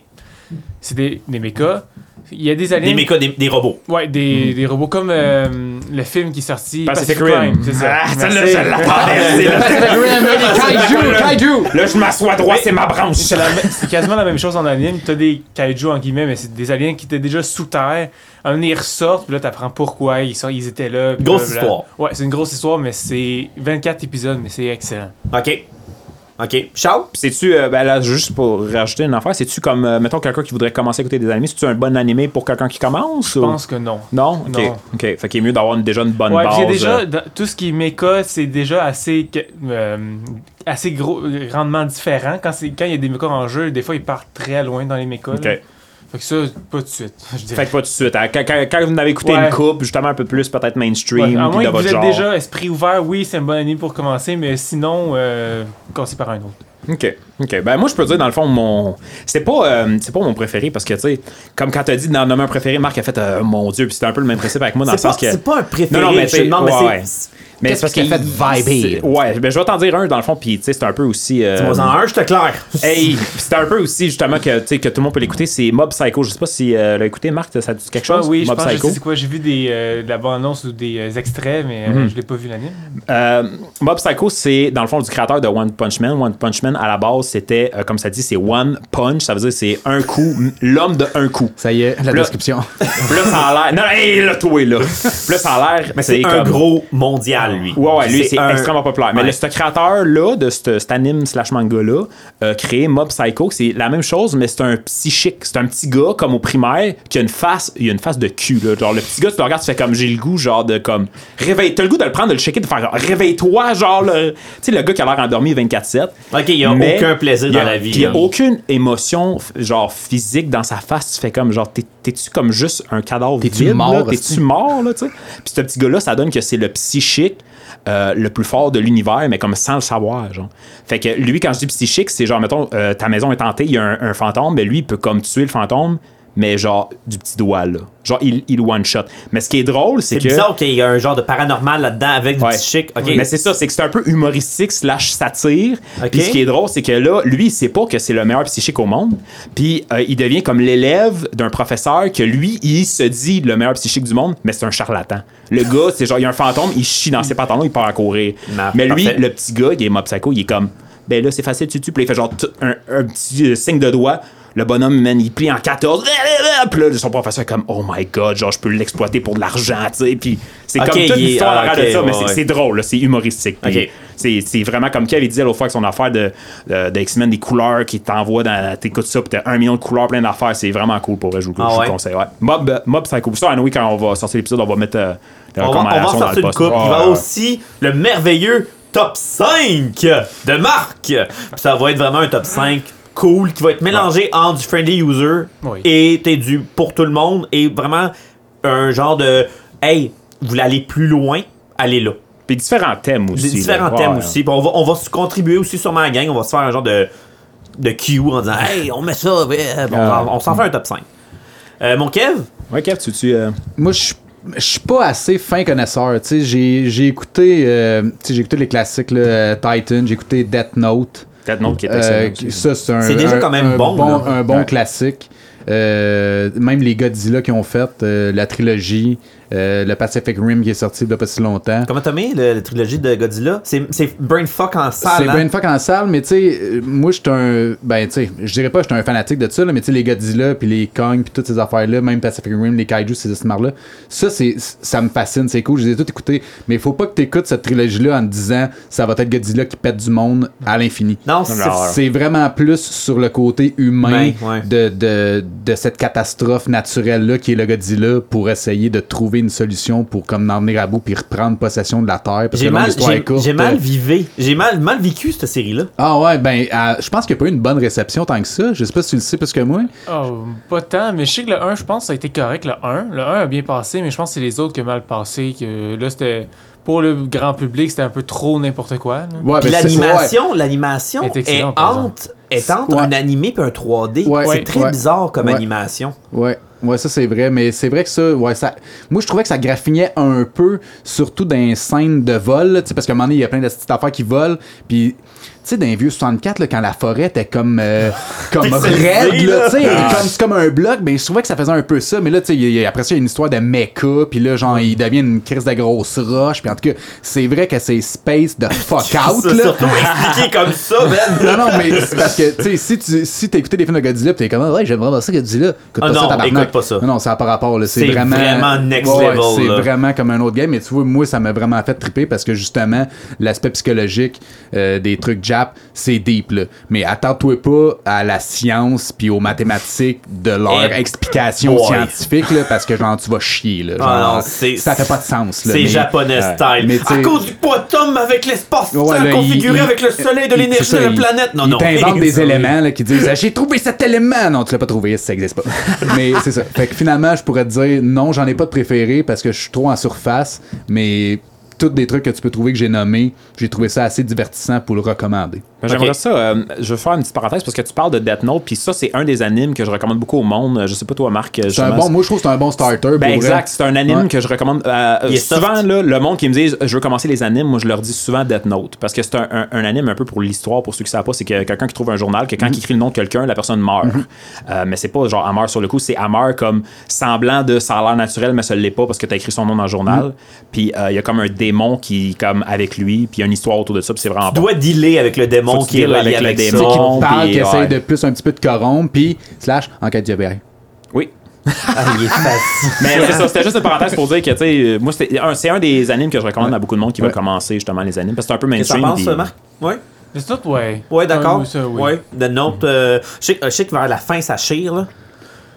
Speaker 5: c'est des, des mechas. Il y a des aliens.
Speaker 2: Des mécas, des, des robots.
Speaker 5: Ouais, des, des robots comme euh, le film qui est sorti.
Speaker 3: Hmm. Pacific Rim. Ah,
Speaker 5: C'est ça.
Speaker 2: Ah,
Speaker 5: Merci.
Speaker 2: [laughs]
Speaker 4: Kaiju, Kaiju!
Speaker 3: Là, je m'assois droit, c'est ma branche.
Speaker 5: C'est la même- [laughs] c'est quasiment la même chose en anime. T'as des kaiju en guillemets, mais c'est des aliens qui étaient déjà sous terre. Un moment, ils ressortent, puis là t'apprends pourquoi ils, sont, ils étaient là. puis
Speaker 2: Grosse
Speaker 5: blablabla.
Speaker 2: histoire.
Speaker 5: Ouais, c'est une grosse histoire, mais c'est 24 épisodes, mais c'est excellent.
Speaker 2: OK. OK. Charles?
Speaker 3: Puis c'est-tu, euh, ben là, juste pour rajouter une affaire, c'est-tu comme, euh, mettons, quelqu'un qui voudrait commencer à écouter des animés, c'est-tu un bon animé pour quelqu'un qui commence?
Speaker 5: Je
Speaker 3: ou-
Speaker 5: pense que non.
Speaker 3: Non? Ok.
Speaker 5: Non.
Speaker 3: Ok. Fait qu'il est mieux d'avoir une- déjà une bonne
Speaker 5: ouais, puis
Speaker 3: base.
Speaker 5: il y a déjà
Speaker 3: euh,
Speaker 5: dans- tout ce qui est méca, c'est déjà assez que- euh, assez gros rendement différent. Quand c'est quand il y a des mécas en jeu, des fois ils partent très loin dans les mécas.
Speaker 3: Ok.
Speaker 5: là. Fait que ça, pas tout de suite. [laughs] Je dirais.
Speaker 3: Fait que pas tout de suite. hein. Quand, quand- quand vous en avez écouté
Speaker 5: Ouais.
Speaker 3: une coupe, justement un peu plus, peut-être mainstream,
Speaker 5: Ouais, à
Speaker 3: puis
Speaker 5: moins
Speaker 3: de
Speaker 5: que vous
Speaker 3: votre
Speaker 5: êtes
Speaker 3: genre.
Speaker 5: déjà esprit ouvert, oui, c'est un bon anime pour commencer, mais sinon, euh, commencez par un autre.
Speaker 3: OK. OK. Ben, moi, je peux dire, dans le fond, mon. C'est pas, euh, c'est pas mon préféré parce que, tu sais, comme quand t'as dit d'en nommer un préféré, Marc a fait, euh, mon Dieu, puis c'était un peu le même principe avec moi dans le
Speaker 2: C'est pas,
Speaker 3: sens que.
Speaker 2: c'est pas un préféré.
Speaker 3: Non, non, mais
Speaker 2: je te demande, mais
Speaker 3: t'sais,
Speaker 2: c'est-
Speaker 3: ouais, Mais
Speaker 4: Qu'est-ce
Speaker 3: c'est
Speaker 4: qui
Speaker 3: parce que.
Speaker 4: t'a fait viber?
Speaker 3: c'est- Ouais, ben, je vais t'en dire un, dans le fond, puis, tu sais, c'est un peu aussi. euh,
Speaker 2: Dis-moi-en un, je te claire.
Speaker 3: Hey, pis c'était un peu aussi justement que, tu sais, que tout le monde peut l'écouter, c'est Mob Psycho. Je sais pas si euh, l'a écouté, Marc, ça te dit quelque chose?
Speaker 5: Ah oui, je
Speaker 3: Mob
Speaker 5: pense que je
Speaker 3: Psycho.
Speaker 5: sais c'est quoi. J'ai vu des, euh, de la bande-annonce ou des euh, extraits, mais
Speaker 4: Mhm.
Speaker 5: euh, je l'ai pas vu l'anime.
Speaker 3: Euh, Mob Psycho, c'est dans le fond du créateur de One Punch Man. One Punch Man, à la base, c'était, euh, comme ça dit, c'est One Punch. Ça veut dire c'est un coup, m- l'homme de un coup.
Speaker 4: Ça y est, la
Speaker 3: Là.
Speaker 4: description.
Speaker 3: Puis là, ça a l'air. Non, hey, là, toi, là. Puis là, ça a l'air. Mais
Speaker 2: C'est un gros mondial, lui.
Speaker 3: Ouais, ouais, lui, c'est
Speaker 2: un-
Speaker 3: extrêmement populaire. Mais
Speaker 2: Ouais.
Speaker 3: le- ce créateur-là, de ce- cet anime slash manga-là, euh, créé Mob Psycho, c'est la même chose, mais c'est un psychique. C'est un petit gars, comme au primaire, qui a une face, il a une face de cul, là. Genre, le petit gars, tu le regardes, tu fais comme, j'ai le goût, genre, de comme, réveille, t'as le goût de le prendre, de le checker, de faire, genre, réveille-toi, genre, le- tu sais, le gars qui a l'air endormi 24-7.
Speaker 2: Ok, il y a
Speaker 3: Mais
Speaker 2: aucun plaisir
Speaker 3: il y a-
Speaker 2: dans la vie.
Speaker 3: puis Il n'y a
Speaker 2: hein.
Speaker 3: aucune émotion, f- genre physique, dans sa face. Tu fais comme, genre, t'es- t'es-tu comme juste un cadavre
Speaker 4: T'es-tu
Speaker 3: vide?
Speaker 4: mort,
Speaker 3: là?
Speaker 4: hostie?
Speaker 3: T'es-tu mort, là, tu sais? Puis ce petit gars-là, ça donne que c'est le psychique euh, le plus fort de l'univers, mais comme sans le savoir, genre. Fait que lui, quand je dis psychique, c'est genre, mettons, euh, ta maison est tentée, il y a un, un fantôme, mais lui, il peut comme tuer le fantôme, mais genre, du petit doigt, là. Genre, il, il one-shot. Mais ce qui est drôle, c'est
Speaker 2: C'est
Speaker 3: que...
Speaker 2: bizarre qu'il y a un genre de paranormal là-dedans avec du
Speaker 3: Ouais.
Speaker 2: psychique. Ok.
Speaker 3: Mais c'est ça, c'est que c'est un peu humoristique slash satire.
Speaker 2: Ok.
Speaker 3: Puis ce qui est drôle, c'est que là, lui, il sait pas que c'est le meilleur psychique au monde. Puis euh, il devient comme l'élève d'un professeur que lui, il se dit le meilleur psychique du monde, mais c'est un charlatan. Le gars, c'est genre, il y a un fantôme, il chie dans ses pantalons, il part à courir.
Speaker 2: Ah,
Speaker 3: mais lui,
Speaker 2: parfait.
Speaker 3: le petit gars, il est mob psycho, il est comme, ben là, c'est facile, tu tues. Puis là, il fait genre t- un, un petit euh, signe de doigt. Le bonhomme, man, il plie en 14. [laughs] Puis là, son professeur est comme, oh my god, genre, je peux l'exploiter pour de l'argent, tu sais. Puis c'est
Speaker 2: Ok,
Speaker 3: comme toute
Speaker 2: il est-
Speaker 3: l'histoire
Speaker 2: ah,
Speaker 3: en arrière
Speaker 2: ok,
Speaker 3: de ça, mais
Speaker 2: ouais,
Speaker 3: c'est-
Speaker 2: ouais.
Speaker 3: c'est drôle, là, c'est humoristique. Puis
Speaker 2: Ok.
Speaker 3: C'est c'est vraiment comme Kev il disait l'autre fois avec son affaire de, de, de X-Men, des couleurs qui t'envoient dans. T'écoutes ça, puis t'as un million de couleurs, plein d'affaires. C'est vraiment cool pour vrai, je vous, je
Speaker 2: Ah
Speaker 3: vous
Speaker 2: ouais?
Speaker 3: conseille. Ouais. Mob, euh, Mob Psycho. Ça, anyway, quand on va sortir l'épisode, on va mettre euh, les
Speaker 2: On va, on va
Speaker 3: recommandations
Speaker 2: sortir
Speaker 3: dans le Ah,
Speaker 2: une
Speaker 3: post.
Speaker 2: coupe.
Speaker 3: Ouais,
Speaker 2: Il va
Speaker 3: ouais.
Speaker 2: aussi le merveilleux top 5 de Marc. Puis ça va être vraiment un top 5 cool qui va être mélangé entre du friendly user
Speaker 5: Oui.
Speaker 2: et t'es du pour tout le monde et vraiment un genre de hey, vous voulez aller plus loin, allez là.
Speaker 3: Puis différents thèmes
Speaker 2: Des
Speaker 3: aussi.
Speaker 2: différents
Speaker 3: là. Ah,
Speaker 2: thèmes
Speaker 3: Ouais.
Speaker 2: aussi. Puis on va, on va se contribuer aussi sur ma gang. On va se faire un genre de, de Q en disant Hey, on met ça. ouais. Puis on va-
Speaker 3: Ouais.
Speaker 2: on s'en fait un top 5. Euh, mon Kev,
Speaker 3: Ouais, Kev, tu. tu euh,
Speaker 4: Moi, je je suis pas assez fin connaisseur. tu sais. J'ai j'ai écouté, euh, tu sais, j'ai écouté les classiques, là, euh, Titan, j'ai écouté Death Note.
Speaker 3: Death Note qui est
Speaker 4: Euh,
Speaker 3: excellent. aussi.
Speaker 4: ça, c'est un,
Speaker 2: C'est déjà
Speaker 4: un-
Speaker 2: quand même
Speaker 4: un
Speaker 2: bon, là.
Speaker 4: un bon
Speaker 2: Ouais.
Speaker 4: classique. Euh, même les Godzilla qui ont fait euh, la trilogie, euh, le Pacific Rim qui est sorti il y a pas si longtemps.
Speaker 2: Comment t'as mis le- la trilogie de Godzilla C'est c'est Brainfuck en
Speaker 4: C'est
Speaker 2: salle. hein?
Speaker 4: bien une fois qu'en salle, mais tu sais, euh, moi, j'étais un. Ben, tu sais, je dirais pas que j'étais un fanatique de ça, là, mais tu sais, les Godzilla, puis les Kong, puis toutes ces affaires-là, même Pacific Rim, les Kaiju, ces histoires-là, ça, c'est, ça me fascine, c'est cool, je les ai toutes écoutées, mais il faut pas que tu écoutes cette trilogie-là en te disant ça va être Godzilla qui pète du monde à l'infini.
Speaker 2: Non, c'est
Speaker 3: Genre.
Speaker 4: C'est vraiment plus sur le côté humain
Speaker 2: Ben, ouais.
Speaker 4: de, de, de cette catastrophe naturelle-là qui est le Godzilla pour essayer de trouver une solution pour comme en venir à bout puis reprendre possession de la Terre. Parce que
Speaker 2: j'ai
Speaker 4: là,
Speaker 2: mal,
Speaker 4: l'histoire est
Speaker 2: j'ai-
Speaker 4: courte.
Speaker 2: j'ai mal vivé, j'ai mal, mal vécu cette série-là.
Speaker 4: Ah ouais, ben, euh, je pense qu'il n'y a pas eu une bonne réception tant que ça. Je sais pas si tu le sais plus que moi.
Speaker 5: Oh, pas tant, mais je sais que le 1, je pense que ça a été correct, le 1. Le 1 a bien passé, mais je pense que c'est les autres qui ont mal passé. Que là, c'était. Pour le grand public, c'était un peu trop n'importe quoi. là.
Speaker 4: Ouais,
Speaker 2: Puis
Speaker 4: ben, c'est-
Speaker 2: l'animation, l'animation
Speaker 5: Elle est
Speaker 2: est,
Speaker 5: excellente, par
Speaker 2: entre, est entre
Speaker 4: Ouais.
Speaker 2: un animé et un 3D.
Speaker 4: Ouais.
Speaker 2: C'est
Speaker 4: Ouais.
Speaker 2: très
Speaker 4: Ouais.
Speaker 2: bizarre comme
Speaker 4: Ouais. [laughs]
Speaker 2: animation.
Speaker 4: Ouais, ouais, ouais, ça c'est vrai, mais c'est vrai que ça, ouais, ça. Moi je trouvais que ça graffinait un peu, surtout dans les scènes de vol, là, tu sais, parce qu'à un moment donné, il y a plein de petites affaires qui volent, puis. Tu sais, dans les vieux 64, là, quand la forêt était comme,
Speaker 2: [laughs]
Speaker 4: euh, comme
Speaker 2: Pixelisée,
Speaker 4: raide, là,
Speaker 2: là. Ah.
Speaker 4: tu sais, comme, c'est comme un bloc, mais je trouvais que ça faisait un peu ça. Mais là, tu sais, il y a- après ça, il y a une histoire de mecha, puis là, genre, il devient une crise de grosse roche, puis en tout cas, c'est vrai que c'est space de
Speaker 2: [laughs]
Speaker 4: fuck out,
Speaker 2: Ça,
Speaker 4: là.
Speaker 2: surtout expliqué comme ça, Ben.
Speaker 4: [laughs]
Speaker 2: man.
Speaker 4: Non, non, mais c'est parce que, tu sais, si tu si t'as écouté des films de Godzilla, pis t'es comme, Ah, ouais, j'aimerais voir ça, Godzilla. Écoute
Speaker 2: Ah
Speaker 4: pas
Speaker 2: non,
Speaker 4: ça, tabarnak.
Speaker 2: écoute pas ça.
Speaker 4: Non, non, ça n'a pas rapport, là. C'est
Speaker 2: C'est
Speaker 4: vraiment.
Speaker 2: vraiment next level,
Speaker 4: C'est
Speaker 2: là.
Speaker 4: vraiment comme un autre game. Mais tu vois, moi, ça m'a vraiment fait triper parce que, justement, l'aspect psychologique euh, des trucs Jap, c'est deep, là. Mais attends-toi pas à la science puis aux mathématiques de leur
Speaker 2: Eh,
Speaker 4: explication
Speaker 2: boy.
Speaker 4: scientifique, là, parce que, genre, tu vas chier, là. Genre,
Speaker 2: Ah non, c'est-
Speaker 4: ça fait pas de sens, là.
Speaker 2: C'est
Speaker 4: mais-
Speaker 2: japonais style.
Speaker 4: Mais
Speaker 2: à
Speaker 4: t'sais-
Speaker 2: cause du quantum avec l'espace
Speaker 4: Ouais, là, il-
Speaker 2: configuré
Speaker 4: il-
Speaker 2: avec le soleil de
Speaker 4: il-
Speaker 2: l'énergie
Speaker 4: c'est ça,
Speaker 2: de la
Speaker 4: il-
Speaker 2: planète. Non,
Speaker 4: il
Speaker 2: non.
Speaker 4: t'invente
Speaker 2: [laughs]
Speaker 4: des éléments là, qui disent Ah, J'ai trouvé cet élément. Non, tu l'as pas trouvé, ça existe pas. [laughs] mais c'est ça. Fait que finalement, je pourrais te dire Non, j'en ai pas de préféré parce que je suis trop en surface, mais tous des trucs que tu peux trouver que j'ai nommés, j'ai trouvé ça assez divertissant pour le recommander.
Speaker 3: Mais J'aimerais
Speaker 2: Ok.
Speaker 3: ça. euh, je vais faire une petite parenthèse parce que tu parles de Death Note, puis ça, c'est un des animes que je recommande beaucoup au monde. Euh, Je sais pas, toi, Marc.
Speaker 4: C'est un
Speaker 3: justement,
Speaker 4: bon, moi, je trouve que c'est un bon starter. pour
Speaker 3: Ben
Speaker 4: vrai.
Speaker 3: exact, c'est un anime
Speaker 4: Ouais.
Speaker 3: que je recommande. euh,
Speaker 2: Il est
Speaker 3: souvent,
Speaker 2: soft.
Speaker 3: là, le monde qui me dit je veux commencer les animes, moi je leur dis souvent Death Note. Parce que c'est un, un- un anime un peu pour l'histoire, pour ceux qui ne savent pas, c'est que quelqu'un qui trouve un journal, que quand
Speaker 2: Mhm.
Speaker 3: il écrit le nom de quelqu'un, la personne meurt. Euh, mais c'est pas genre elle meurt sur le coup, c'est elle meurt comme semblant de ça a l'air naturel, mais ça l'est pas parce que tu as écrit son nom dans le journal.
Speaker 2: Mhm.
Speaker 3: Puis euh, il y a comme un démon qui comme avec lui, puis il y a une histoire autour de ça, puis c'est vraiment
Speaker 2: Tu
Speaker 3: bon.
Speaker 2: dois dealer avec le démon
Speaker 3: Faut que tu
Speaker 2: qui est
Speaker 3: deals
Speaker 2: relié
Speaker 3: avec le
Speaker 2: avec, ça.
Speaker 3: démon.
Speaker 4: Tu sais, [laughs]
Speaker 3: Bon,
Speaker 4: qui parle,
Speaker 3: puis,
Speaker 4: qui essaye
Speaker 3: ouais.
Speaker 4: de plus un petit peu de corrompre, puis slash enquête diabétique.
Speaker 3: Oui.
Speaker 2: Ah, il est facile. [laughs]
Speaker 3: Mais c'est ça, c'était juste une parenthèse pour dire que, tu sais, euh, moi, c'était un- c'est un, des animes que je recommande à beaucoup de monde qui veut
Speaker 4: Ouais.
Speaker 3: commencer justement les animes parce que c'est un peu
Speaker 2: Qu'est-ce que
Speaker 3: mainstream.
Speaker 2: t'en penses, Marc?
Speaker 3: puis-
Speaker 2: Oui.
Speaker 5: Mais c'est tout, ouais.
Speaker 2: Ouais, d'accord.
Speaker 5: Ah, ça, oui.
Speaker 2: Ouais. The Note, euh, je sais que- je sais que vers la fin, ça chire, là.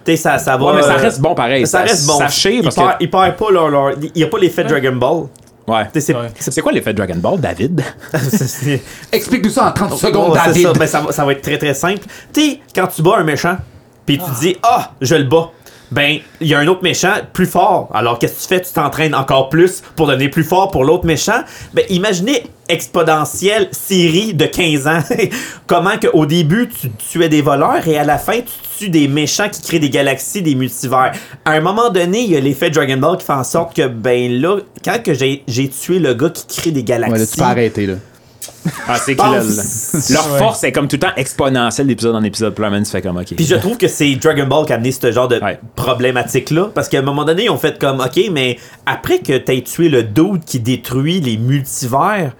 Speaker 2: Tu sais, ça, ça va.
Speaker 3: Ouais, mais ça
Speaker 2: euh,
Speaker 3: reste bon pareil.
Speaker 2: Ça reste bon.
Speaker 3: Sachez
Speaker 2: il
Speaker 3: parce
Speaker 2: perd,
Speaker 3: que.
Speaker 2: il perd pas leur. leur- il n'y a pas l'effet Dragon Ball.
Speaker 3: Ouais.
Speaker 2: Tu sais, c'est-
Speaker 5: Ouais.
Speaker 3: C'est quoi l'effet Dragon Ball, David?
Speaker 2: c'est- [laughs] c'est-
Speaker 4: Explique-nous ça en 30 secondes,
Speaker 2: Ouais, Oh, c'est
Speaker 4: David.
Speaker 2: Ça, ben, mais ça, va- ça va être très très simple. Tu sais, quand tu bats un méchant, puis tu dis Ah, je le bats. Ben, il y a un autre méchant plus fort. Alors, qu'est-ce que tu fais? Tu t'entraînes encore plus pour devenir plus fort pour l'autre méchant. Ben, imaginez exponentielle série de 15 ans. [laughs] Comment qu'au début, tu tuais des voleurs et à la fin, tu tues des méchants qui créent des galaxies, des multivers. À un moment donné, il y a l'effet Dragon Ball qui fait en sorte que, ben là, quand que j'ai j'ai tué le gars qui crée des
Speaker 4: Ouais, là,
Speaker 2: galaxies,
Speaker 4: tu peux arrêter, là.
Speaker 3: Ah,
Speaker 2: [laughs]
Speaker 3: c'est que
Speaker 2: pense-
Speaker 3: le- leur
Speaker 5: Ouais.
Speaker 3: force est comme tout le temps exponentielle d'épisode en épisode. Puis là, man, tu fais comme OK.
Speaker 2: Puis je trouve que c'est Dragon Ball qui a amené ce genre de
Speaker 3: Ouais.
Speaker 2: problématique-là. Parce qu'à un moment donné, ils ont fait comme, OK, mais après que t'aies tué le dude qui détruit les multivers,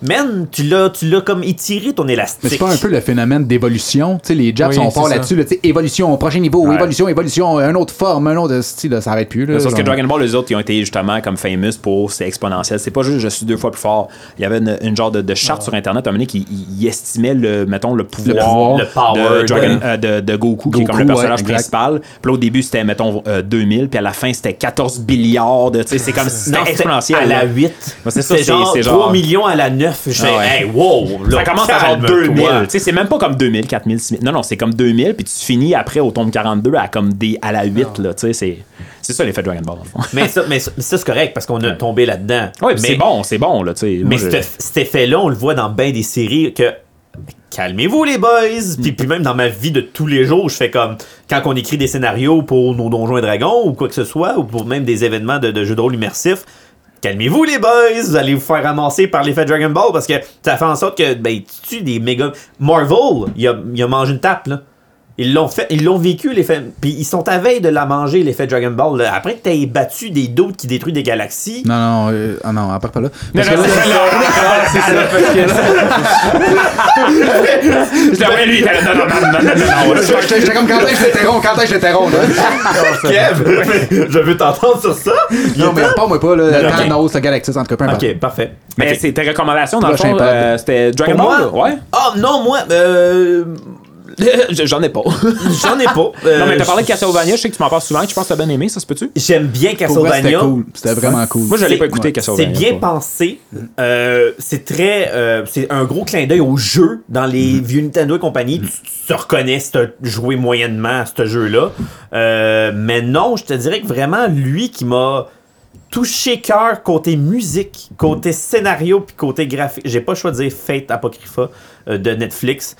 Speaker 2: man, tu l'as, tu l'as comme étiré ton
Speaker 4: Mais
Speaker 2: élastique.
Speaker 4: c'est pas un peu le phénomène d'évolution? Tu sais, les Japs
Speaker 5: Oui,
Speaker 4: sont
Speaker 5: c'est
Speaker 4: forts
Speaker 5: ça.
Speaker 4: là-dessus. Là, tu sais, évolution, prochain niveau,
Speaker 3: Ouais.
Speaker 4: évolution, évolution, une autre forme, un autre style, là, ça arrête plus. Là,
Speaker 3: Sauf que
Speaker 4: Genre-
Speaker 3: Dragon Ball, les autres, ils ont été justement comme famous pour c'est exponentiel. C'est pas juste je suis deux fois plus fort. Il y avait une, une genre de, de charte sur Internet à un moment donné qui il- il estimait le, mettons, le pouvoir,
Speaker 2: pouvoir, Ah. le power
Speaker 3: de, Dragon-
Speaker 2: de-
Speaker 3: euh, de- de Goku, qui est
Speaker 4: Goku,
Speaker 3: comme le personnage
Speaker 4: ouais, exact.
Speaker 3: principal. Puis là, au début, c'était, mettons, euh, 2000. Puis à la fin, c'était 14 milliards. de- Tu sais, c'est comme
Speaker 2: Non,
Speaker 3: c'était
Speaker 2: c'était
Speaker 3: exponentiel.
Speaker 2: À la
Speaker 3: là.
Speaker 2: 8.
Speaker 3: Ouais, c'est ça, c'est-
Speaker 2: genre
Speaker 3: c'est
Speaker 2: 3
Speaker 3: genre-
Speaker 2: millions à la 9. Je fais,
Speaker 3: Ah
Speaker 2: hey,
Speaker 3: ouais.
Speaker 2: wow.
Speaker 3: Ça
Speaker 2: là,
Speaker 3: commence à genre
Speaker 2: calme-toi.
Speaker 3: 2000. Tu sais, c'est même pas comme 2000, 4000, 6000. Non, non, c'est comme 2000, puis tu finis après au tombe 42 à comme des à la 8, là. Tu sais, c'est, c'est ça l'effet Dragon Ball, dans le fond. [laughs]
Speaker 2: Mais ça, mais ça, mais ça, c'est correct parce qu'on a tombé là-dedans.
Speaker 3: Ouais, puis
Speaker 2: mais
Speaker 3: c'est bon, c'est bon, là, tu sais. Moi,
Speaker 2: Mais
Speaker 3: je-
Speaker 2: cet, cet effet-là, on le voit dans bien des séries que calmez-vous les boys.
Speaker 3: Mm.
Speaker 2: Puis, puis même dans ma vie de tous les jours, je fais comme quand on écrit des scénarios pour nos donjons et dragons ou quoi que ce soit, ou pour même des événements de, de jeux de rôle immersifs. Calmez-vous les boys, vous allez vous faire ramasser par l'effet Dragon Ball parce que ça fait en sorte que ben tu tues des méga Marvel, il a, il a mangé une tape là. Ils l'ont fait, ils l'ont vécu l'effet. Puis ils sont à veille de la manger l'effet Dragon Ball. là. Après que t'aies battu des doutes qui détruisent des galaxies,
Speaker 4: Non, non, euh, ah non, après pas là.
Speaker 5: Non,
Speaker 4: Parce que
Speaker 5: non,
Speaker 4: là-
Speaker 5: c'est ça.
Speaker 3: [laughs]
Speaker 5: C'est ça. parce que là-
Speaker 3: Je l'avais lui, il était là, non, non, non, non, non, non, non,
Speaker 4: J'étais j'étais comme Quentin, j'étais rond, Quentin, j'étais rond,
Speaker 5: [laughs]
Speaker 4: là.
Speaker 2: Kev, je veux t'entendre sur ça. Il
Speaker 4: [laughs] Non,
Speaker 2: est
Speaker 4: mais
Speaker 2: temps.
Speaker 4: parle-moi pas, là.
Speaker 2: Non, ok.
Speaker 4: Thanos, la galaxie, en tout cas, peu importe.
Speaker 2: Ok, parfait.
Speaker 3: Mais c'est tes recommandations, dans le
Speaker 4: Prochain
Speaker 3: fond,
Speaker 4: pod.
Speaker 3: euh, c'était Dragon
Speaker 2: Pour
Speaker 3: Ball,
Speaker 2: moi? [laughs]
Speaker 3: ouais?
Speaker 2: Ah non, moi, euh,
Speaker 3: J'en ai pas.
Speaker 2: j'en ai
Speaker 4: [laughs]
Speaker 2: pas. Euh,
Speaker 3: non, mais t'as parlé de Castlevania, je sais que tu m'en parles souvent, que je pense que t'as bien aimé, ça se peut-tu?
Speaker 2: J'aime bien
Speaker 4: Pour vrai, c'était
Speaker 2: Castlevania.
Speaker 4: cool. C'était vraiment cool.
Speaker 3: Moi, je l'ai
Speaker 2: C'est-
Speaker 3: pas écouté,
Speaker 4: ouais.
Speaker 2: C'est
Speaker 3: Castlevania.
Speaker 2: bien
Speaker 3: pas.
Speaker 2: pensé. Euh, c'est très. euh, c'est un gros clin d'œil au jeu dans
Speaker 4: Mhm.
Speaker 2: les vieux Nintendo et compagnie. Tu, tu te reconnais si t'as joué moyennement à ce jeu-là. Euh, mais non, je te dirais que vraiment, lui qui m'a touché cœur côté musique, côté scénario, puis côté graphique. J'ai pas choisi Fate Apocrypha euh, de Netflix.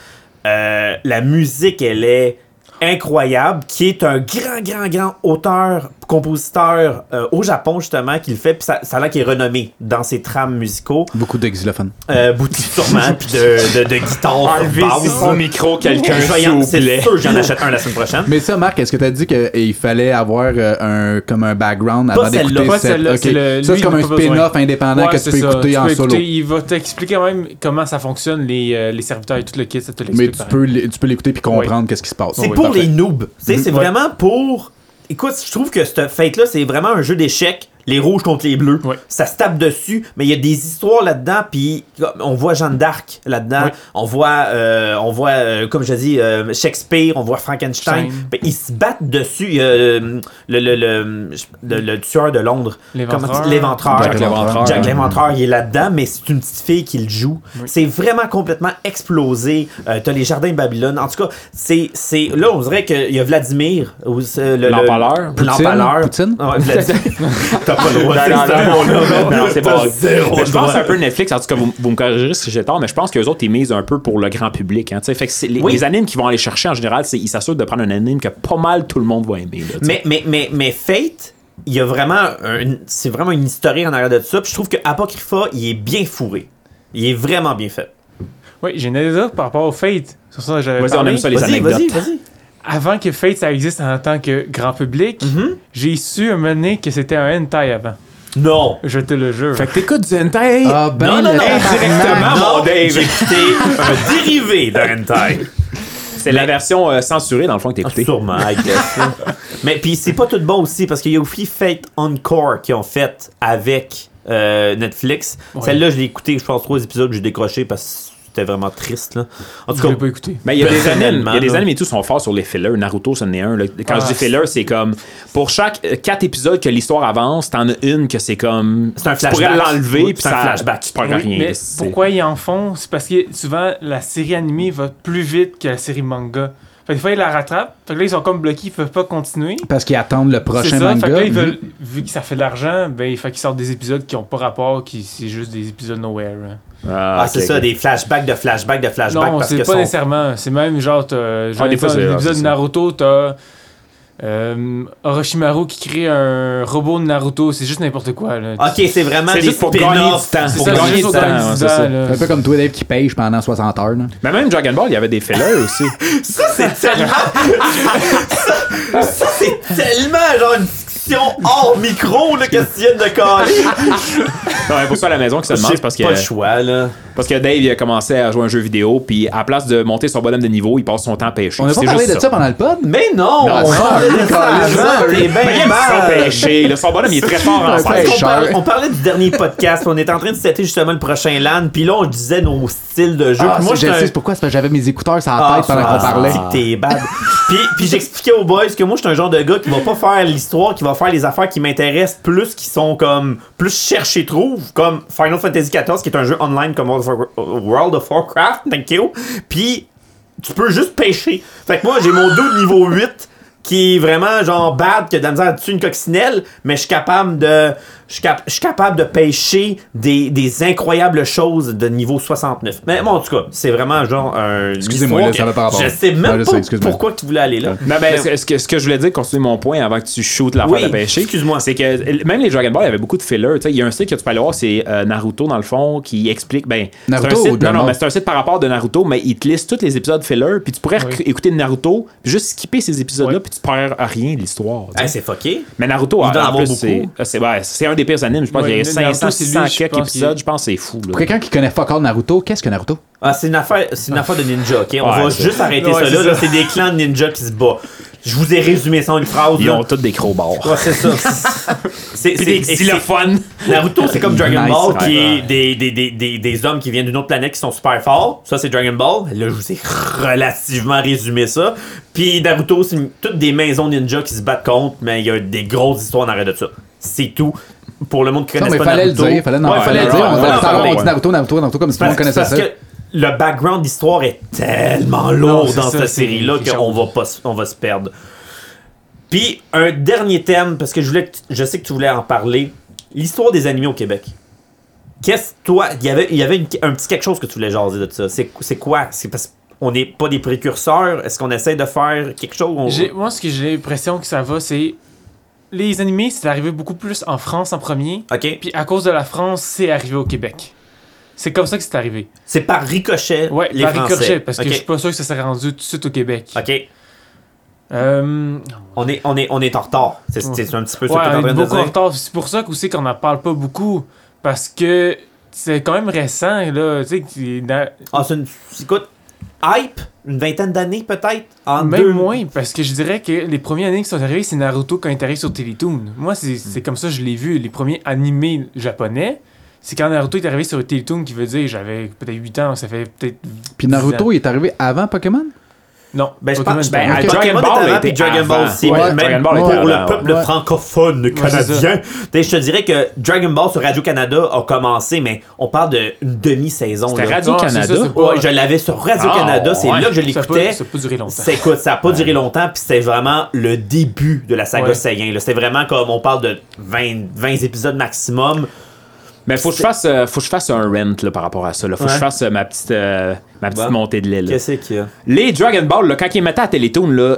Speaker 2: Euh, la musique, elle est incroyable, qui est un grand, grand, grand auteur, compositeur euh, au Japon, justement, qui le fait. Puis ça, ça a l'air qu'il est renommé dans ses trames musicaux.
Speaker 4: Beaucoup de xylophones.
Speaker 2: Euh, Boutique sûrement, puis de, de, de guitare sur
Speaker 3: Enlevez
Speaker 2: basse.
Speaker 3: son micro, quelqu'un,
Speaker 2: Je vais y en-
Speaker 3: s'il vous
Speaker 2: C'est
Speaker 3: plaît.
Speaker 2: sûr que [laughs] j'en achète un la semaine prochaine.
Speaker 4: Mais ça, Marc, est-ce que t'as dit qu'il fallait avoir euh, un, comme un background
Speaker 2: Pas
Speaker 4: avant
Speaker 2: celle-là,
Speaker 4: d'écouter
Speaker 5: pas
Speaker 4: cette-
Speaker 5: celle-là,
Speaker 4: ok.
Speaker 5: c'est le-
Speaker 4: Ça,
Speaker 5: lui,
Speaker 4: c'est comme un
Speaker 5: il en a pas besoin.
Speaker 4: spin-off indépendant
Speaker 5: Ouais,
Speaker 4: que tu
Speaker 5: c'est
Speaker 4: peux
Speaker 5: ça.
Speaker 4: écouter
Speaker 5: Tu
Speaker 4: en
Speaker 5: peux
Speaker 4: solo.
Speaker 5: écouter, Il va t'expliquer quand même comment ça fonctionne, les, euh, les serviteurs et tout le kit. Ça te
Speaker 4: Mais
Speaker 5: l'explique
Speaker 4: tu
Speaker 5: pareil.
Speaker 4: peux, l'é- tu peux l'écouter puis comprendre qu'est-ce qui se passe.
Speaker 2: C'est
Speaker 4: Oui,
Speaker 2: pour
Speaker 4: parfait.
Speaker 2: les noobs. Tu sais, C'est
Speaker 5: Mm, Ouais.
Speaker 2: vraiment pour. Écoute, je trouve que cette fête-là, c'est vraiment un jeu d'échecs. Les rouges contre les bleus.
Speaker 5: Ouais.
Speaker 2: Ça se tape dessus, mais il y a des histoires là-dedans. Puis comme, on voit Jeanne d'Arc là-dedans.
Speaker 5: Ouais.
Speaker 2: On voit, euh, on voit euh, comme je dis, euh, Shakespeare. On voit Frankenstein.
Speaker 5: Stein.
Speaker 2: Puis ils se battent dessus. Il y a, euh, le, le, le, le- le tueur de Londres.
Speaker 5: L'éventreur.
Speaker 2: Comment- L'éventreur.
Speaker 3: Jack l'éventreur.
Speaker 2: Jack
Speaker 3: Ouais.
Speaker 2: l'inventeur, il est là-dedans, mais c'est une petite fille qui le joue. C'est vraiment complètement explosé. Euh, T'as les jardins de Babylone. En tout cas, c'est, c'est là, on dirait qu'il y a Vladimir. ou c'est le- le-
Speaker 3: L'empaleur.
Speaker 2: Poutine. L'empaleur.
Speaker 4: Poutine?
Speaker 2: Ah ouais, Vladimir. [laughs] T'as pas le droit de
Speaker 3: Non,
Speaker 2: dire
Speaker 3: non,
Speaker 2: ce
Speaker 3: non,
Speaker 2: mot-là.
Speaker 3: non, c'est
Speaker 2: T'as
Speaker 3: pas.
Speaker 2: zéro
Speaker 3: Mais je
Speaker 2: droit.
Speaker 3: pense un peu Netflix, en tout cas, vous, vous me corrigerez si j'ai tort, mais je pense qu'eux autres, ils misent un peu pour le grand public. Hein, tu sais. fait que c'est- les,
Speaker 2: Oui.
Speaker 3: les animes qu'ils vont aller chercher, en général, c'est- ils s'assurent de prendre un anime que pas mal tout le monde va aimer. là, tu sais.
Speaker 2: Mais, mais, mais, mais Fate, il y a vraiment un, c'est vraiment une historique en arrière de ça. Puis je trouve que Apocrypha, il est bien fourré. Il est vraiment bien fait.
Speaker 5: Oui, j'ai une anecdote par rapport au Fate. Sur ça, j'avais
Speaker 3: Vas-y, on
Speaker 5: parlé.
Speaker 3: aime ça, les
Speaker 2: vas-y,
Speaker 3: anecdotes.
Speaker 2: vas-y, vas-y.
Speaker 5: Avant que Fate ça existe en tant que grand public,
Speaker 3: Mhm.
Speaker 5: j'ai su un moment donné que c'était un hentai avant.
Speaker 2: Non.
Speaker 5: Je te le jure.
Speaker 3: Fait que t'écoutes du hentai.
Speaker 4: Ah ben,
Speaker 2: Non, non,
Speaker 4: le
Speaker 2: non,
Speaker 4: tabarnak.
Speaker 3: indirectement. Ah, mon
Speaker 2: Non,
Speaker 3: Dave.
Speaker 2: j'ai écouté
Speaker 3: [laughs]
Speaker 2: un dérivé de hentai.
Speaker 3: c'est la version euh, censurée, dans le fond, que t'écoutes.
Speaker 2: Sûrement, I
Speaker 3: [laughs]
Speaker 2: guess. Mais puis c'est pas tout bon aussi parce qu'il y a aussi Fate Encore qui ont fait avec euh, Netflix.
Speaker 5: Ouais.
Speaker 2: Celle-là, je l'ai écoutée, je pense, trois épisodes, j'ai décroché parce que c'était vraiment triste. Là. En tout
Speaker 5: je
Speaker 2: cas,
Speaker 5: l'ai pas écouté.
Speaker 3: Mais il y a des animes,
Speaker 2: Personnellement,
Speaker 3: il y a des
Speaker 2: là.
Speaker 3: animes et tout qui sont forts sur les fillers. Naruto, c'en est un. là. Quand
Speaker 5: Ah,
Speaker 3: je dis filler, c'est comme pour chaque euh, quatre épisodes que l'histoire avance, t'en as une que c'est comme
Speaker 2: C'est un
Speaker 3: tu pourrais
Speaker 2: flashback.
Speaker 3: l'enlever
Speaker 2: Oui,
Speaker 3: puis
Speaker 2: c'est un
Speaker 3: ça
Speaker 2: flashback.
Speaker 3: Tu prends
Speaker 5: Oui,
Speaker 3: rien.
Speaker 5: mais
Speaker 3: C'est-
Speaker 5: pourquoi ils en font C'est parce que souvent la série animée va plus vite que la série manga. Fait que des fois ils la rattrapent. Fait que là ils sont comme bloqués, ils peuvent pas continuer.
Speaker 4: Parce qu'ils attendent le
Speaker 5: C'est
Speaker 4: prochain
Speaker 5: ça. Fait que
Speaker 4: manga.
Speaker 5: là, ils veulent, vu que ça fait de l'argent, ben il faut qu'ils sortent des épisodes qui ont pas rapport, qui c'est juste des épisodes nowhere. hein.
Speaker 2: ah,
Speaker 3: ok,
Speaker 2: c'est ça,
Speaker 3: ok.
Speaker 2: des flashbacks de flashbacks de flashbacks
Speaker 5: Non,
Speaker 2: parce
Speaker 5: c'est
Speaker 2: que
Speaker 5: pas
Speaker 2: son-
Speaker 5: nécessairement. C'est même genre, t'as. Genre,
Speaker 3: des fois, c'est- ah,
Speaker 5: l'épisode
Speaker 3: c'est
Speaker 5: de
Speaker 3: ça.
Speaker 5: Naruto, t'as. Euh, Orochimaru qui crée un robot de Naruto, c'est juste n'importe quoi. Là.
Speaker 2: Ok, c'est vraiment
Speaker 3: C'est
Speaker 2: des
Speaker 3: juste pour gagner du
Speaker 2: spin-offs.
Speaker 3: temps.
Speaker 5: C'est
Speaker 3: Pour
Speaker 5: ça, c'est
Speaker 3: gagner
Speaker 5: juste
Speaker 3: du
Speaker 5: au
Speaker 3: temps.
Speaker 5: gagnant
Speaker 3: ouais,
Speaker 5: du
Speaker 3: c'est ça.
Speaker 5: temps, là.
Speaker 4: C'est un peu comme toi, Dave, qui pêche pendant 60 heures. là.
Speaker 3: Mais même Dragon Ball, il y avait des fillers
Speaker 4: [laughs]
Speaker 3: aussi.
Speaker 2: Ça, c'est tellement. ça, ça, c'est tellement genre une discussion hors micro, là, que tu viens de coller.
Speaker 3: non, mais Ah pour ça à la maison qui se demande c'est parce que
Speaker 2: pas le choix, là.
Speaker 3: parce que Dave il a commencé à jouer à un jeu vidéo puis à place de monter son bonhomme de niveau, il passe son temps à pêcher.
Speaker 4: On n'a
Speaker 3: C'est
Speaker 4: pas parlé
Speaker 3: juste
Speaker 4: de ça pendant le pod?
Speaker 2: Mais non!
Speaker 3: Non,
Speaker 2: on
Speaker 3: sorry,
Speaker 2: parle de ça
Speaker 4: sorry,
Speaker 2: avant,
Speaker 4: sorry.
Speaker 2: t'es bien
Speaker 3: Mais il
Speaker 2: mal.
Speaker 3: aime ça pêcher, là. son bonhomme il est très fort en
Speaker 4: Un
Speaker 3: pêche.
Speaker 4: pêche.
Speaker 2: On, parlait-
Speaker 4: Cher.
Speaker 2: on parlait du dernier podcast, on était en train de citer justement le prochain LAN, puis là on disait nos styles de jeu.
Speaker 4: Ah,
Speaker 2: Puis moi
Speaker 4: je
Speaker 2: j'étais un-
Speaker 4: sais pourquoi, c'est parce que j'avais mes écouteurs sur la
Speaker 2: Ah,
Speaker 4: tête pendant qu'on
Speaker 2: ça,
Speaker 4: parlait.
Speaker 2: c'est que t'es bad. puis puis j'expliquais aux boys que moi je suis un genre de gars qui va pas faire l'histoire, qui va faire les affaires qui m'intéressent plus, qui sont comme plus cherche et trouve, comme Final Fantasy XIV qui est un jeu online comme World of War- World of Warcraft, thank you. Puis tu peux juste pêcher. Fait que moi, j'ai mon dos de niveau 8 qui est vraiment genre bad, que de la misère dessus une coccinelle, mais je suis capable de Je suis, cap- je suis capable de pêcher des, des incroyables choses de niveau 69. Mais bon, en tout cas, c'est vraiment genre un.
Speaker 4: Excusez-moi,
Speaker 2: histoire
Speaker 4: là, ça
Speaker 2: que
Speaker 4: va par rapport.
Speaker 2: Je sais
Speaker 4: Ah,
Speaker 2: même
Speaker 4: je
Speaker 2: pas
Speaker 4: sais, excuse-moi.
Speaker 2: pourquoi tu voulais aller là.
Speaker 3: Non, ben, ce, ce que, ce que je voulais dire, continuer mon point avant que tu shootes l'affaire
Speaker 2: Oui,
Speaker 3: de pêcher.
Speaker 2: excuse-moi.
Speaker 3: C'est que même les Dragon Ball, il y avait beaucoup de fillers. Tu sais, Il y a un site que tu peux aller voir, c'est euh, Naruto, dans le fond, qui explique. Ben, c'est
Speaker 4: Naruto
Speaker 3: un
Speaker 4: ou
Speaker 3: site, non,
Speaker 4: Dragon
Speaker 3: non,
Speaker 4: Ball?
Speaker 3: mais c'est un site par rapport de Naruto, mais il te liste tous les épisodes fillers, puis tu pourrais rec-
Speaker 5: Oui.
Speaker 3: écouter de Naruto, puis juste skipper ces épisodes-là,
Speaker 5: Oui.
Speaker 3: puis tu perds à rien de l'histoire. tu sais.
Speaker 4: Ah,
Speaker 2: Hey, c'est fucké.
Speaker 3: mais Naruto,
Speaker 2: Il doit en
Speaker 3: en
Speaker 2: avoir
Speaker 3: plus,
Speaker 2: beaucoup.
Speaker 3: c'est c'est- ouais, c'est un des pires animes. Je pense
Speaker 5: Ouais,
Speaker 3: qu'il y a
Speaker 5: Naruto,
Speaker 3: 500,
Speaker 5: c'est lui,
Speaker 3: 600
Speaker 5: je
Speaker 3: quelques
Speaker 5: pense,
Speaker 3: épisodes.
Speaker 5: il-
Speaker 3: Je pense que c'est fou. là.
Speaker 4: Pour quelqu'un qui connaît fuck all Naruto, qu'est-ce que Naruto?
Speaker 2: Ah, c'est une affaire, c'est une affaire de ninja, ok? On
Speaker 3: Ouais,
Speaker 2: va
Speaker 3: c'est-
Speaker 2: juste arrêter
Speaker 5: Ouais,
Speaker 2: ça
Speaker 5: c'est
Speaker 2: là.
Speaker 5: ça.
Speaker 2: là. C'est des clans de ninja qui se battent. Je vous ai résumé ça en une phrase.
Speaker 3: Ils
Speaker 2: là.
Speaker 3: ont tous des crowbars.
Speaker 2: Ouais, c'est ça. C'est-
Speaker 3: Puis
Speaker 2: c'est-
Speaker 3: des
Speaker 2: et c'est-
Speaker 3: xylophones.
Speaker 2: Naruto, c'est comme Dragon
Speaker 4: Nice.
Speaker 2: Ball, qui
Speaker 3: Ouais.
Speaker 2: est des, des, des, des, des hommes qui viennent d'une autre planète qui sont super forts. Ça, c'est Dragon Ball. Là, je vous ai relativement résumé ça. Puis Naruto, c'est une- toutes des maisons ninja qui se battent contre, mais il y a des grosses histoires en arrêt de ça. C'est tout. Pour le monde qui
Speaker 4: Non,
Speaker 2: connaît
Speaker 4: mais
Speaker 2: pas
Speaker 4: fallait le
Speaker 2: Naruto.
Speaker 4: dire, fallait, non,
Speaker 2: Ouais,
Speaker 4: fallait le
Speaker 2: non,
Speaker 4: dire.
Speaker 2: non,
Speaker 4: on,
Speaker 2: non,
Speaker 4: va
Speaker 2: non,
Speaker 4: on
Speaker 2: ouais.
Speaker 4: dit Naruto, Naruto, Naruto, comme si tout le
Speaker 2: Parce,
Speaker 4: monde connaissait
Speaker 2: parce
Speaker 4: ça.
Speaker 2: que le background d'histoire est tellement lourd
Speaker 5: Non, c'est
Speaker 2: dans
Speaker 5: ça,
Speaker 2: cette
Speaker 5: c'est-
Speaker 2: série-là
Speaker 5: c'est
Speaker 2: qu'on va, pas se- on va se perdre. Puis, un dernier thème, parce que je, voulais que tu- je sais que tu voulais en parler. L'histoire des animés au Québec. Qu'est-ce toi, il y avait, il y avait une- un petit quelque chose que tu voulais jaser de ça. C'est c'est quoi? C'est parce qu'on n'est pas des précurseurs. Est-ce qu'on essaie de faire quelque chose? On-
Speaker 5: J'ai- Moi, ce que j'ai l'impression que ça va, c'est. Les animés, c'est arrivé beaucoup plus en France en premier.
Speaker 2: Ok?
Speaker 5: Puis à cause de la France, c'est arrivé au Québec. C'est comme ça que c'est arrivé.
Speaker 2: C'est par ricochet,
Speaker 5: Ouais,
Speaker 2: les
Speaker 5: par
Speaker 2: Français.
Speaker 5: ricochet, parce que
Speaker 2: Ok.
Speaker 5: je suis pas sûr que ça s'est rendu tout de suite au Québec.
Speaker 2: Ok.
Speaker 5: Euh,
Speaker 2: On est, on, est, on est en retard. C'est c'est un petit peu
Speaker 5: ouais,
Speaker 2: ce que tu en
Speaker 5: on est
Speaker 2: train de
Speaker 5: beaucoup en
Speaker 2: dire.
Speaker 5: retard. C'est pour ça aussi qu'on n'en parle pas beaucoup. Parce que c'est quand même récent, là. Tu sais, que dans-
Speaker 2: Ah, c'est une. Écoute, hype, une vingtaine d'années peut-être. En
Speaker 5: Même
Speaker 2: deux...
Speaker 5: moins, parce que je dirais que les premiers animés qui sont arrivés, c'est Naruto quand il est arrivé sur Teletoon. Moi, c'est
Speaker 2: Hmm.
Speaker 5: c'est comme ça que je l'ai vu. Les premiers animés japonais, c'est quand Naruto est arrivé sur Teletoon, qui veut dire j'avais peut-être 8 ans, ça fait peut-être.
Speaker 4: Puis
Speaker 5: 10 ans.
Speaker 4: Naruto, il est arrivé avant Pokémon?
Speaker 5: Non,
Speaker 2: Ben, je
Speaker 5: Pokémon,
Speaker 2: pense
Speaker 5: c'est pas
Speaker 2: ben,
Speaker 5: vrai.
Speaker 4: Ok.
Speaker 2: Dragon
Speaker 3: Pokémon
Speaker 2: Ball
Speaker 3: était
Speaker 2: était Dragon
Speaker 3: avant.
Speaker 2: Ball aussi.
Speaker 4: Ouais,
Speaker 2: même
Speaker 3: Dragon Ball
Speaker 2: pour
Speaker 3: était
Speaker 2: le
Speaker 3: avant,
Speaker 2: peuple
Speaker 4: ouais.
Speaker 2: francophone
Speaker 5: c'est
Speaker 2: canadien. T'sais, je te dirais que Dragon Ball sur Radio-Canada a commencé, mais on parle d'une demi-saison.
Speaker 3: C'était
Speaker 2: là.
Speaker 5: Non,
Speaker 3: Radio-Canada.
Speaker 5: Ah, c'est ça, c'est
Speaker 2: Ouais, je l'avais sur Radio-Canada.
Speaker 3: Ah,
Speaker 2: c'est
Speaker 3: ouais.
Speaker 2: là que je
Speaker 5: Ça a pas-
Speaker 2: l'écoutais.
Speaker 5: ça a pas duré longtemps.
Speaker 2: C'est écoute, ça n'a pas duré longtemps, puis c'était vraiment le début de la saga
Speaker 5: Ouais.
Speaker 2: Saiyan. là. C'était vraiment comme on parle de 20, 20 épisodes maximum.
Speaker 3: Mais faut que je fasse, euh, faut que je fasse un rent là, par rapport à ça. Là. Faut que
Speaker 2: Ouais.
Speaker 3: je fasse euh, ma petite, euh, ma petite
Speaker 2: Bon.
Speaker 3: montée de lait. là.
Speaker 2: Qu'est-ce qu'il y a?
Speaker 3: Les Dragon Ball, là, quand ils mettaient à Télétoon, là,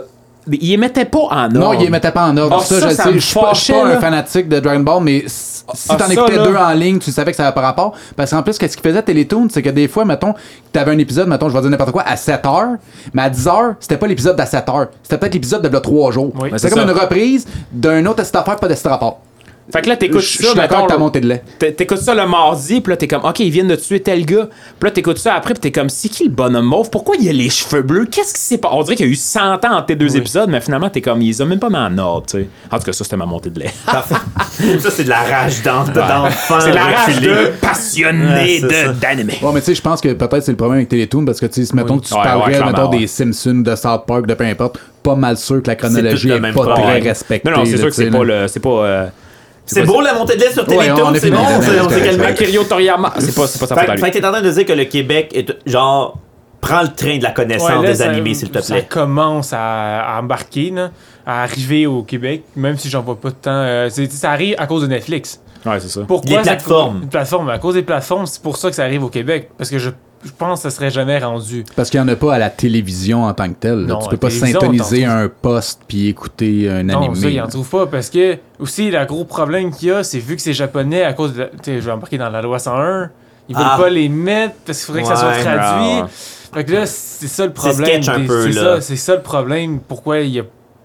Speaker 3: ils les mettaient pas en ordre.
Speaker 4: Non, il les mettait pas en ordre.
Speaker 3: Ah,
Speaker 4: ça,
Speaker 3: ça,
Speaker 4: je
Speaker 3: ça
Speaker 4: sais.
Speaker 3: me
Speaker 4: Je suis pas, je suis pas
Speaker 3: fâchait, là.
Speaker 4: un fanatique de Dragon Ball, mais si si
Speaker 3: ah,
Speaker 4: t'en
Speaker 3: ça,
Speaker 4: écoutais
Speaker 3: là.
Speaker 4: deux en ligne, tu savais que ça avait pas rapport. Parce qu'en plus, qu'est-ce qu'il faisait Télétoon, c'est que des fois, mettons, t'avais un épisode, mettons, je vais dire n'importe quoi, à 7 h mais à 10 h c'était pas l'épisode d'à 7 h C'était peut-être l'épisode de là, 3 jours.
Speaker 5: Oui. Mais
Speaker 4: C'était
Speaker 3: c'est
Speaker 4: comme
Speaker 3: ça.
Speaker 4: une reprise d'un autre cette affaire, pas de cette rapport.
Speaker 3: Fait que là, t'écoutes
Speaker 4: Je-
Speaker 3: ça.
Speaker 4: je suis d'accord
Speaker 3: mettons,
Speaker 4: avec ta
Speaker 3: là,
Speaker 4: montée de lait.
Speaker 3: t'é- T'écoutes ça le mardi, puis là, t'es comme, OK, ils viennent de tuer tel gars. Puis là, t'écoutes ça après, puis t'es comme, c'est qui le bonhomme mauve? Pourquoi il a les cheveux bleus? Qu'est-ce qui s'est passé? On dirait qu'il y a eu 100 ans entre tes deux épisodes, mais finalement, t'es comme, ils les ont même pas mis en ordre, tu sais. En tout cas, ça, c'était ma montée de lait.
Speaker 2: Parfait. [laughs] ça, c'est de la rage d'en- d'enfant.
Speaker 3: c'est la rage
Speaker 2: reculé.
Speaker 3: de passionné
Speaker 2: Ouais, c'est ça.
Speaker 3: de- d'anime.
Speaker 4: Ouais, mais tu sais, je pense que peut-être c'est le problème avec Télétoon parce que tu sais, si mettons que tu
Speaker 3: Ouais, ouais,
Speaker 4: parlerais
Speaker 3: clairement,
Speaker 4: mettons,
Speaker 3: ouais.
Speaker 4: des Simpsons, de South Park, de peu importe, pas mal sûr que la
Speaker 2: tout
Speaker 4: chronologie
Speaker 2: le
Speaker 4: est
Speaker 2: même
Speaker 4: pas
Speaker 2: pas,
Speaker 4: très
Speaker 3: Ouais.
Speaker 4: respectée.
Speaker 3: Non, non, c'est
Speaker 4: là,
Speaker 3: sûr que
Speaker 4: tu sais,
Speaker 3: c'est
Speaker 4: là.
Speaker 3: pas le. C'est pas. euh,
Speaker 2: C'est beau la montée de lait sur
Speaker 4: Ouais,
Speaker 2: Télétoon,
Speaker 4: on a
Speaker 2: c'est
Speaker 4: fini
Speaker 2: bon,
Speaker 4: la
Speaker 2: c'est-
Speaker 4: dernière,
Speaker 2: on s'est
Speaker 4: c'est
Speaker 2: calmé.
Speaker 4: correct.
Speaker 3: Akiryo Toriyama. C'est pas, c'est pas sa faute à
Speaker 2: Fait,
Speaker 3: lui.
Speaker 2: fait que t'es en train de dire que le Québec est genre prends le train de la connaissance
Speaker 5: Ouais, là,
Speaker 2: des
Speaker 5: ça-
Speaker 2: animés, s'il te
Speaker 5: Ça
Speaker 2: plaît.
Speaker 5: commence à, à embarquer, là, à arriver au Québec, même si j'en vois pas tant. euh, c'est- ça arrive à cause de Netflix.
Speaker 3: Ouais, c'est ça.
Speaker 5: Pourquoi
Speaker 2: Les
Speaker 5: ça-
Speaker 2: plateformes.
Speaker 5: Les plateformes. À cause des plateformes, c'est pour ça que ça arrive au Québec. Parce que je, je pense que ça serait jamais rendu.
Speaker 4: Parce qu'il n'y en a pas à la télévision en tant que telle. là.
Speaker 5: Non,
Speaker 4: tu
Speaker 5: la
Speaker 4: peux pas
Speaker 5: télévision,
Speaker 4: syntoniser
Speaker 5: t'en
Speaker 4: un poste puis écouter un
Speaker 5: Non, ça,
Speaker 4: animé.
Speaker 5: ils en trouvent pas parce que, aussi, le gros problème qu'il y a, c'est vu que c'est japonais, à cause de. la- Tu sais, je vais embarquer dans la loi 101, ils veulent
Speaker 2: Ah.
Speaker 5: pas les mettre parce qu'il faudrait que ça soit
Speaker 2: Ouais,
Speaker 5: traduit.
Speaker 3: ouais.
Speaker 5: Fait que là, c'est ça le problème.
Speaker 2: sketch un
Speaker 5: des-
Speaker 2: peu,
Speaker 5: c'est
Speaker 2: là.
Speaker 5: ça, c'est ça le problème. Pourquoi il y a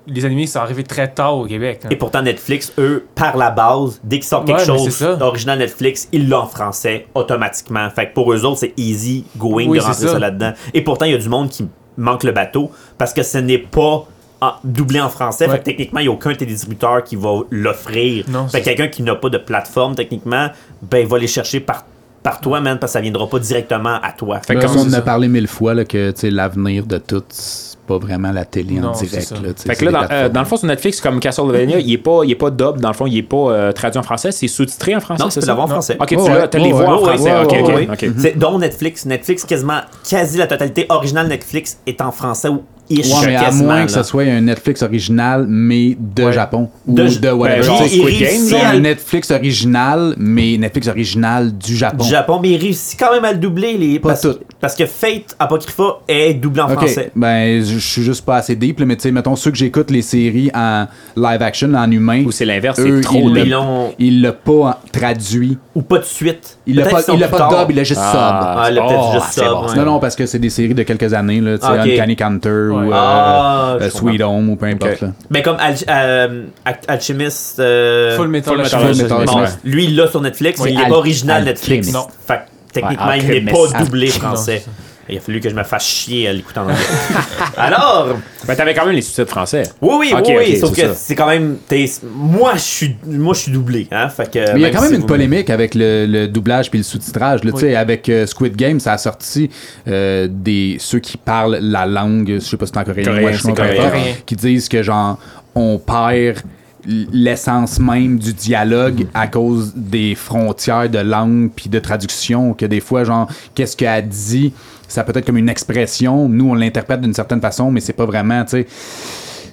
Speaker 5: les animés qui sont arrivés très tard au Québec. hein.
Speaker 2: Et pourtant, Netflix, eux, par la base, dès qu'ils sortent quelque
Speaker 5: Ouais, mais
Speaker 2: chose
Speaker 5: c'est ça.
Speaker 2: d'original Netflix, ils l'ont en français automatiquement. Fait que pour eux autres, c'est easy going
Speaker 5: Oui,
Speaker 2: de rentrer
Speaker 5: c'est
Speaker 2: ça,
Speaker 5: ça.
Speaker 2: là-dedans. Et pourtant, il y a du monde qui manque le bateau parce que ce n'est pas en- doublé en français. Fait
Speaker 5: Ouais.
Speaker 2: que techniquement, il n'y a aucun télédistributeur qui va l'offrir.
Speaker 5: Non,
Speaker 2: Fait que
Speaker 5: c'est-
Speaker 2: quelqu'un qui n'a pas de plateforme, techniquement, ben, il va les chercher par, par toi, man, parce que ça viendra pas directement à toi.
Speaker 3: Fait que
Speaker 4: Comme
Speaker 3: comment
Speaker 4: on en
Speaker 3: c'est
Speaker 4: a
Speaker 3: ça?
Speaker 4: parlé mille fois là, que tu sais, l'avenir de tout, c'est pas vraiment la télé en
Speaker 5: Non, c'est
Speaker 4: direct.
Speaker 5: ça.
Speaker 4: Là, tu sais,
Speaker 3: Fait
Speaker 4: c'est
Speaker 3: que là,
Speaker 4: des
Speaker 3: dans, euh,
Speaker 4: plateformes.
Speaker 3: dans le fond, sur Netflix, comme Castlevania, il est pas, il est pas dub, dans le fond, il est pas euh, traduit en français, c'est sous-titré en français,
Speaker 2: Non, tu
Speaker 3: c'est
Speaker 2: peux
Speaker 3: ça?
Speaker 2: l'avoir en français.
Speaker 3: Ok, tu
Speaker 4: Ouais,
Speaker 3: l'as, t'as les
Speaker 4: ouais,
Speaker 3: voix en
Speaker 4: ouais,
Speaker 3: français,
Speaker 4: ouais,
Speaker 3: ok,
Speaker 4: ouais,
Speaker 3: ok,
Speaker 4: ouais.
Speaker 3: ok.
Speaker 2: C'est dont Netflix. Netflix, quasiment, quasi la totalité originale Netflix est en français ou ish
Speaker 4: Ouais, mais à
Speaker 2: quasiment,
Speaker 4: moins que ce
Speaker 2: là.
Speaker 4: soit un Netflix original, mais de
Speaker 3: Ouais.
Speaker 4: Japon. Ou
Speaker 2: De-
Speaker 4: de,
Speaker 2: ben,
Speaker 4: whatever.
Speaker 3: genre
Speaker 4: Tu sais,
Speaker 3: Squid Game,
Speaker 4: c'est
Speaker 2: là.
Speaker 4: un Netflix original, mais Netflix original du Japon.
Speaker 2: Du Japon, mais il réussit quand même à le doubler. Les,
Speaker 4: Pas
Speaker 2: parce,
Speaker 4: tout.
Speaker 2: parce que Fate Apocrypha est doublé en
Speaker 4: Ok,
Speaker 2: français.
Speaker 4: ben je je suis juste pas assez deep, là, mais tu sais, mettons ceux que j'écoute les séries en live action, en humain,
Speaker 3: Ou c'est l'inverse,
Speaker 4: eux,
Speaker 3: c'est trop
Speaker 4: ils
Speaker 2: Ou
Speaker 4: le-
Speaker 2: ils
Speaker 3: long.
Speaker 2: l'ont-
Speaker 4: il l'a pas en- traduit.
Speaker 2: Ou pas de suite.
Speaker 4: Il l'a
Speaker 2: Peut-être
Speaker 4: pas,
Speaker 2: qu'ils sont
Speaker 4: il l'a
Speaker 2: plus
Speaker 4: pas
Speaker 2: tard.
Speaker 4: dub, il l'a juste
Speaker 3: Ah.
Speaker 2: Ah, il l'a peut-être
Speaker 3: Oh,
Speaker 2: juste
Speaker 3: c'est
Speaker 2: sub.
Speaker 3: bon,
Speaker 4: sub.
Speaker 2: ouais.
Speaker 4: Non, non, parce que c'est des séries de quelques années, là, tu sais,
Speaker 2: Ah, ok.
Speaker 4: Uncanny Counter
Speaker 5: Ouais.
Speaker 4: ou euh,
Speaker 2: Ah,
Speaker 4: euh,
Speaker 2: je
Speaker 4: Sweet Home ou peu importe.
Speaker 3: Ok.
Speaker 4: là.
Speaker 2: Mais Ben, comme Al- euh, Al- Alchemist. euh,
Speaker 5: Full Metal
Speaker 3: Full
Speaker 5: Alchemist.
Speaker 3: Metal
Speaker 4: Alchemist.
Speaker 2: Bon,
Speaker 4: Ouais.
Speaker 2: lui, il l'a sur Netflix,
Speaker 4: Oui,
Speaker 2: mais il n'est
Speaker 4: Al-
Speaker 2: pas original Netflix.
Speaker 4: Alchemist.
Speaker 5: Non.
Speaker 2: Fait que, techniquement,
Speaker 3: Ouais,
Speaker 2: il n'est
Speaker 3: Alchemist. Ah,
Speaker 2: pas doublé
Speaker 5: Alchemist.
Speaker 2: français. Il a fallu que je me fasse chier à l'écouter en anglais. [laughs] Alors,
Speaker 3: Ben, t'avais quand même les sous-titres français.
Speaker 2: oui, oui,
Speaker 3: Ok,
Speaker 2: oui,
Speaker 3: ok,
Speaker 2: oui, sauf
Speaker 3: c'est
Speaker 2: que
Speaker 3: ça.
Speaker 2: c'est quand même. t'es- Moi, je suis, moi, je suis doublé, hein. Fait que.
Speaker 4: Mais il y a
Speaker 2: même
Speaker 4: quand même
Speaker 2: si
Speaker 4: une
Speaker 2: vous-
Speaker 4: polémique avec le, le doublage puis le sous-titrage. là, tu sais, Avec euh, Squid Game, ça a sorti euh, des ceux qui parlent la langue, je sais pas si c'est en coréen,
Speaker 3: Coréen,
Speaker 4: ou en chinois,
Speaker 3: c'est
Speaker 4: peu importe,
Speaker 5: coréen.
Speaker 4: qui disent que genre on perd l- l'essence même du dialogue à cause des frontières de langue puis de traduction que des fois genre qu'est-ce qu'elle dit ça peut être comme une expression nous on l'interprète d'une certaine façon mais c'est pas vraiment tu sais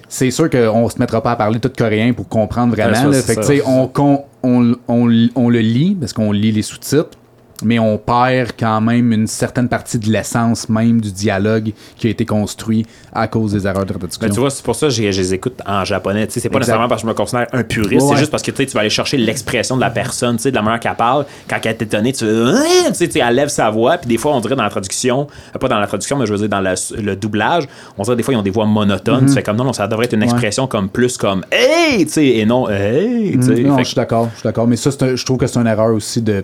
Speaker 4: c'est sûr qu'on se mettra pas à parler tout coréen pour comprendre
Speaker 3: Ouais,
Speaker 4: vraiment.
Speaker 3: ça,
Speaker 4: là.
Speaker 3: c'est
Speaker 4: Fait que,
Speaker 3: ça.
Speaker 4: tu sais, on, qu'on- on, on- on le lit parce qu'on lit les sous-titres, mais on perd quand même une certaine partie de l'essence même du dialogue qui a été construit à cause des erreurs de traduction.
Speaker 3: Ben, tu vois, c'est pour ça que j'ai- je les écoute en japonais. Tu sais, C'est pas
Speaker 4: Exact.
Speaker 3: nécessairement parce que je me considère un puriste,
Speaker 4: Ouais,
Speaker 3: c'est
Speaker 4: ouais.
Speaker 3: juste parce que tu sais, tu vas aller chercher l'expression de la personne, tu sais, de la manière qu'elle parle. Quand elle est étonnée, tu fais, Hein? Tu sais, tu sais, elle lève sa voix, puis des fois, on dirait dans la traduction, euh, pas dans la traduction, mais je veux dire dans le, le doublage, on dirait des fois, ils ont des voix
Speaker 4: Mm-hmm.
Speaker 3: monotones. Tu fais comme non, non, ça devrait être une expression comme plus comme hey, tu sais, et non euh, hey, tu sais.
Speaker 4: Mm, non,
Speaker 3: Fait
Speaker 4: je suis d'accord, je suis d'accord. Mais ça, c'est un- je trouve que c'est une erreur aussi de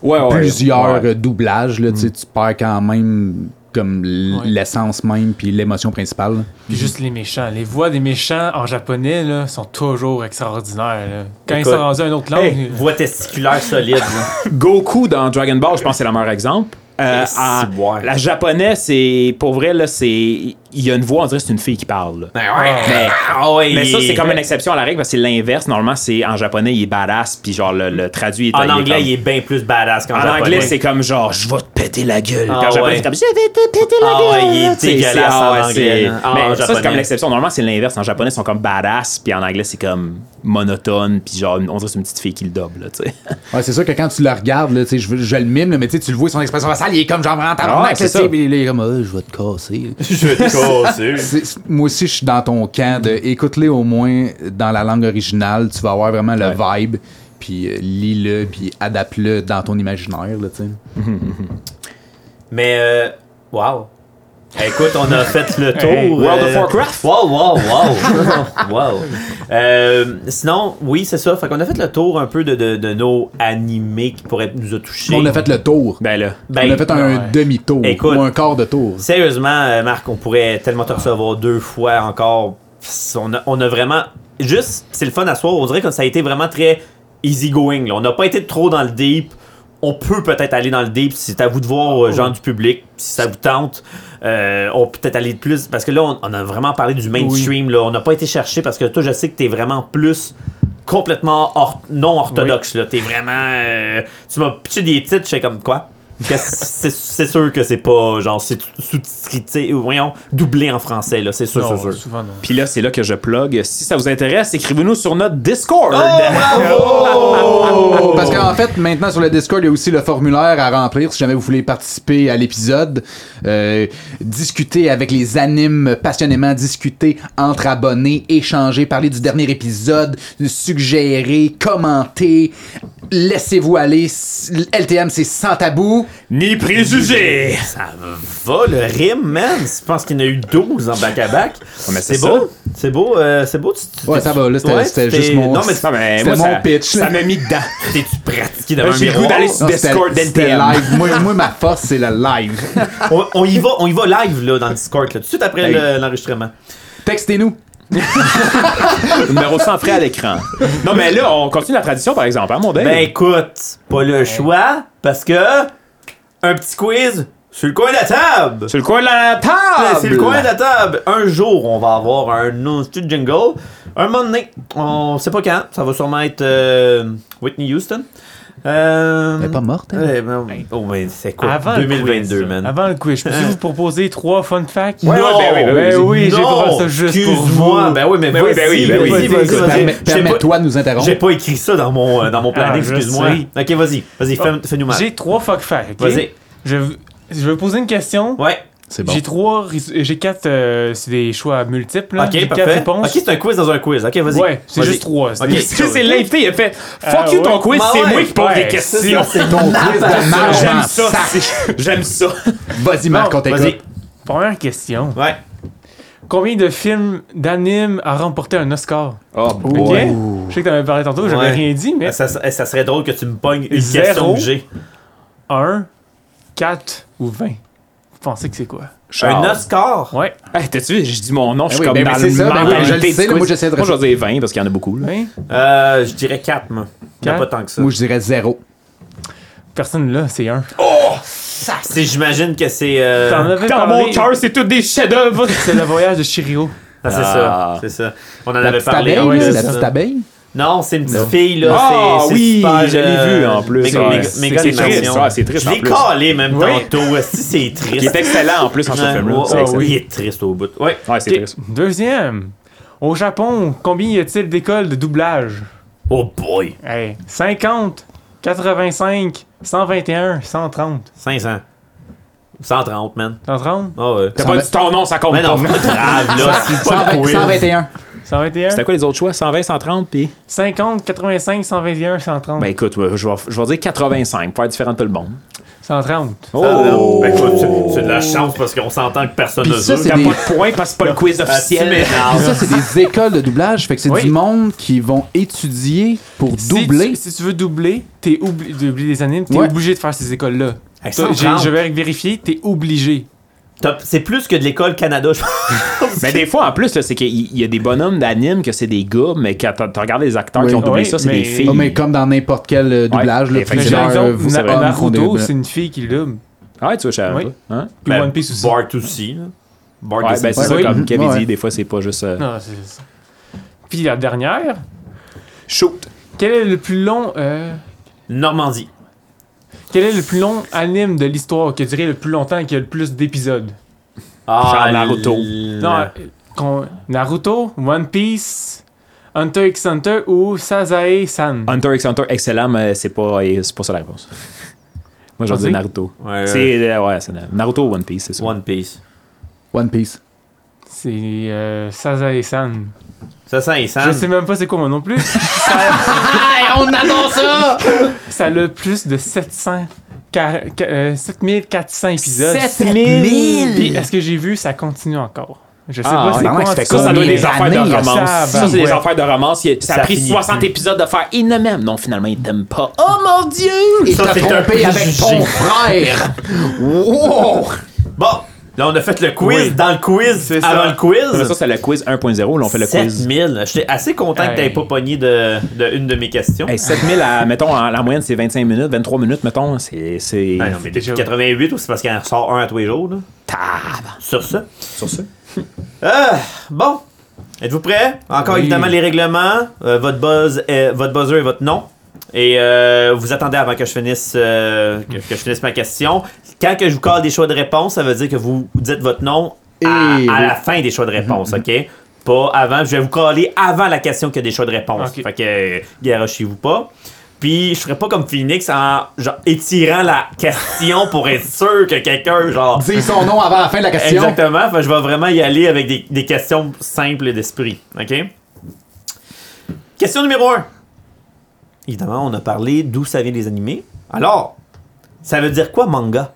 Speaker 3: que- ouais, ouais,
Speaker 4: plusieurs
Speaker 3: ouais.
Speaker 4: euh, doublages. là. Tu sais, tu perds quand même comme l-
Speaker 5: Ouais.
Speaker 4: l'essence même puis l'émotion principale. là.
Speaker 5: Puis juste les méchants. Les voix des méchants en japonais là, sont toujours extraordinaires. là. Quand ils
Speaker 2: Écoute,
Speaker 5: sont rendus à une autre langue.
Speaker 2: Hey, ben, voix testiculaire solide, là.
Speaker 3: [laughs]
Speaker 4: euh,
Speaker 3: Goku dans Dragon Ball, je pense que c'est le meilleur exemple. Euh,
Speaker 2: Eh,
Speaker 3: en-
Speaker 2: ciboire.
Speaker 3: la japonais, c'est pour vrai là, c'est il y a une voix, on dirait que c'est une fille qui parle. là.
Speaker 2: Ben ouais.
Speaker 3: Mais-
Speaker 2: Ah ouais,
Speaker 3: Mais ça,
Speaker 2: il-
Speaker 3: c'est comme une exception à la règle parce que c'est l'inverse. Normalement, c'est en japonais, il est badass, puis genre le, le traduit est
Speaker 2: En anglais,
Speaker 3: comme-
Speaker 2: il est bien plus badass qu'en
Speaker 3: En
Speaker 2: japonais.
Speaker 3: anglais, c'est comme genre, je vais te péter la gueule. Puis
Speaker 2: Ah
Speaker 3: en japonais,
Speaker 2: ouais.
Speaker 3: c'est comme, je vais te péter la
Speaker 2: Ah
Speaker 3: gueule.
Speaker 2: ouais, il est
Speaker 3: Tu sais,
Speaker 2: dégueulasse
Speaker 3: c'est- ah
Speaker 2: en
Speaker 3: ouais,
Speaker 2: anglais,
Speaker 3: c'est-
Speaker 2: hein. Ah, en
Speaker 3: Mais ça, c'est
Speaker 2: japonais.
Speaker 3: comme l'exception. Normalement, c'est l'inverse. En japonais, ils sont comme badass, puis en anglais, c'est comme monotone, puis genre, on dirait que c'est une petite fille qui le doble, là, tu sais. [laughs]
Speaker 4: Ouais, c'est sûr que quand tu le regardes, là, tu sais, je, veux- je le mime, là, mais tu sais, tu le vois, son expression faciale, il est comme genre vraiment
Speaker 3: Ouais,
Speaker 4: tabarnak,
Speaker 3: c'est
Speaker 4: là, tu
Speaker 3: ça.
Speaker 4: sais, puis il est comme, Ah, je vais te casser.
Speaker 2: Je vais [laughs] te casser.
Speaker 4: C'est- c'est- Moi aussi, je suis dans ton camp
Speaker 2: Mm.
Speaker 4: de écoute-les au moins dans la langue originale, tu vas avoir vraiment le vibe, puis euh, lis-le, puis adapte-le dans ton imaginaire, là, tu sais.
Speaker 2: Mais, euh, wow. Écoute, on
Speaker 4: [laughs]
Speaker 2: a fait le tour.
Speaker 3: Hey, World
Speaker 2: euh,
Speaker 3: of Warcraft.
Speaker 2: Wow, wow, wow. [laughs] wow. Euh, sinon, oui, c'est ça. Fait qu'on a fait le tour un peu de, de, de nos animés qui pourraient nous a touchés.
Speaker 4: On a fait le tour.
Speaker 3: Ben là.
Speaker 2: Ben,
Speaker 4: on a fait un
Speaker 5: ouais.
Speaker 4: demi-tour,
Speaker 2: Écoute.
Speaker 4: ou un quart de tour.
Speaker 2: Sérieusement, euh, Marc, on pourrait tellement te recevoir deux fois encore. Pss, On a, on a vraiment. Juste, c'est le fun à soir. On dirait que ça a été vraiment très easy going. là. On n'a pas été trop dans le deep. On peut peut-être aller dans le deep si c'est à vous de voir, euh, gens du public, si ça vous tente. Euh, on peut peut-être aller de plus. Parce que là, on, on a vraiment parlé du mainstream. Là. On n'a pas été chercher parce que toi, je sais que tu es vraiment plus complètement or- non orthodoxe. là. T'es vraiment. euh, tu m'as pitché des titres, je sais comme quoi. Que [laughs] c'est c'est sûr que c'est pas genre c'est sous-titré ou voyons doublé en français là c'est sûr
Speaker 5: non,
Speaker 2: c'est sûr
Speaker 5: souvent non.
Speaker 3: Puis là, c'est là que je plug. Si ça vous intéresse, écrivez-nous sur notre Discord.
Speaker 2: Ah Oh!
Speaker 4: Parce qu'en fait, maintenant sur le Discord, il y a aussi le formulaire à remplir si jamais vous voulez participer à l'épisode. Euh, discuter avec les animes passionnément, discuter entre abonnés, échanger, parler du dernier épisode, suggérer, commenter, laissez-vous aller. S- LTM, c'est sans tabou.
Speaker 3: Ni préjugés.
Speaker 2: ça va le rime man je pense qu'il y en a eu 12 en back à back
Speaker 3: mais c'est
Speaker 2: c'est beau c'est beau euh, c'est beau tu, tu-
Speaker 4: Ouais, ça va, là, c'était-
Speaker 2: Ouais,
Speaker 4: c'était
Speaker 2: tu
Speaker 4: juste
Speaker 2: t'es-
Speaker 4: mon-
Speaker 2: non mais
Speaker 3: Non, mais
Speaker 4: C'était
Speaker 3: moi,
Speaker 4: mon
Speaker 3: ça-
Speaker 4: pitch,
Speaker 3: Ça
Speaker 4: là.
Speaker 3: m'a mis dedans.
Speaker 2: t'es tu pratiqué devant
Speaker 3: Là,
Speaker 2: un
Speaker 3: J'ai le goût
Speaker 2: miroir?
Speaker 3: d'aller sur
Speaker 4: Non, c'était-
Speaker 3: Discord
Speaker 4: c'était
Speaker 3: d'NTM.
Speaker 4: live. moi, moi, ma force, c'est
Speaker 2: [laughs]
Speaker 4: le live.
Speaker 2: on, on y va on y va live là dans le Discord là, tout de suite après
Speaker 3: Hey.
Speaker 2: le- l'enregistrement
Speaker 4: Textez-nous.
Speaker 3: numéro sans frais à l'écran. Non, mais là, on continue la tradition, par exemple, hein, mon Dave?
Speaker 2: ben écoute pas le choix parce que un petit quiz sur le coin de la table
Speaker 3: sur le coin de
Speaker 2: Ah,
Speaker 3: la table!
Speaker 2: C'est le coin de la table. Un jour, on va avoir un petit jingle. Un moment donné, on sait pas quand. Ça va sûrement être euh, Whitney Houston. Euh...
Speaker 4: Elle est pas morte, hein? elle?
Speaker 2: eh ben, oh, mais c'est quoi?
Speaker 5: Avant le quiz,
Speaker 2: 2022,
Speaker 5: ça.
Speaker 2: man. Hein?
Speaker 5: Avant le quiz, je peux vous proposer trois fun facts?
Speaker 2: Ouais,
Speaker 5: Non!
Speaker 2: ouais, ben oui, ben
Speaker 5: Ben
Speaker 2: oui,
Speaker 5: oui, j'ai
Speaker 2: non,
Speaker 5: trouvé ça juste pour
Speaker 2: excuse-moi,
Speaker 5: vous.
Speaker 2: Ben oui, mais
Speaker 3: Ben oui, ben
Speaker 2: vas-y,
Speaker 3: oui, ben oui.
Speaker 2: vas-y, vas-y,
Speaker 5: Vas-y,
Speaker 2: vas-y.
Speaker 4: Permets-
Speaker 2: J'ai pas-
Speaker 4: Permets-toi de nous interrompre.
Speaker 2: J'ai pas écrit ça dans mon, euh, dans mon planning,
Speaker 5: Ah, je
Speaker 2: excuse-moi.
Speaker 5: sais. Oh.
Speaker 2: Ok, vas-y, vas-y, fais- fais-nous mal.
Speaker 5: J'ai trois fuck facts. ok?
Speaker 2: Vas-y.
Speaker 5: Je, v- je vais vous poser une question.
Speaker 2: Ouais,
Speaker 4: C'est bon.
Speaker 5: J'ai trois, ris- euh, j'ai quatre, euh, c'est des choix multiples. Là. j'ai
Speaker 2: ok,
Speaker 5: Ah, quatre
Speaker 2: parfait. Ok,
Speaker 5: réponses.
Speaker 2: c'est un quiz dans un quiz. Ok, vas-y.
Speaker 5: ouais, c'est
Speaker 2: Vas-y.
Speaker 5: juste trois. C'est
Speaker 2: Ok. [laughs]
Speaker 5: des-
Speaker 3: C'est c'est l'invité, il a fait Fuck
Speaker 5: Ah
Speaker 3: you
Speaker 5: ouais.
Speaker 3: ton quiz,
Speaker 2: Bah
Speaker 3: c'est
Speaker 2: ouais.
Speaker 3: moi qui pose
Speaker 5: Ouais,
Speaker 3: des
Speaker 2: C'est
Speaker 3: questions.
Speaker 2: ça, c'est ton
Speaker 4: quiz de marde.
Speaker 3: J'aime
Speaker 4: Ah,
Speaker 3: ça. [laughs] J'aime ça.
Speaker 4: Vas-y, Marc,
Speaker 5: Bon,
Speaker 4: on t'écoute.
Speaker 2: Vas-y.
Speaker 5: Première question.
Speaker 2: Ouais.
Speaker 5: Combien de films d'anime a remporté un Oscar?
Speaker 3: Oh,
Speaker 5: Ok?
Speaker 3: boy.
Speaker 5: Je sais que t'en avais parlé tantôt, j'avais
Speaker 2: Ouais.
Speaker 5: rien dit,
Speaker 3: Ah,
Speaker 5: mais
Speaker 2: Ça, eh, ça- ça serait drôle que tu me pognes une
Speaker 5: Zéro.
Speaker 2: question que j'ai.
Speaker 5: 1, 4 ou 20. Vous pensez que c'est quoi?
Speaker 3: Charles.
Speaker 2: Un Oscar?
Speaker 5: Ouais.
Speaker 3: Hey, T'as-tu vu, je dis mon nom, je suis
Speaker 4: oui,
Speaker 3: comme
Speaker 4: ben
Speaker 3: dans
Speaker 4: oui,
Speaker 3: le
Speaker 4: c'est ça, ben oui,
Speaker 3: mentalité
Speaker 4: je le
Speaker 3: du
Speaker 4: sais, là,
Speaker 3: quiz.
Speaker 4: moi, j'essaie de
Speaker 3: Moi, je vais dire 20 parce qu'il y en a beaucoup. là.
Speaker 5: 20?
Speaker 2: Euh, je dirais 4, moi. Il n'y a
Speaker 5: Quatre?
Speaker 2: pas tant que ça.
Speaker 4: Moi, je dirais zéro.
Speaker 5: Personne là, c'est un.
Speaker 3: Oh,
Speaker 2: C'est- J'imagine que c'est. euh,
Speaker 5: T'en avais
Speaker 3: Dans
Speaker 5: parlé.
Speaker 3: mon cœur, c'est tous des chefs-d'œuvre.
Speaker 5: [laughs] C'est le voyage
Speaker 3: [laughs]
Speaker 5: de Shiriro.
Speaker 2: Ah, c'est
Speaker 3: Ah.
Speaker 2: ça. C'est ça. On en
Speaker 4: La
Speaker 2: avait
Speaker 4: petite
Speaker 2: parlé.
Speaker 4: abeille,
Speaker 2: ouais,
Speaker 4: là,
Speaker 2: c'est
Speaker 4: la
Speaker 2: ça.
Speaker 4: petite abeille.
Speaker 2: Non, c'est une petite fille, là.
Speaker 3: Ah,
Speaker 2: c'est- c'est
Speaker 3: oui,
Speaker 2: super,
Speaker 3: je l'ai
Speaker 2: euh,
Speaker 3: vu, en plus.
Speaker 2: Méga,
Speaker 3: Ouais.
Speaker 2: méga,
Speaker 3: C'est-
Speaker 2: méga
Speaker 3: c'est
Speaker 2: animation.
Speaker 3: triste, ouais, c'est triste,
Speaker 2: Je
Speaker 3: en
Speaker 2: l'ai
Speaker 3: plus.
Speaker 2: calé même
Speaker 5: Oui.
Speaker 2: tantôt. Si c'est
Speaker 3: Il
Speaker 2: triste.
Speaker 3: est excellent en plus en ce
Speaker 2: Ouais,
Speaker 3: film-là.
Speaker 2: ouais,
Speaker 3: C'est
Speaker 2: ouais,
Speaker 3: excellent.
Speaker 2: Il est triste au bout. Ouais.
Speaker 3: Ouais, c'est
Speaker 5: Ok.
Speaker 3: triste.
Speaker 5: Deuxième. Au Japon, combien y a-t-il d'écoles de doublage?
Speaker 2: Oh boy.
Speaker 5: Hey, 50, 85, 121, 130.
Speaker 2: 500. 130, man.
Speaker 5: 130?
Speaker 2: Ah ouais.
Speaker 3: T'as pas dit ton nom, ça compte
Speaker 2: Mais
Speaker 3: pas.
Speaker 2: non, c'est pas grave,
Speaker 3: [laughs]
Speaker 2: là. C'est pas le
Speaker 4: 120,
Speaker 2: quiz. Ah
Speaker 4: 121.
Speaker 5: 121?
Speaker 3: C'était quoi les autres choix 120, 130, puis.
Speaker 5: 50, 85, 121, 130.
Speaker 3: Ben écoute, ouais, je vais, je vais dire 85 pour être différent de tout le monde.
Speaker 5: 130.
Speaker 3: Oh!
Speaker 2: Ben, écoute, c'est- C'est de la chance parce qu'on s'entend que personne
Speaker 4: Puis
Speaker 2: ne
Speaker 4: ça,
Speaker 2: veut.
Speaker 4: c'est
Speaker 3: T'as
Speaker 4: des-
Speaker 3: pas de points parce que Oh. c'est pas le quiz
Speaker 2: Ah, tu
Speaker 3: officiel.
Speaker 4: Puis
Speaker 3: [laughs]
Speaker 2: m'énerves.
Speaker 4: ça, c'est des écoles de doublage. Fait que c'est
Speaker 5: Oui.
Speaker 4: du monde qui vont étudier pour doubler.
Speaker 5: Si tu, si tu veux doubler, t'es oubli- doubler des animes, t'es
Speaker 4: Ouais.
Speaker 5: obligé de faire ces écoles-là.
Speaker 2: Hey,
Speaker 5: Toi,
Speaker 2: 130.
Speaker 5: j'ai- Je vais vérifier, t'es obligé.
Speaker 2: Top. C'est plus que de l'école Canada, je
Speaker 3: [laughs]
Speaker 2: pense.
Speaker 3: Mais Ben, des fois, en plus, là, c'est qu'il il y a des bonhommes d'anime que c'est des gars, mais quand t'as- t'as regardé les acteurs qui
Speaker 4: Oui.
Speaker 3: ont doublé
Speaker 5: Oui,
Speaker 3: ça, c'est
Speaker 5: mais-
Speaker 3: des filles.
Speaker 4: Ah, mais comme dans n'importe quel euh, doublage,
Speaker 3: Ouais,
Speaker 4: là, plusieurs
Speaker 5: Par
Speaker 4: euh,
Speaker 5: exemple, Na-
Speaker 4: hommes font des
Speaker 5: Naruto,
Speaker 4: doubles.
Speaker 5: c'est une fille qui double.
Speaker 3: Ah, ouais, tu vois, je savais
Speaker 5: Oui.
Speaker 3: pas. Hein?
Speaker 5: Puis
Speaker 2: Ben,
Speaker 5: One Piece aussi.
Speaker 2: Bart aussi, là. Bart
Speaker 3: Ouais,
Speaker 2: aussi.
Speaker 3: ben c'est
Speaker 4: Ouais.
Speaker 3: ça,
Speaker 4: Oui.
Speaker 3: comme Kevin
Speaker 4: Ouais.
Speaker 3: dit, des fois, c'est pas juste. euh,
Speaker 5: Non, c'est ça. Puis la dernière,
Speaker 3: Shoot!
Speaker 5: quel est le plus long euh,
Speaker 2: Normandie.
Speaker 5: quel est le plus long anime de l'histoire qui a duré le plus longtemps et qui a le plus d'épisodes
Speaker 3: Genre Naruto.
Speaker 2: Ah, l-
Speaker 5: Non, euh, qu'on- Naruto, One Piece, Hunter x Hunter ou Sazae-san
Speaker 3: Hunter x Hunter, excellent, mais c'est pas, et c'est pas ça la réponse. [laughs] Moi, j'en dis
Speaker 5: Vas-y.
Speaker 3: Naruto.
Speaker 2: Ouais, ouais.
Speaker 3: C'est, euh, ouais, c'est Naruto ou One Piece, c'est ça.
Speaker 2: One Piece.
Speaker 4: One Piece.
Speaker 5: C'est euh, Sazae-san.
Speaker 2: Ça sent
Speaker 5: Je
Speaker 2: Sam.
Speaker 5: sais même pas c'est quoi moi non plus. ça,
Speaker 4: on adore ça!
Speaker 5: ça a le plus de 700 ca- ca- euh, 7400 épisodes.
Speaker 4: 7000!
Speaker 5: Puis est-ce que j'ai vu ça continue encore Je sais
Speaker 3: Ah,
Speaker 5: pas c'est
Speaker 3: ouais,
Speaker 5: quoi.
Speaker 3: ça, fait
Speaker 5: en tout
Speaker 3: que ça,
Speaker 5: cas.
Speaker 3: ça doit être des
Speaker 4: Combien
Speaker 3: affaires de
Speaker 4: d'années,
Speaker 3: romance.
Speaker 5: ça,
Speaker 3: Ça, c'est des
Speaker 5: ouais.
Speaker 3: affaires de romance. Il- Ça a
Speaker 2: Ça
Speaker 3: pris
Speaker 2: finit
Speaker 3: 60
Speaker 2: plus.
Speaker 3: épisodes de faire. Il ne m'aime. Non, finalement, il t'aime pas. Oh mon Dieu!
Speaker 4: Et
Speaker 2: Ça,
Speaker 4: t'as
Speaker 2: c'est un
Speaker 4: trompé avec
Speaker 2: préjugé.
Speaker 4: ton frère! wow!
Speaker 2: Bon, là, on a fait le quiz
Speaker 5: Oui.
Speaker 2: dans le quiz
Speaker 5: C'est ça.
Speaker 2: avant le quiz.
Speaker 3: Ça, c'est le quiz 1.0. Là, on fait le quiz.
Speaker 2: 7000. J'étais assez content que
Speaker 5: Hey.
Speaker 2: t'aies pas pogné de, de une de mes questions.
Speaker 3: Hey, 7000, à, mettons, en, la moyenne, c'est 25 minutes, 23 minutes, mettons. hein, C'est. c'est...
Speaker 2: Ah non, mais depuis
Speaker 5: Déjà-
Speaker 2: 88 ou c'est parce qu'il en sort un à tous les jours, là.
Speaker 3: Tab.
Speaker 2: Sur ça.
Speaker 3: Sur ça.
Speaker 2: Euh, bon. Êtes-vous prêts? Encore
Speaker 5: Oui.
Speaker 2: évidemment les règlements, euh, votre buzz, euh, votre buzzer et votre nom. Et euh, vous attendez avant que je finisse euh, que, que je finisse ma question. Quand que je vous colle des choix de réponse, ça veut dire que vous dites votre nom
Speaker 5: Eh
Speaker 2: à,
Speaker 4: Et-
Speaker 2: à la fin des choix de réponse, ok? Pas avant. Je vais vous coller avant la question qu'il y a des choix de réponse.
Speaker 5: Ok.
Speaker 2: Fait que garochez-vous pas. Puis je ferai pas comme Phoenix en genre, étirant la question pour être sûr que quelqu'un genre
Speaker 4: Dis son nom avant la fin de la question.
Speaker 2: Exactement. Fait que je vais vraiment y aller avec des, des questions simples d'esprit. OK? Question numéro 1. Évidemment, on a parlé d'où ça vient les animés. Alors, ça veut dire quoi manga?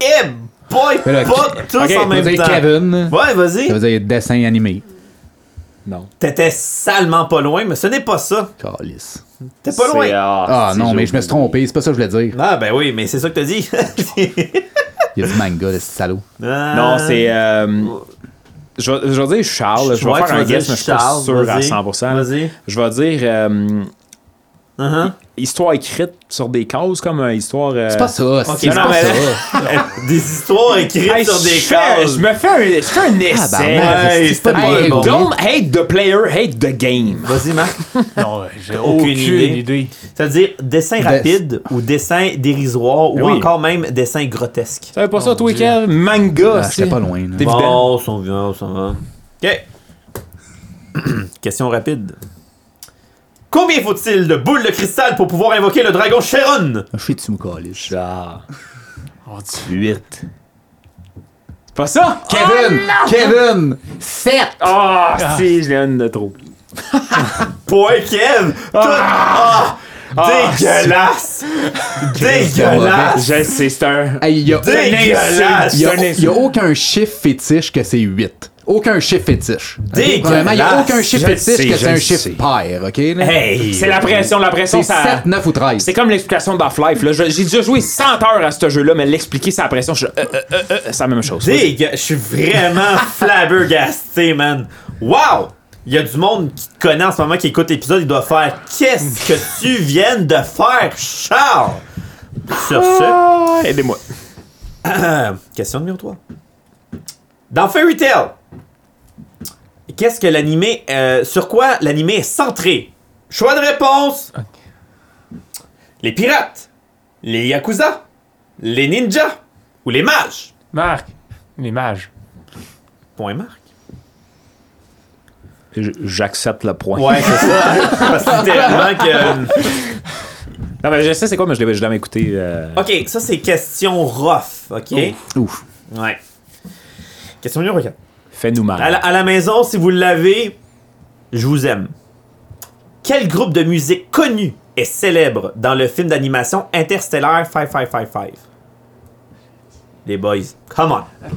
Speaker 2: Eh boy!
Speaker 4: Mais là,
Speaker 2: pas tous
Speaker 4: Ok,
Speaker 2: en
Speaker 4: on va
Speaker 2: même
Speaker 4: dire
Speaker 2: temps.
Speaker 4: Kevin.
Speaker 2: Ouais, vas-y.
Speaker 4: Ça veut dire dessin animé.
Speaker 3: Non.
Speaker 2: T'étais salement pas loin, mais ce n'est pas ça.
Speaker 4: Calice.
Speaker 2: T'es pas loin.
Speaker 3: C'est- euh,
Speaker 4: Ah
Speaker 3: c'est
Speaker 4: non, mais je me
Speaker 3: joli.
Speaker 4: suis trompé, c'est pas ça que je voulais dire.
Speaker 2: Ah ben oui, mais c'est ça que t'as dit. [laughs]
Speaker 4: Il y a du manga, le salaud.
Speaker 3: Non, c'est. euh, je, vais- je vais dire Charles. Je vais
Speaker 2: Ouais,
Speaker 3: faire
Speaker 2: tu
Speaker 3: un
Speaker 2: vas dire
Speaker 3: guess, mais je suis pas
Speaker 2: Charles,
Speaker 3: sûr à
Speaker 2: vas-y.
Speaker 3: 100%.
Speaker 2: Vas-y.
Speaker 3: Je vais dire euh,
Speaker 2: Uh-huh.
Speaker 3: Histoire écrite sur des cases comme euh, histoire. euh,
Speaker 4: C'est pas ça. c'est
Speaker 2: non,
Speaker 4: pas
Speaker 2: mais-
Speaker 4: ça.
Speaker 2: Des histoires écrites
Speaker 3: Hey,
Speaker 2: sur
Speaker 3: je
Speaker 2: des
Speaker 3: fais-
Speaker 2: cases.
Speaker 3: Je me fais un, je fais un essai. Euh,
Speaker 4: Tabarnak,
Speaker 2: Hey,
Speaker 4: c'est
Speaker 2: c'était
Speaker 4: pas
Speaker 2: pas
Speaker 4: bien
Speaker 2: bon.
Speaker 4: bon.
Speaker 3: Don't hate the player, hate the game.
Speaker 2: Vas-y, [laughs] Marc.
Speaker 5: Non, euh, j'ai
Speaker 2: aucune
Speaker 5: aucune,
Speaker 2: idée.
Speaker 5: idée.
Speaker 2: Ça veut dire dessin rapide ou dessin dérisoire ou
Speaker 3: Oui.
Speaker 2: encore même dessin grotesque.
Speaker 3: T'avais pas ça, toi, Kev? Manga,
Speaker 4: Ah, J'étais pas loin. là.
Speaker 3: T'es- évident.
Speaker 2: Bon, on vient, ça va. Ben. OK. [clears throat] Question rapide. Combien faut-il de boules de cristal pour pouvoir invoquer le dragon Sharon?
Speaker 4: Je suis dessus, Calis.
Speaker 3: Genre
Speaker 5: Oh, Dieu.
Speaker 3: 8. C'est pas ça?
Speaker 4: Kevin! Kevin! 7!
Speaker 3: Ah, si, je l'ai une de trop.
Speaker 2: Point Kev! Tout... Ah! dégueulasse! dégueulasse!
Speaker 3: Je sais, c'est un.
Speaker 4: Il y a,
Speaker 2: Dégueulasse!
Speaker 4: y a-
Speaker 3: c'est un
Speaker 4: y a aucun chiffre fétiche que c'est 8. Aucun chiffre fétiche. Ok?
Speaker 2: Dégueulasse!
Speaker 4: Premièrement, il y a aucun
Speaker 3: Je
Speaker 4: chiffre
Speaker 3: le
Speaker 4: fétiche
Speaker 3: sais,
Speaker 4: que
Speaker 3: je
Speaker 4: c'est un
Speaker 3: le
Speaker 4: chiffre
Speaker 3: sais.
Speaker 4: pair, ok?
Speaker 2: Hey!
Speaker 3: C'est la pression, la pression,
Speaker 4: c'est
Speaker 3: ça.
Speaker 4: 7, 9 ou 13.
Speaker 3: C'est comme l'explication de Half-Life. là. Je- J'ai déjà joué 100 heures à ce jeu-là, mais l'expliquer, c'est la pression. Je... euh, euh, euh, euh, c'est la même chose.
Speaker 2: Dégue... Je suis vraiment [laughs] flabbergasté, man! Wow! Il y a du monde qui te connaît en ce moment qui écoute l'épisode, il doit faire Qu'est-ce que tu viens de faire, Charles? Sur ce. [clears throat]
Speaker 3: Ah, Aidez-moi.
Speaker 2: Euh, question numéro 3. Dans Fairy Tail, qu'est-ce que l'animé. euh, sur quoi l'animé est centré Choix de réponse Les pirates, les yakuza, les ninjas ou les mages
Speaker 5: Marc, les mages.
Speaker 2: Point marque.
Speaker 3: Je- J'accepte le point.
Speaker 2: Ouais, c'est ça. [laughs] Parce que c'est tellement que. euh,
Speaker 3: Non, mais je sais c'est quoi, mais je l'ai je l'ai jamais écouté. euh,
Speaker 2: Ok, ça c'est question rough, ok
Speaker 4: Ouf.
Speaker 2: Ouais. Question numéro 4.
Speaker 3: Fais-nous mal.
Speaker 2: À la, à la maison, si vous l'avez, je vous aime. Quel groupe de musique connu est célèbre dans le film d'animation Interstellar 5555? Les boys, come on.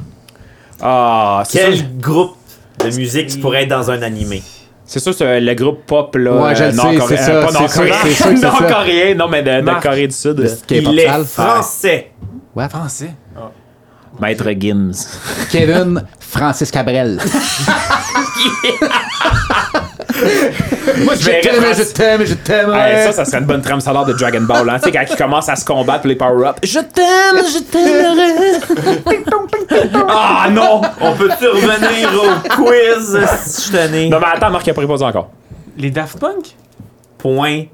Speaker 3: Ah, c'est
Speaker 2: Quel
Speaker 3: sûr-
Speaker 2: groupe de musique qui pourrait être dans un animé?
Speaker 3: c'est sûr, c'est euh, le groupe pop là.
Speaker 4: Ouais, je
Speaker 3: euh,
Speaker 4: le sais,
Speaker 3: nord-coréen-
Speaker 4: c'est ça,
Speaker 3: euh, Pas
Speaker 4: c'est sûr, c'est sûr que
Speaker 3: nord-coréen,
Speaker 4: c'est ça.
Speaker 3: [laughs] nord-coréen, non, mais de, de
Speaker 5: Marc.
Speaker 3: Corée du Sud. euh,
Speaker 4: K-pop
Speaker 2: Il est
Speaker 4: sale.
Speaker 2: français.
Speaker 4: Ouais.
Speaker 5: Français. Oh.
Speaker 3: Maître Gims.
Speaker 4: Kevin Francis
Speaker 3: [laughs]
Speaker 4: Cabrel. Moi, je
Speaker 3: verrais
Speaker 4: t'aime, je
Speaker 3: Francis-
Speaker 4: t'aime, je t'aime.
Speaker 3: Ah, Hey,
Speaker 4: ouais.
Speaker 3: ça, ça serait une bonne trame sonore de Dragon Ball. Hein. tu sais, quand ils commencent à se combattre pour les power-up. Je t'aime, je
Speaker 4: [laughs]
Speaker 3: t'aimerai. ah non!
Speaker 2: On peut-tu revenir au quiz? si Je tenais.
Speaker 3: Non, mais attends, Marc, il a pas répondu encore.
Speaker 5: Les Daft Punk?
Speaker 2: Point.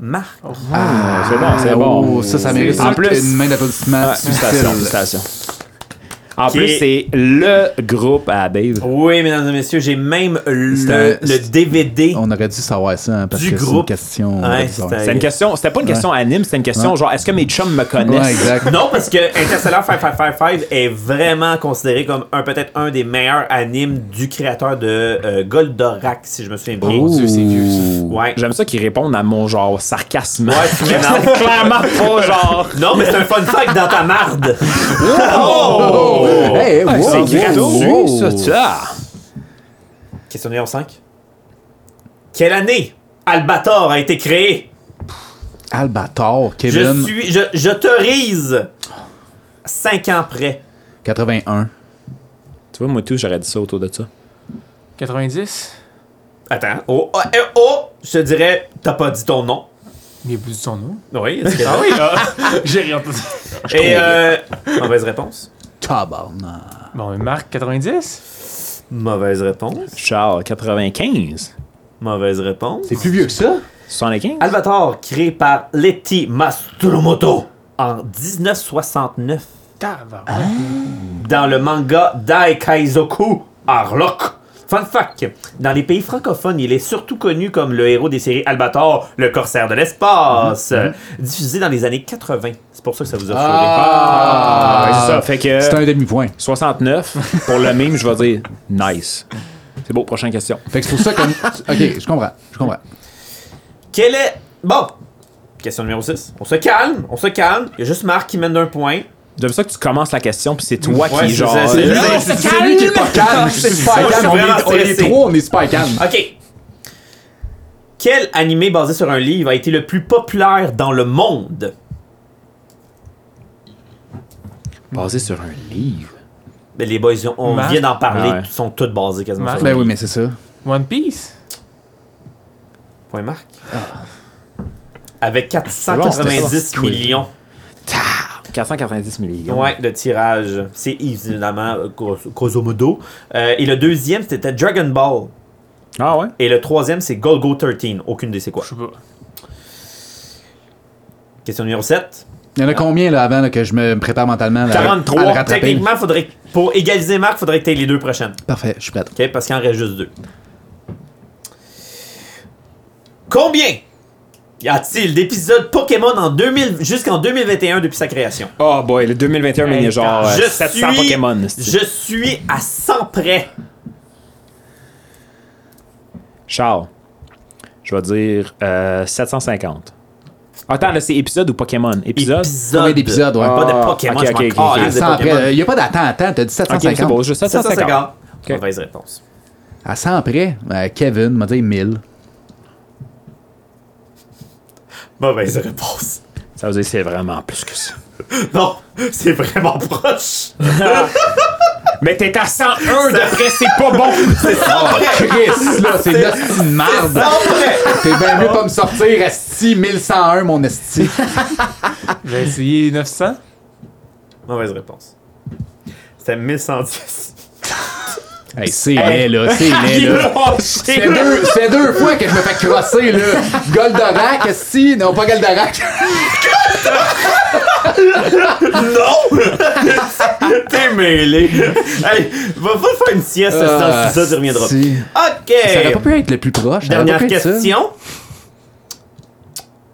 Speaker 2: Marc.
Speaker 3: Ah, c'est bon, c'est
Speaker 4: Ah,
Speaker 3: bon.
Speaker 4: oh, ça, ça
Speaker 5: C'est
Speaker 4: mérite
Speaker 5: ça.
Speaker 3: En plus-
Speaker 4: une main d'applaudissement.
Speaker 3: Ouais, Félicitations,
Speaker 4: subtile.
Speaker 3: félicitations. En
Speaker 2: Qui
Speaker 3: plus,
Speaker 2: est-
Speaker 3: c'est le groupe à Dave.
Speaker 2: Oui, mesdames et messieurs, j'ai même le,
Speaker 4: C'est un-
Speaker 2: le DVD.
Speaker 4: On aurait dû savoir ça hein, parce
Speaker 2: Du
Speaker 4: que c'est une
Speaker 2: groupe.
Speaker 4: question. euh,
Speaker 2: Ouais,
Speaker 4: on aurait dû savoir.
Speaker 2: c'était-
Speaker 3: C'était une question, c'était pas une question anime, c'était une question genre est-ce que mes chums me connaissent?
Speaker 4: Ouais, exact.
Speaker 2: Non, parce que Interstellar 5555 est vraiment considéré comme un peut-être un des meilleurs animes du créateur de euh, Goldorak, si je me souviens bien.
Speaker 4: Ouh.
Speaker 5: Dieu, c'est vieux, ça.
Speaker 2: Ouais.
Speaker 3: J'aime ça qu'ils répondent à mon genre sarcasme.
Speaker 2: Ouais, tu me
Speaker 3: C'est
Speaker 2: demandes.
Speaker 3: clairement pas genre.
Speaker 2: Non, mais c'est un fun fact dans ta marde.
Speaker 4: Hey, hey, wow,
Speaker 3: [laughs] c'est
Speaker 4: wow,
Speaker 3: gratuit,
Speaker 4: wow.
Speaker 3: ça, tu as.
Speaker 2: Question numéro 5. Quelle année Albator a été créé?
Speaker 4: Albator,
Speaker 2: Je
Speaker 4: Kevin,
Speaker 2: suis. Je, je t'autorise. 5 ans près.
Speaker 4: 81.
Speaker 3: Tu vois, moi tout, j'aurais dit ça autour de ça.
Speaker 5: 90?
Speaker 2: Attends. Oh, oh, eh, oh, je te dirais, t'as pas dit ton nom.
Speaker 5: Mais au bout de son nom.
Speaker 2: Oui, c'est
Speaker 5: Ah oui, là. J'ai rien entendu.
Speaker 2: Et euh, mauvaise réponse.
Speaker 4: Tabarnak.
Speaker 5: Bon, mais Marc, 90?
Speaker 2: Mauvaise réponse.
Speaker 3: Genre 95.
Speaker 2: Mauvaise réponse.
Speaker 4: C'est plus vieux que ça?
Speaker 3: 75.
Speaker 2: Albator, créé par Letty Mastromoto en 1969
Speaker 5: Tabarnak.
Speaker 2: dans le manga Dai Kaizoku Arlok. Fun fact, dans les pays francophones, il est surtout connu comme le héros des séries Albator, le corsaire de l'espace,
Speaker 5: Mm-hmm.
Speaker 2: diffusé dans les années 80. C'est pour ça que ça vous a
Speaker 3: Ah, ouais, c'est ça. Fait que
Speaker 4: C'est un demi-point.
Speaker 3: 69. Pour le mime, je vais dire nice. C'est beau, prochaine question.
Speaker 4: Fait que c'est pour ça comme. ok, je comprends. Je comprends.
Speaker 2: Quel est. Bon! Question numéro 6. On se calme, on se calme. Il y a juste Marc qui mène d'un point.
Speaker 3: J'aime ça que tu commences la question, puis c'est toi
Speaker 2: Ouais,
Speaker 3: qui
Speaker 2: c'est
Speaker 3: genre.
Speaker 2: ça, c'est
Speaker 3: euh,
Speaker 2: ça.
Speaker 4: C'est- c'est- c'est lui qui est pas calme. Je suis super
Speaker 2: Moi, je suis
Speaker 4: calme. On
Speaker 2: vraiment
Speaker 4: est- On est
Speaker 2: stressé.
Speaker 4: trois, on est super calme.
Speaker 2: OK. Quel animé basé sur un livre a été le plus populaire dans le monde?
Speaker 3: Ah, Basé sur un livre.
Speaker 2: Ben, les boys, on- on
Speaker 5: Marc?
Speaker 2: vient d'en parler,
Speaker 3: Ah ouais.
Speaker 2: ils sont tous basés quasiment
Speaker 5: Marc?
Speaker 2: sur le
Speaker 4: Ben oui,
Speaker 2: livre.
Speaker 4: mais c'est ça.
Speaker 5: One Piece?
Speaker 2: Point Marc. avec
Speaker 3: Ah. Bon,
Speaker 2: 490
Speaker 3: c'était ça.
Speaker 2: millions
Speaker 3: 490 millions.
Speaker 2: ouais, de tirages. C'est évidemment euh, grosso grosso modo. Euh, et le deuxième, c'était Dragon Ball.
Speaker 3: Ah ouais?
Speaker 2: Et le troisième, c'est Golgo 13. Aucune des c'est quoi.
Speaker 5: Je sais pas.
Speaker 2: Question numéro 7.
Speaker 4: Il y en a combien là avant là, que je me prépare mentalement
Speaker 3: Euh,
Speaker 4: là, à le
Speaker 2: 43.
Speaker 4: rattraper?
Speaker 2: Techniquement, faudrait, pour égaliser Marc, faudrait que tu aies les deux prochaines.
Speaker 4: Parfait, je suis prête.
Speaker 2: OK? Parce qu'il en reste juste deux. Combien y a-t-il d'épisodes Pokémon en 2000 jusqu'en 2021 depuis sa création?
Speaker 3: Oh boy, le 2021, mais il y a genre euh,
Speaker 2: je
Speaker 3: 700
Speaker 2: suis-
Speaker 3: Pokémon. c'est-tu.
Speaker 2: Je suis à 100 près.
Speaker 3: Charles, je vais dire euh, 750. Attends, là, c'est épisode ou Pokémon? Épisode?
Speaker 4: Combien d'épisodes, ouais?
Speaker 2: Pas de
Speaker 3: Ah,
Speaker 2: Pokémon,
Speaker 3: ok,
Speaker 2: je
Speaker 3: ok,
Speaker 2: m'en
Speaker 3: ok,
Speaker 2: calisse
Speaker 3: ok.
Speaker 2: des
Speaker 4: À 100
Speaker 2: Pokémon.
Speaker 4: près. euh, Il n'y a pas d'attente, attends, t'as dit
Speaker 3: Ok, c'est
Speaker 4: 750.
Speaker 3: bon, juste 750.
Speaker 2: 750.
Speaker 3: Ok.
Speaker 2: Mauvaise réponse.
Speaker 4: À 100 près, euh, Kevin m'a dit 1000.
Speaker 2: Mauvaise réponse. [laughs]
Speaker 3: Ça veut dire que c'est vraiment plus que ça. [laughs]
Speaker 2: Non, c'est vraiment proche.
Speaker 3: Mais t'es à 101 de près, c'est pas [laughs] bon!
Speaker 2: C'est 100
Speaker 4: Oh,
Speaker 2: [laughs] près.
Speaker 4: Chris, là, c'est de l'hostie de
Speaker 2: Ah, C'est 100
Speaker 4: merde.
Speaker 2: près.
Speaker 4: T'es bien mieux pas me sortir esti 1101, mon esti.
Speaker 5: J'ai essayé 900.
Speaker 2: Mauvaise réponse. C'était 1110.
Speaker 4: Hey, c'est laid, là, c'est
Speaker 2: [laughs]
Speaker 4: laid, là. C'est deux, c'est deux fois que je me fais crosser, là. Goldorak, si, non, pas Goldorak.
Speaker 2: Non! T'es mêlé. hey, va pas faire une sieste à ce temps-ci, ça, tu reviendras.
Speaker 4: Ah, Si.
Speaker 2: OK.
Speaker 4: Ça aurait pas pu être le plus proche. ça aurait pas
Speaker 2: Dernière
Speaker 4: pu être ça.
Speaker 2: question.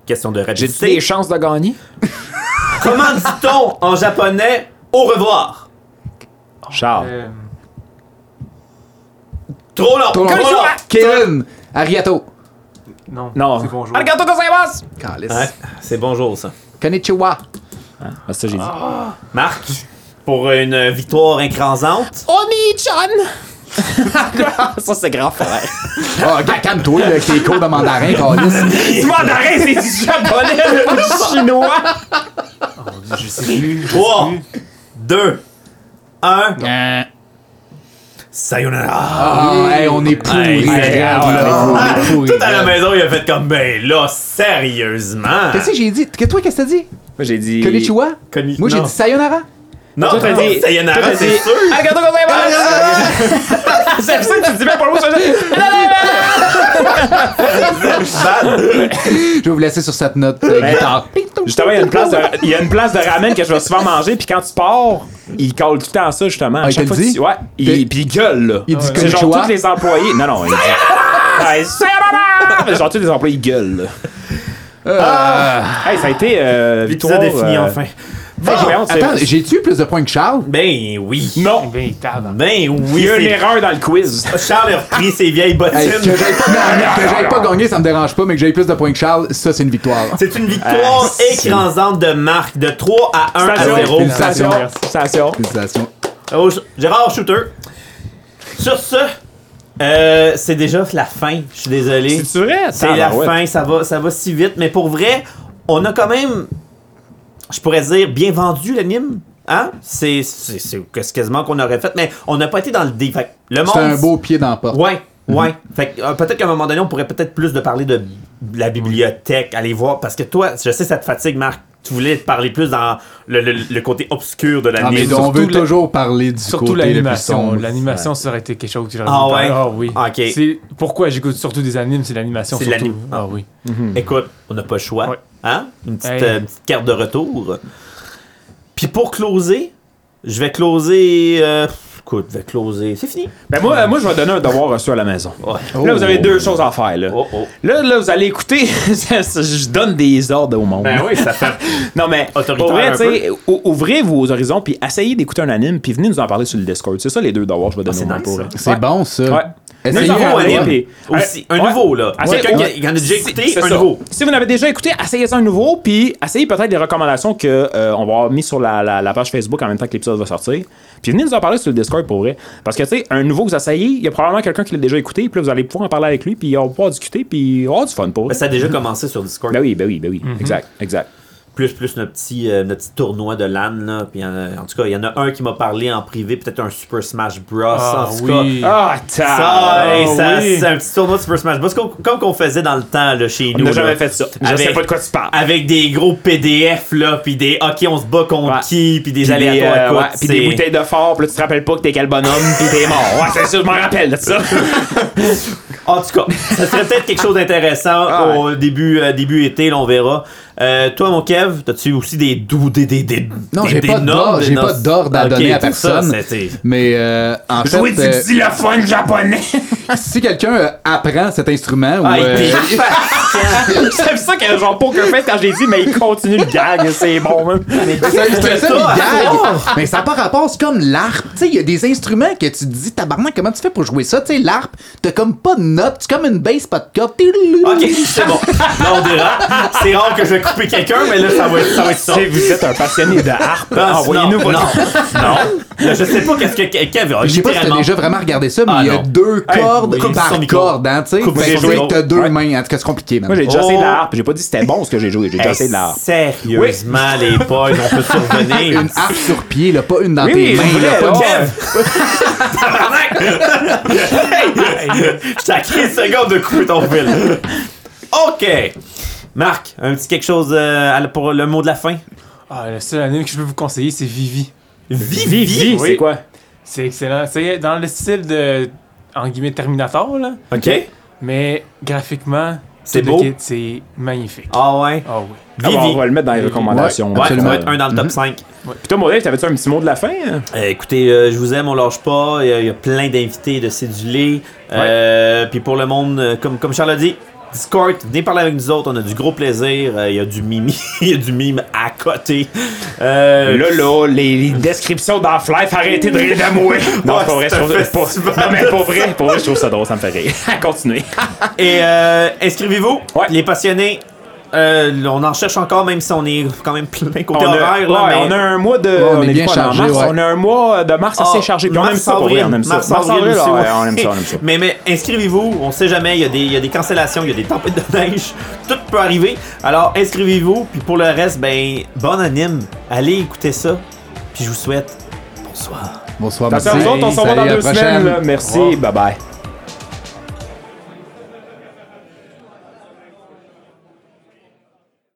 Speaker 2: Question de
Speaker 3: J'ai
Speaker 2: rapidité.
Speaker 3: des chances de gagner?
Speaker 2: Comment dit-on en japonais au revoir?
Speaker 3: Charles.
Speaker 5: Euh,
Speaker 2: Trop long.
Speaker 4: Trop long.
Speaker 2: Trop long.
Speaker 4: Kevin, Ariato.
Speaker 5: non.
Speaker 3: Non.
Speaker 5: C'est bonjour.
Speaker 3: Arigato gozaimasu!
Speaker 4: Calice.
Speaker 2: Ouais, c'est bonjour, ça.
Speaker 4: Konnichiwa.
Speaker 3: Ah, ça, j'ai dit.
Speaker 2: Marc, pour une victoire écrasante.
Speaker 3: Oni-chan! ça, c'est grand [laughs] frère.
Speaker 4: Oh, gars, calme-toi, là, avec tes cours de mandarin, Calice.
Speaker 3: du mandarin, c'est du japonais, pas du [laughs] chinois!
Speaker 5: Je sais plus.
Speaker 2: 3, 2, 1.
Speaker 4: Euh,
Speaker 2: Sayonara.
Speaker 4: Ah, hey, on est pourris,
Speaker 2: Hey, c'est
Speaker 4: regarde,
Speaker 2: grave,
Speaker 4: là, on est pourris,
Speaker 2: Ah, Tout à la
Speaker 4: regarde.
Speaker 2: maison, il a fait comme, ben là, sérieusement.
Speaker 4: Qu'est-ce que j'ai dit? Que toi, qu'est-ce que t'as dit?
Speaker 3: Moi, j'ai dit.
Speaker 4: Konnichiwa?
Speaker 2: Konni-
Speaker 4: Moi, j'ai
Speaker 2: non.
Speaker 4: dit Sayonara?
Speaker 2: Non,
Speaker 3: Toi, t'as dit. toi,
Speaker 2: Sayonara,
Speaker 3: t'as
Speaker 2: c'est
Speaker 3: dit,
Speaker 2: sûr.
Speaker 3: Arigato gozaimasu! C'est pour ça que tu dis même pas le mot sur
Speaker 4: Je vais vous laisser sur cette note euh, guitare.
Speaker 3: Justement, il y, a une place de, il y a une place de ramen que je vais souvent manger, puis quand tu pars, il colle tout le temps ça, justement. À
Speaker 4: Ah, il
Speaker 3: chaque
Speaker 4: te
Speaker 3: fois
Speaker 4: le
Speaker 3: que
Speaker 4: dit?
Speaker 3: tu- Ouais,
Speaker 4: T'es-
Speaker 3: il, puis il gueule, là.
Speaker 4: Il dit
Speaker 3: C'est genre
Speaker 4: Konnichiwa?
Speaker 3: tous les employés. Non, non, il dit. [laughs] Ouais, Sayonara! Mais Genre tous les employés, ils gueulent, là.
Speaker 4: Euh.
Speaker 3: Ah! Hey, ça a été euh, victoire.
Speaker 2: L'épisode est fini,
Speaker 3: euh,
Speaker 2: enfin.
Speaker 3: Hey, j'ai honte, c'est-
Speaker 4: Attends, j'ai-tu plus de points que Charles?
Speaker 2: Ben oui.
Speaker 3: Non!
Speaker 5: Ben, tabarnak.
Speaker 2: Ben
Speaker 3: Il y
Speaker 2: oui.
Speaker 3: a une
Speaker 2: c'est-
Speaker 3: erreur dans le quiz.
Speaker 2: Charles a repris ses vieilles
Speaker 4: Hey, que
Speaker 2: bottines.
Speaker 4: j'aille pas, non, mais que j'aille pas gagné, ça me dérange pas, mais que j'aille plus de points que Charles, ça c'est une victoire.
Speaker 2: C'est une victoire
Speaker 3: Ah, si.
Speaker 2: écrasante de Marc de 3 à 1 à
Speaker 3: Station,
Speaker 2: 0.
Speaker 3: station, station.
Speaker 4: Félicitations.
Speaker 2: Oh, G- Gérard Shooter. Sur ce, euh, c'est déjà la fin. Je suis désolé.
Speaker 3: C'est vrai?
Speaker 2: C'est la fin, ça va, ça va si vite. Mais pour vrai, on a quand même, je pourrais dire, bien vendu l'anime. Hein? C'est c'est- c'est quasiment qu'on aurait fait, mais on n'a pas été dans le défaut. Le monde.
Speaker 4: C'est un beau Mhm. pied dans la porte.
Speaker 2: Ouais, ouais. Fait que, euh, peut-être qu'à un moment donné, on pourrait peut-être plus de parler de la bibliothèque, aller voir, parce que toi, je sais, ça te fatigue, Marc. Tu voulais parler plus dans le, le- le côté obscur de
Speaker 4: Ah, mais
Speaker 2: l'anime.
Speaker 5: surtout
Speaker 4: on veut
Speaker 5: la-
Speaker 4: toujours parler du
Speaker 5: Surtout
Speaker 4: côté le plus
Speaker 5: l'animation.
Speaker 4: sombre.
Speaker 5: L'animation, ça aurait été quelque chose que j'aurais
Speaker 2: Ah
Speaker 5: dû parler.
Speaker 2: ouais?
Speaker 5: Ah oui.
Speaker 2: Ok.
Speaker 5: C'est pourquoi j'écoute surtout des animes, c'est l'animation
Speaker 2: C'est
Speaker 5: surtout.
Speaker 2: l'anime.
Speaker 5: Ah oui.
Speaker 2: Écoute, on n'a pas le choix.
Speaker 5: Ouais.
Speaker 2: Hein? Une petite,
Speaker 5: Hey.
Speaker 2: euh, petite carte de retour. Puis pour closer, je vais closer. euh, écoute, je vais closer. C'est fini.
Speaker 3: Ben moi, euh, moi, je vais donner un devoir reçu à la maison.
Speaker 2: Ouais.
Speaker 3: Là, vous avez deux choses à faire. Là,
Speaker 2: Oh, oh.
Speaker 3: là, là, vous allez écouter. [laughs] ça, ça, je donne des ordres au monde.
Speaker 2: Ben oui, ça fait.
Speaker 3: Non, mais
Speaker 2: Autoritaire
Speaker 3: pour vrai,
Speaker 2: un
Speaker 3: tu sais, ou- ouvrez vos horizons puis essayez d'écouter un anime puis venez nous en parler sur le Discord. C'est ça les deux devoirs que je vais donner
Speaker 2: Ah, c'est
Speaker 3: au
Speaker 2: nice,
Speaker 3: monde pour
Speaker 2: ça.
Speaker 3: vrai.
Speaker 4: C'est
Speaker 3: Ouais.
Speaker 4: bon ça.
Speaker 3: Ouais.
Speaker 4: Essayez
Speaker 2: nouveau
Speaker 4: un
Speaker 2: anime.
Speaker 4: autre.
Speaker 3: puis-
Speaker 2: Aussi, un
Speaker 3: ouais.
Speaker 2: nouveau, là.
Speaker 3: Ah, c'est-
Speaker 2: Quelqu'un
Speaker 3: ouais.
Speaker 2: qui- qui en a déjà écouté,
Speaker 3: C'est- c'est
Speaker 2: un
Speaker 3: ça.
Speaker 2: nouveau.
Speaker 3: Si vous n'avez déjà écouté, essayez un nouveau, puis essayez peut-être les recommandations qu'on on va avoir mis sur la, la- la page Facebook en même temps que l'épisode va sortir. Puis venez nous en parler sur le Discord pour vrai. Parce que, tu sais, un nouveau que vous essayez, il y a probablement quelqu'un qui l'a déjà écouté, puis là, vous allez pouvoir en parler avec lui, puis on va pouvoir discuter, puis on va avoir du fun pour
Speaker 2: Ben,
Speaker 3: vrai.
Speaker 2: ça a déjà commencé sur Discord.
Speaker 3: Ben oui, ben oui, ben oui. Exact, exact.
Speaker 2: plus plus notre petit, euh, notre petit tournoi de LAN. Là. Puis, euh, en tout cas, il y en a un qui m'a parlé en privé, peut-être un Super Smash Bros.
Speaker 5: Ah
Speaker 2: en tout cas.
Speaker 5: oui. Ah
Speaker 3: Ah, t'as!
Speaker 2: Ça, hey, ça,
Speaker 5: oui.
Speaker 2: c'est un petit tournoi de Super Smash Bros. Comme, comme qu'on faisait dans le temps là, chez
Speaker 3: On
Speaker 2: nous.
Speaker 3: n'a
Speaker 2: là.
Speaker 3: jamais fait ça. Je
Speaker 2: Avec-
Speaker 3: sais pas de quoi tu parles.
Speaker 2: Avec des gros PDF, là, puis des OK, on se bat contre
Speaker 3: Ouais.
Speaker 2: qui, puis des
Speaker 3: Puis des,
Speaker 2: aléatoires.
Speaker 3: euh,
Speaker 2: quoi,
Speaker 3: ouais, puis des
Speaker 2: c'est-
Speaker 3: bouteilles de fort, puis là, tu te rappelles pas que t'es quel bonhomme, puis t'es mort. Ouais, c'est sûr, je m'en rappelle de ça.
Speaker 2: En
Speaker 3: [laughs]
Speaker 2: tout cas, ça serait peut-être quelque chose d'intéressant
Speaker 3: Ah ouais.
Speaker 2: au début, euh, début été, là, on verra. Euh, toi, mon Kev, t'as-tu aussi des doux, des, des, des
Speaker 4: Non,
Speaker 2: des-
Speaker 4: j'ai
Speaker 2: des
Speaker 4: pas de
Speaker 2: normes,
Speaker 4: d'or-
Speaker 2: des
Speaker 4: j'ai
Speaker 2: noces?
Speaker 4: pas d'ordre à
Speaker 2: Ok,
Speaker 4: donner à
Speaker 2: tout ça,
Speaker 4: personne.
Speaker 2: c'était-
Speaker 4: Mais euh, en fait,
Speaker 3: Jouer du
Speaker 4: euh,
Speaker 3: xylophone japonais.
Speaker 4: si quelqu'un euh, apprend cet instrument ou
Speaker 2: Ah, il
Speaker 4: euh, [laughs]
Speaker 2: était-
Speaker 3: J'aime ça que genre Poker Face, quand j'ai dit, mais il continue le gag, c'est bon, même.
Speaker 4: Ça, c'est ça,
Speaker 2: ça,
Speaker 4: les
Speaker 2: à
Speaker 4: gags.
Speaker 3: Ah!
Speaker 4: Mais ça n'a pas rapport, c'est comme l'harpe. Tu sais, il y a des instruments que tu te dis, tabarnak, comment tu fais pour jouer ça? Tu sais, l'harpe, t'as comme pas de notes, c'est comme une bass, pas de corde.
Speaker 2: Ok, c'est bon. Là, on dérape. C'est rare que je vais couper quelqu'un, mais là, ça va être ça. Va être ça.
Speaker 3: Si vous êtes un passionné de harpe, hein?
Speaker 2: Non,
Speaker 3: envoyez-nous
Speaker 2: non,
Speaker 3: votre.
Speaker 2: non, non. Je sais pas qu'est-ce que Kev a
Speaker 4: Je sais pas si t'as
Speaker 2: littéralement-
Speaker 4: déjà vraiment regardé ça, mais
Speaker 2: Ah,
Speaker 4: il y
Speaker 2: non.
Speaker 4: a deux
Speaker 2: Hey,
Speaker 4: cordes
Speaker 2: coupe son
Speaker 4: par
Speaker 2: micro.
Speaker 4: corde, hein, tu sais.
Speaker 2: Coupe
Speaker 4: Fait
Speaker 2: ses
Speaker 4: que c'est
Speaker 2: jouets.
Speaker 4: que t'as deux
Speaker 2: Ouais.
Speaker 4: mains, en tout cas, c'est compliqué, man.
Speaker 3: Moi, j'ai déjà
Speaker 2: Oh.
Speaker 3: essayé de la harpe, j'ai pas dit que c'était bon ce que j'ai joué, j'ai déjà
Speaker 2: Hey,
Speaker 3: essayé de la harpe.
Speaker 2: Sérieusement, [laughs] les boys, on peut survenir.
Speaker 4: Une harpe sur pied, là, pas une dans
Speaker 3: Oui,
Speaker 4: tes
Speaker 3: oui,
Speaker 4: mains,
Speaker 3: une
Speaker 4: là,
Speaker 3: vraie,
Speaker 4: pas
Speaker 3: là.
Speaker 2: Kev! [laughs] Tabarnak! hey! J'étais à 15 secondes de couper ton fil. OK. Marc, un petit quelque chose euh, à la- pour le mot de la fin?
Speaker 5: Ah, le seul anime que je peux vous conseiller, c'est Vivi.
Speaker 2: Vivi!
Speaker 3: Vivi, c'est
Speaker 5: Oui.
Speaker 3: quoi?
Speaker 5: C'est excellent. C'est dans le style de, en guillemets, Terminator, là.
Speaker 2: OK.
Speaker 3: Ah,
Speaker 5: Mais graphiquement,
Speaker 2: C'est
Speaker 5: tout le
Speaker 2: beau.
Speaker 5: kit, C'est magnifique.
Speaker 2: Ah ouais.
Speaker 5: Ah oui.
Speaker 3: Ah,
Speaker 2: Vivi.
Speaker 3: bon, Mhm. on va le mettre dans les recommandations.
Speaker 2: Ouais, on
Speaker 4: Absolument.
Speaker 2: va être un dans le top 5.
Speaker 3: Puis toi, mon Dave, t'avais-tu un petit mot de la fin? hein?
Speaker 2: Euh, écoutez, euh, je vous aime, on lâche pas. Il y a- il y, a plein d'invités de cédulés. Euh, Puis pour le monde, euh, comme, comme Charles a dit, Discord, venez parler avec nous autres. On a du gros plaisir. Euh, Il y a du mimi. [laughs] Il y a du mime à côté. Euh,
Speaker 3: Là, là, les, les descriptions dans Life, arrêtez de rire de moi. Non,
Speaker 2: Ouais,
Speaker 3: c'est pas vrai,
Speaker 2: c'est
Speaker 3: je
Speaker 2: un
Speaker 3: trouve ça.
Speaker 2: festival
Speaker 3: pas- Non, mais pour vrai, pour vrai, je trouve ça drôle, ça me fait rire. [laughs] Continuez.
Speaker 2: Et euh, inscrivez-vous,
Speaker 3: Ouais.
Speaker 2: les passionnés. Euh, on en cherche encore, même si on est quand même plein côté
Speaker 3: on, a,
Speaker 2: horaire. là,
Speaker 3: ouais,
Speaker 2: mais-
Speaker 3: on a un mois de.
Speaker 4: on est bien
Speaker 3: quoi,
Speaker 4: chargé,
Speaker 3: en mars,
Speaker 4: ouais.
Speaker 3: On a un mois de mars assez
Speaker 2: Ah,
Speaker 3: chargé. Puis on aime
Speaker 2: mars,
Speaker 3: ça, pour
Speaker 2: avril,
Speaker 3: vrai, on aime ça.
Speaker 2: mars, avril
Speaker 3: avril,
Speaker 2: aussi, ouais.
Speaker 3: ouais, on aime ça, on aime ça.
Speaker 2: Mais, mais inscrivez-vous, on sait jamais, il y, a des- il y a des cancellations, il y a des tempêtes de neige, tout peut arriver. Alors inscrivez-vous, puis pour le reste, ben, bon anime, allez écouter ça, puis je vous souhaite bonsoir.
Speaker 4: Bonsoir,
Speaker 3: Attention,
Speaker 4: merci.
Speaker 3: nous autres, on se revoit
Speaker 4: Salut, à
Speaker 3: dans deux
Speaker 4: la
Speaker 3: semaines.
Speaker 4: prochaine.
Speaker 3: là. Merci, bye bye.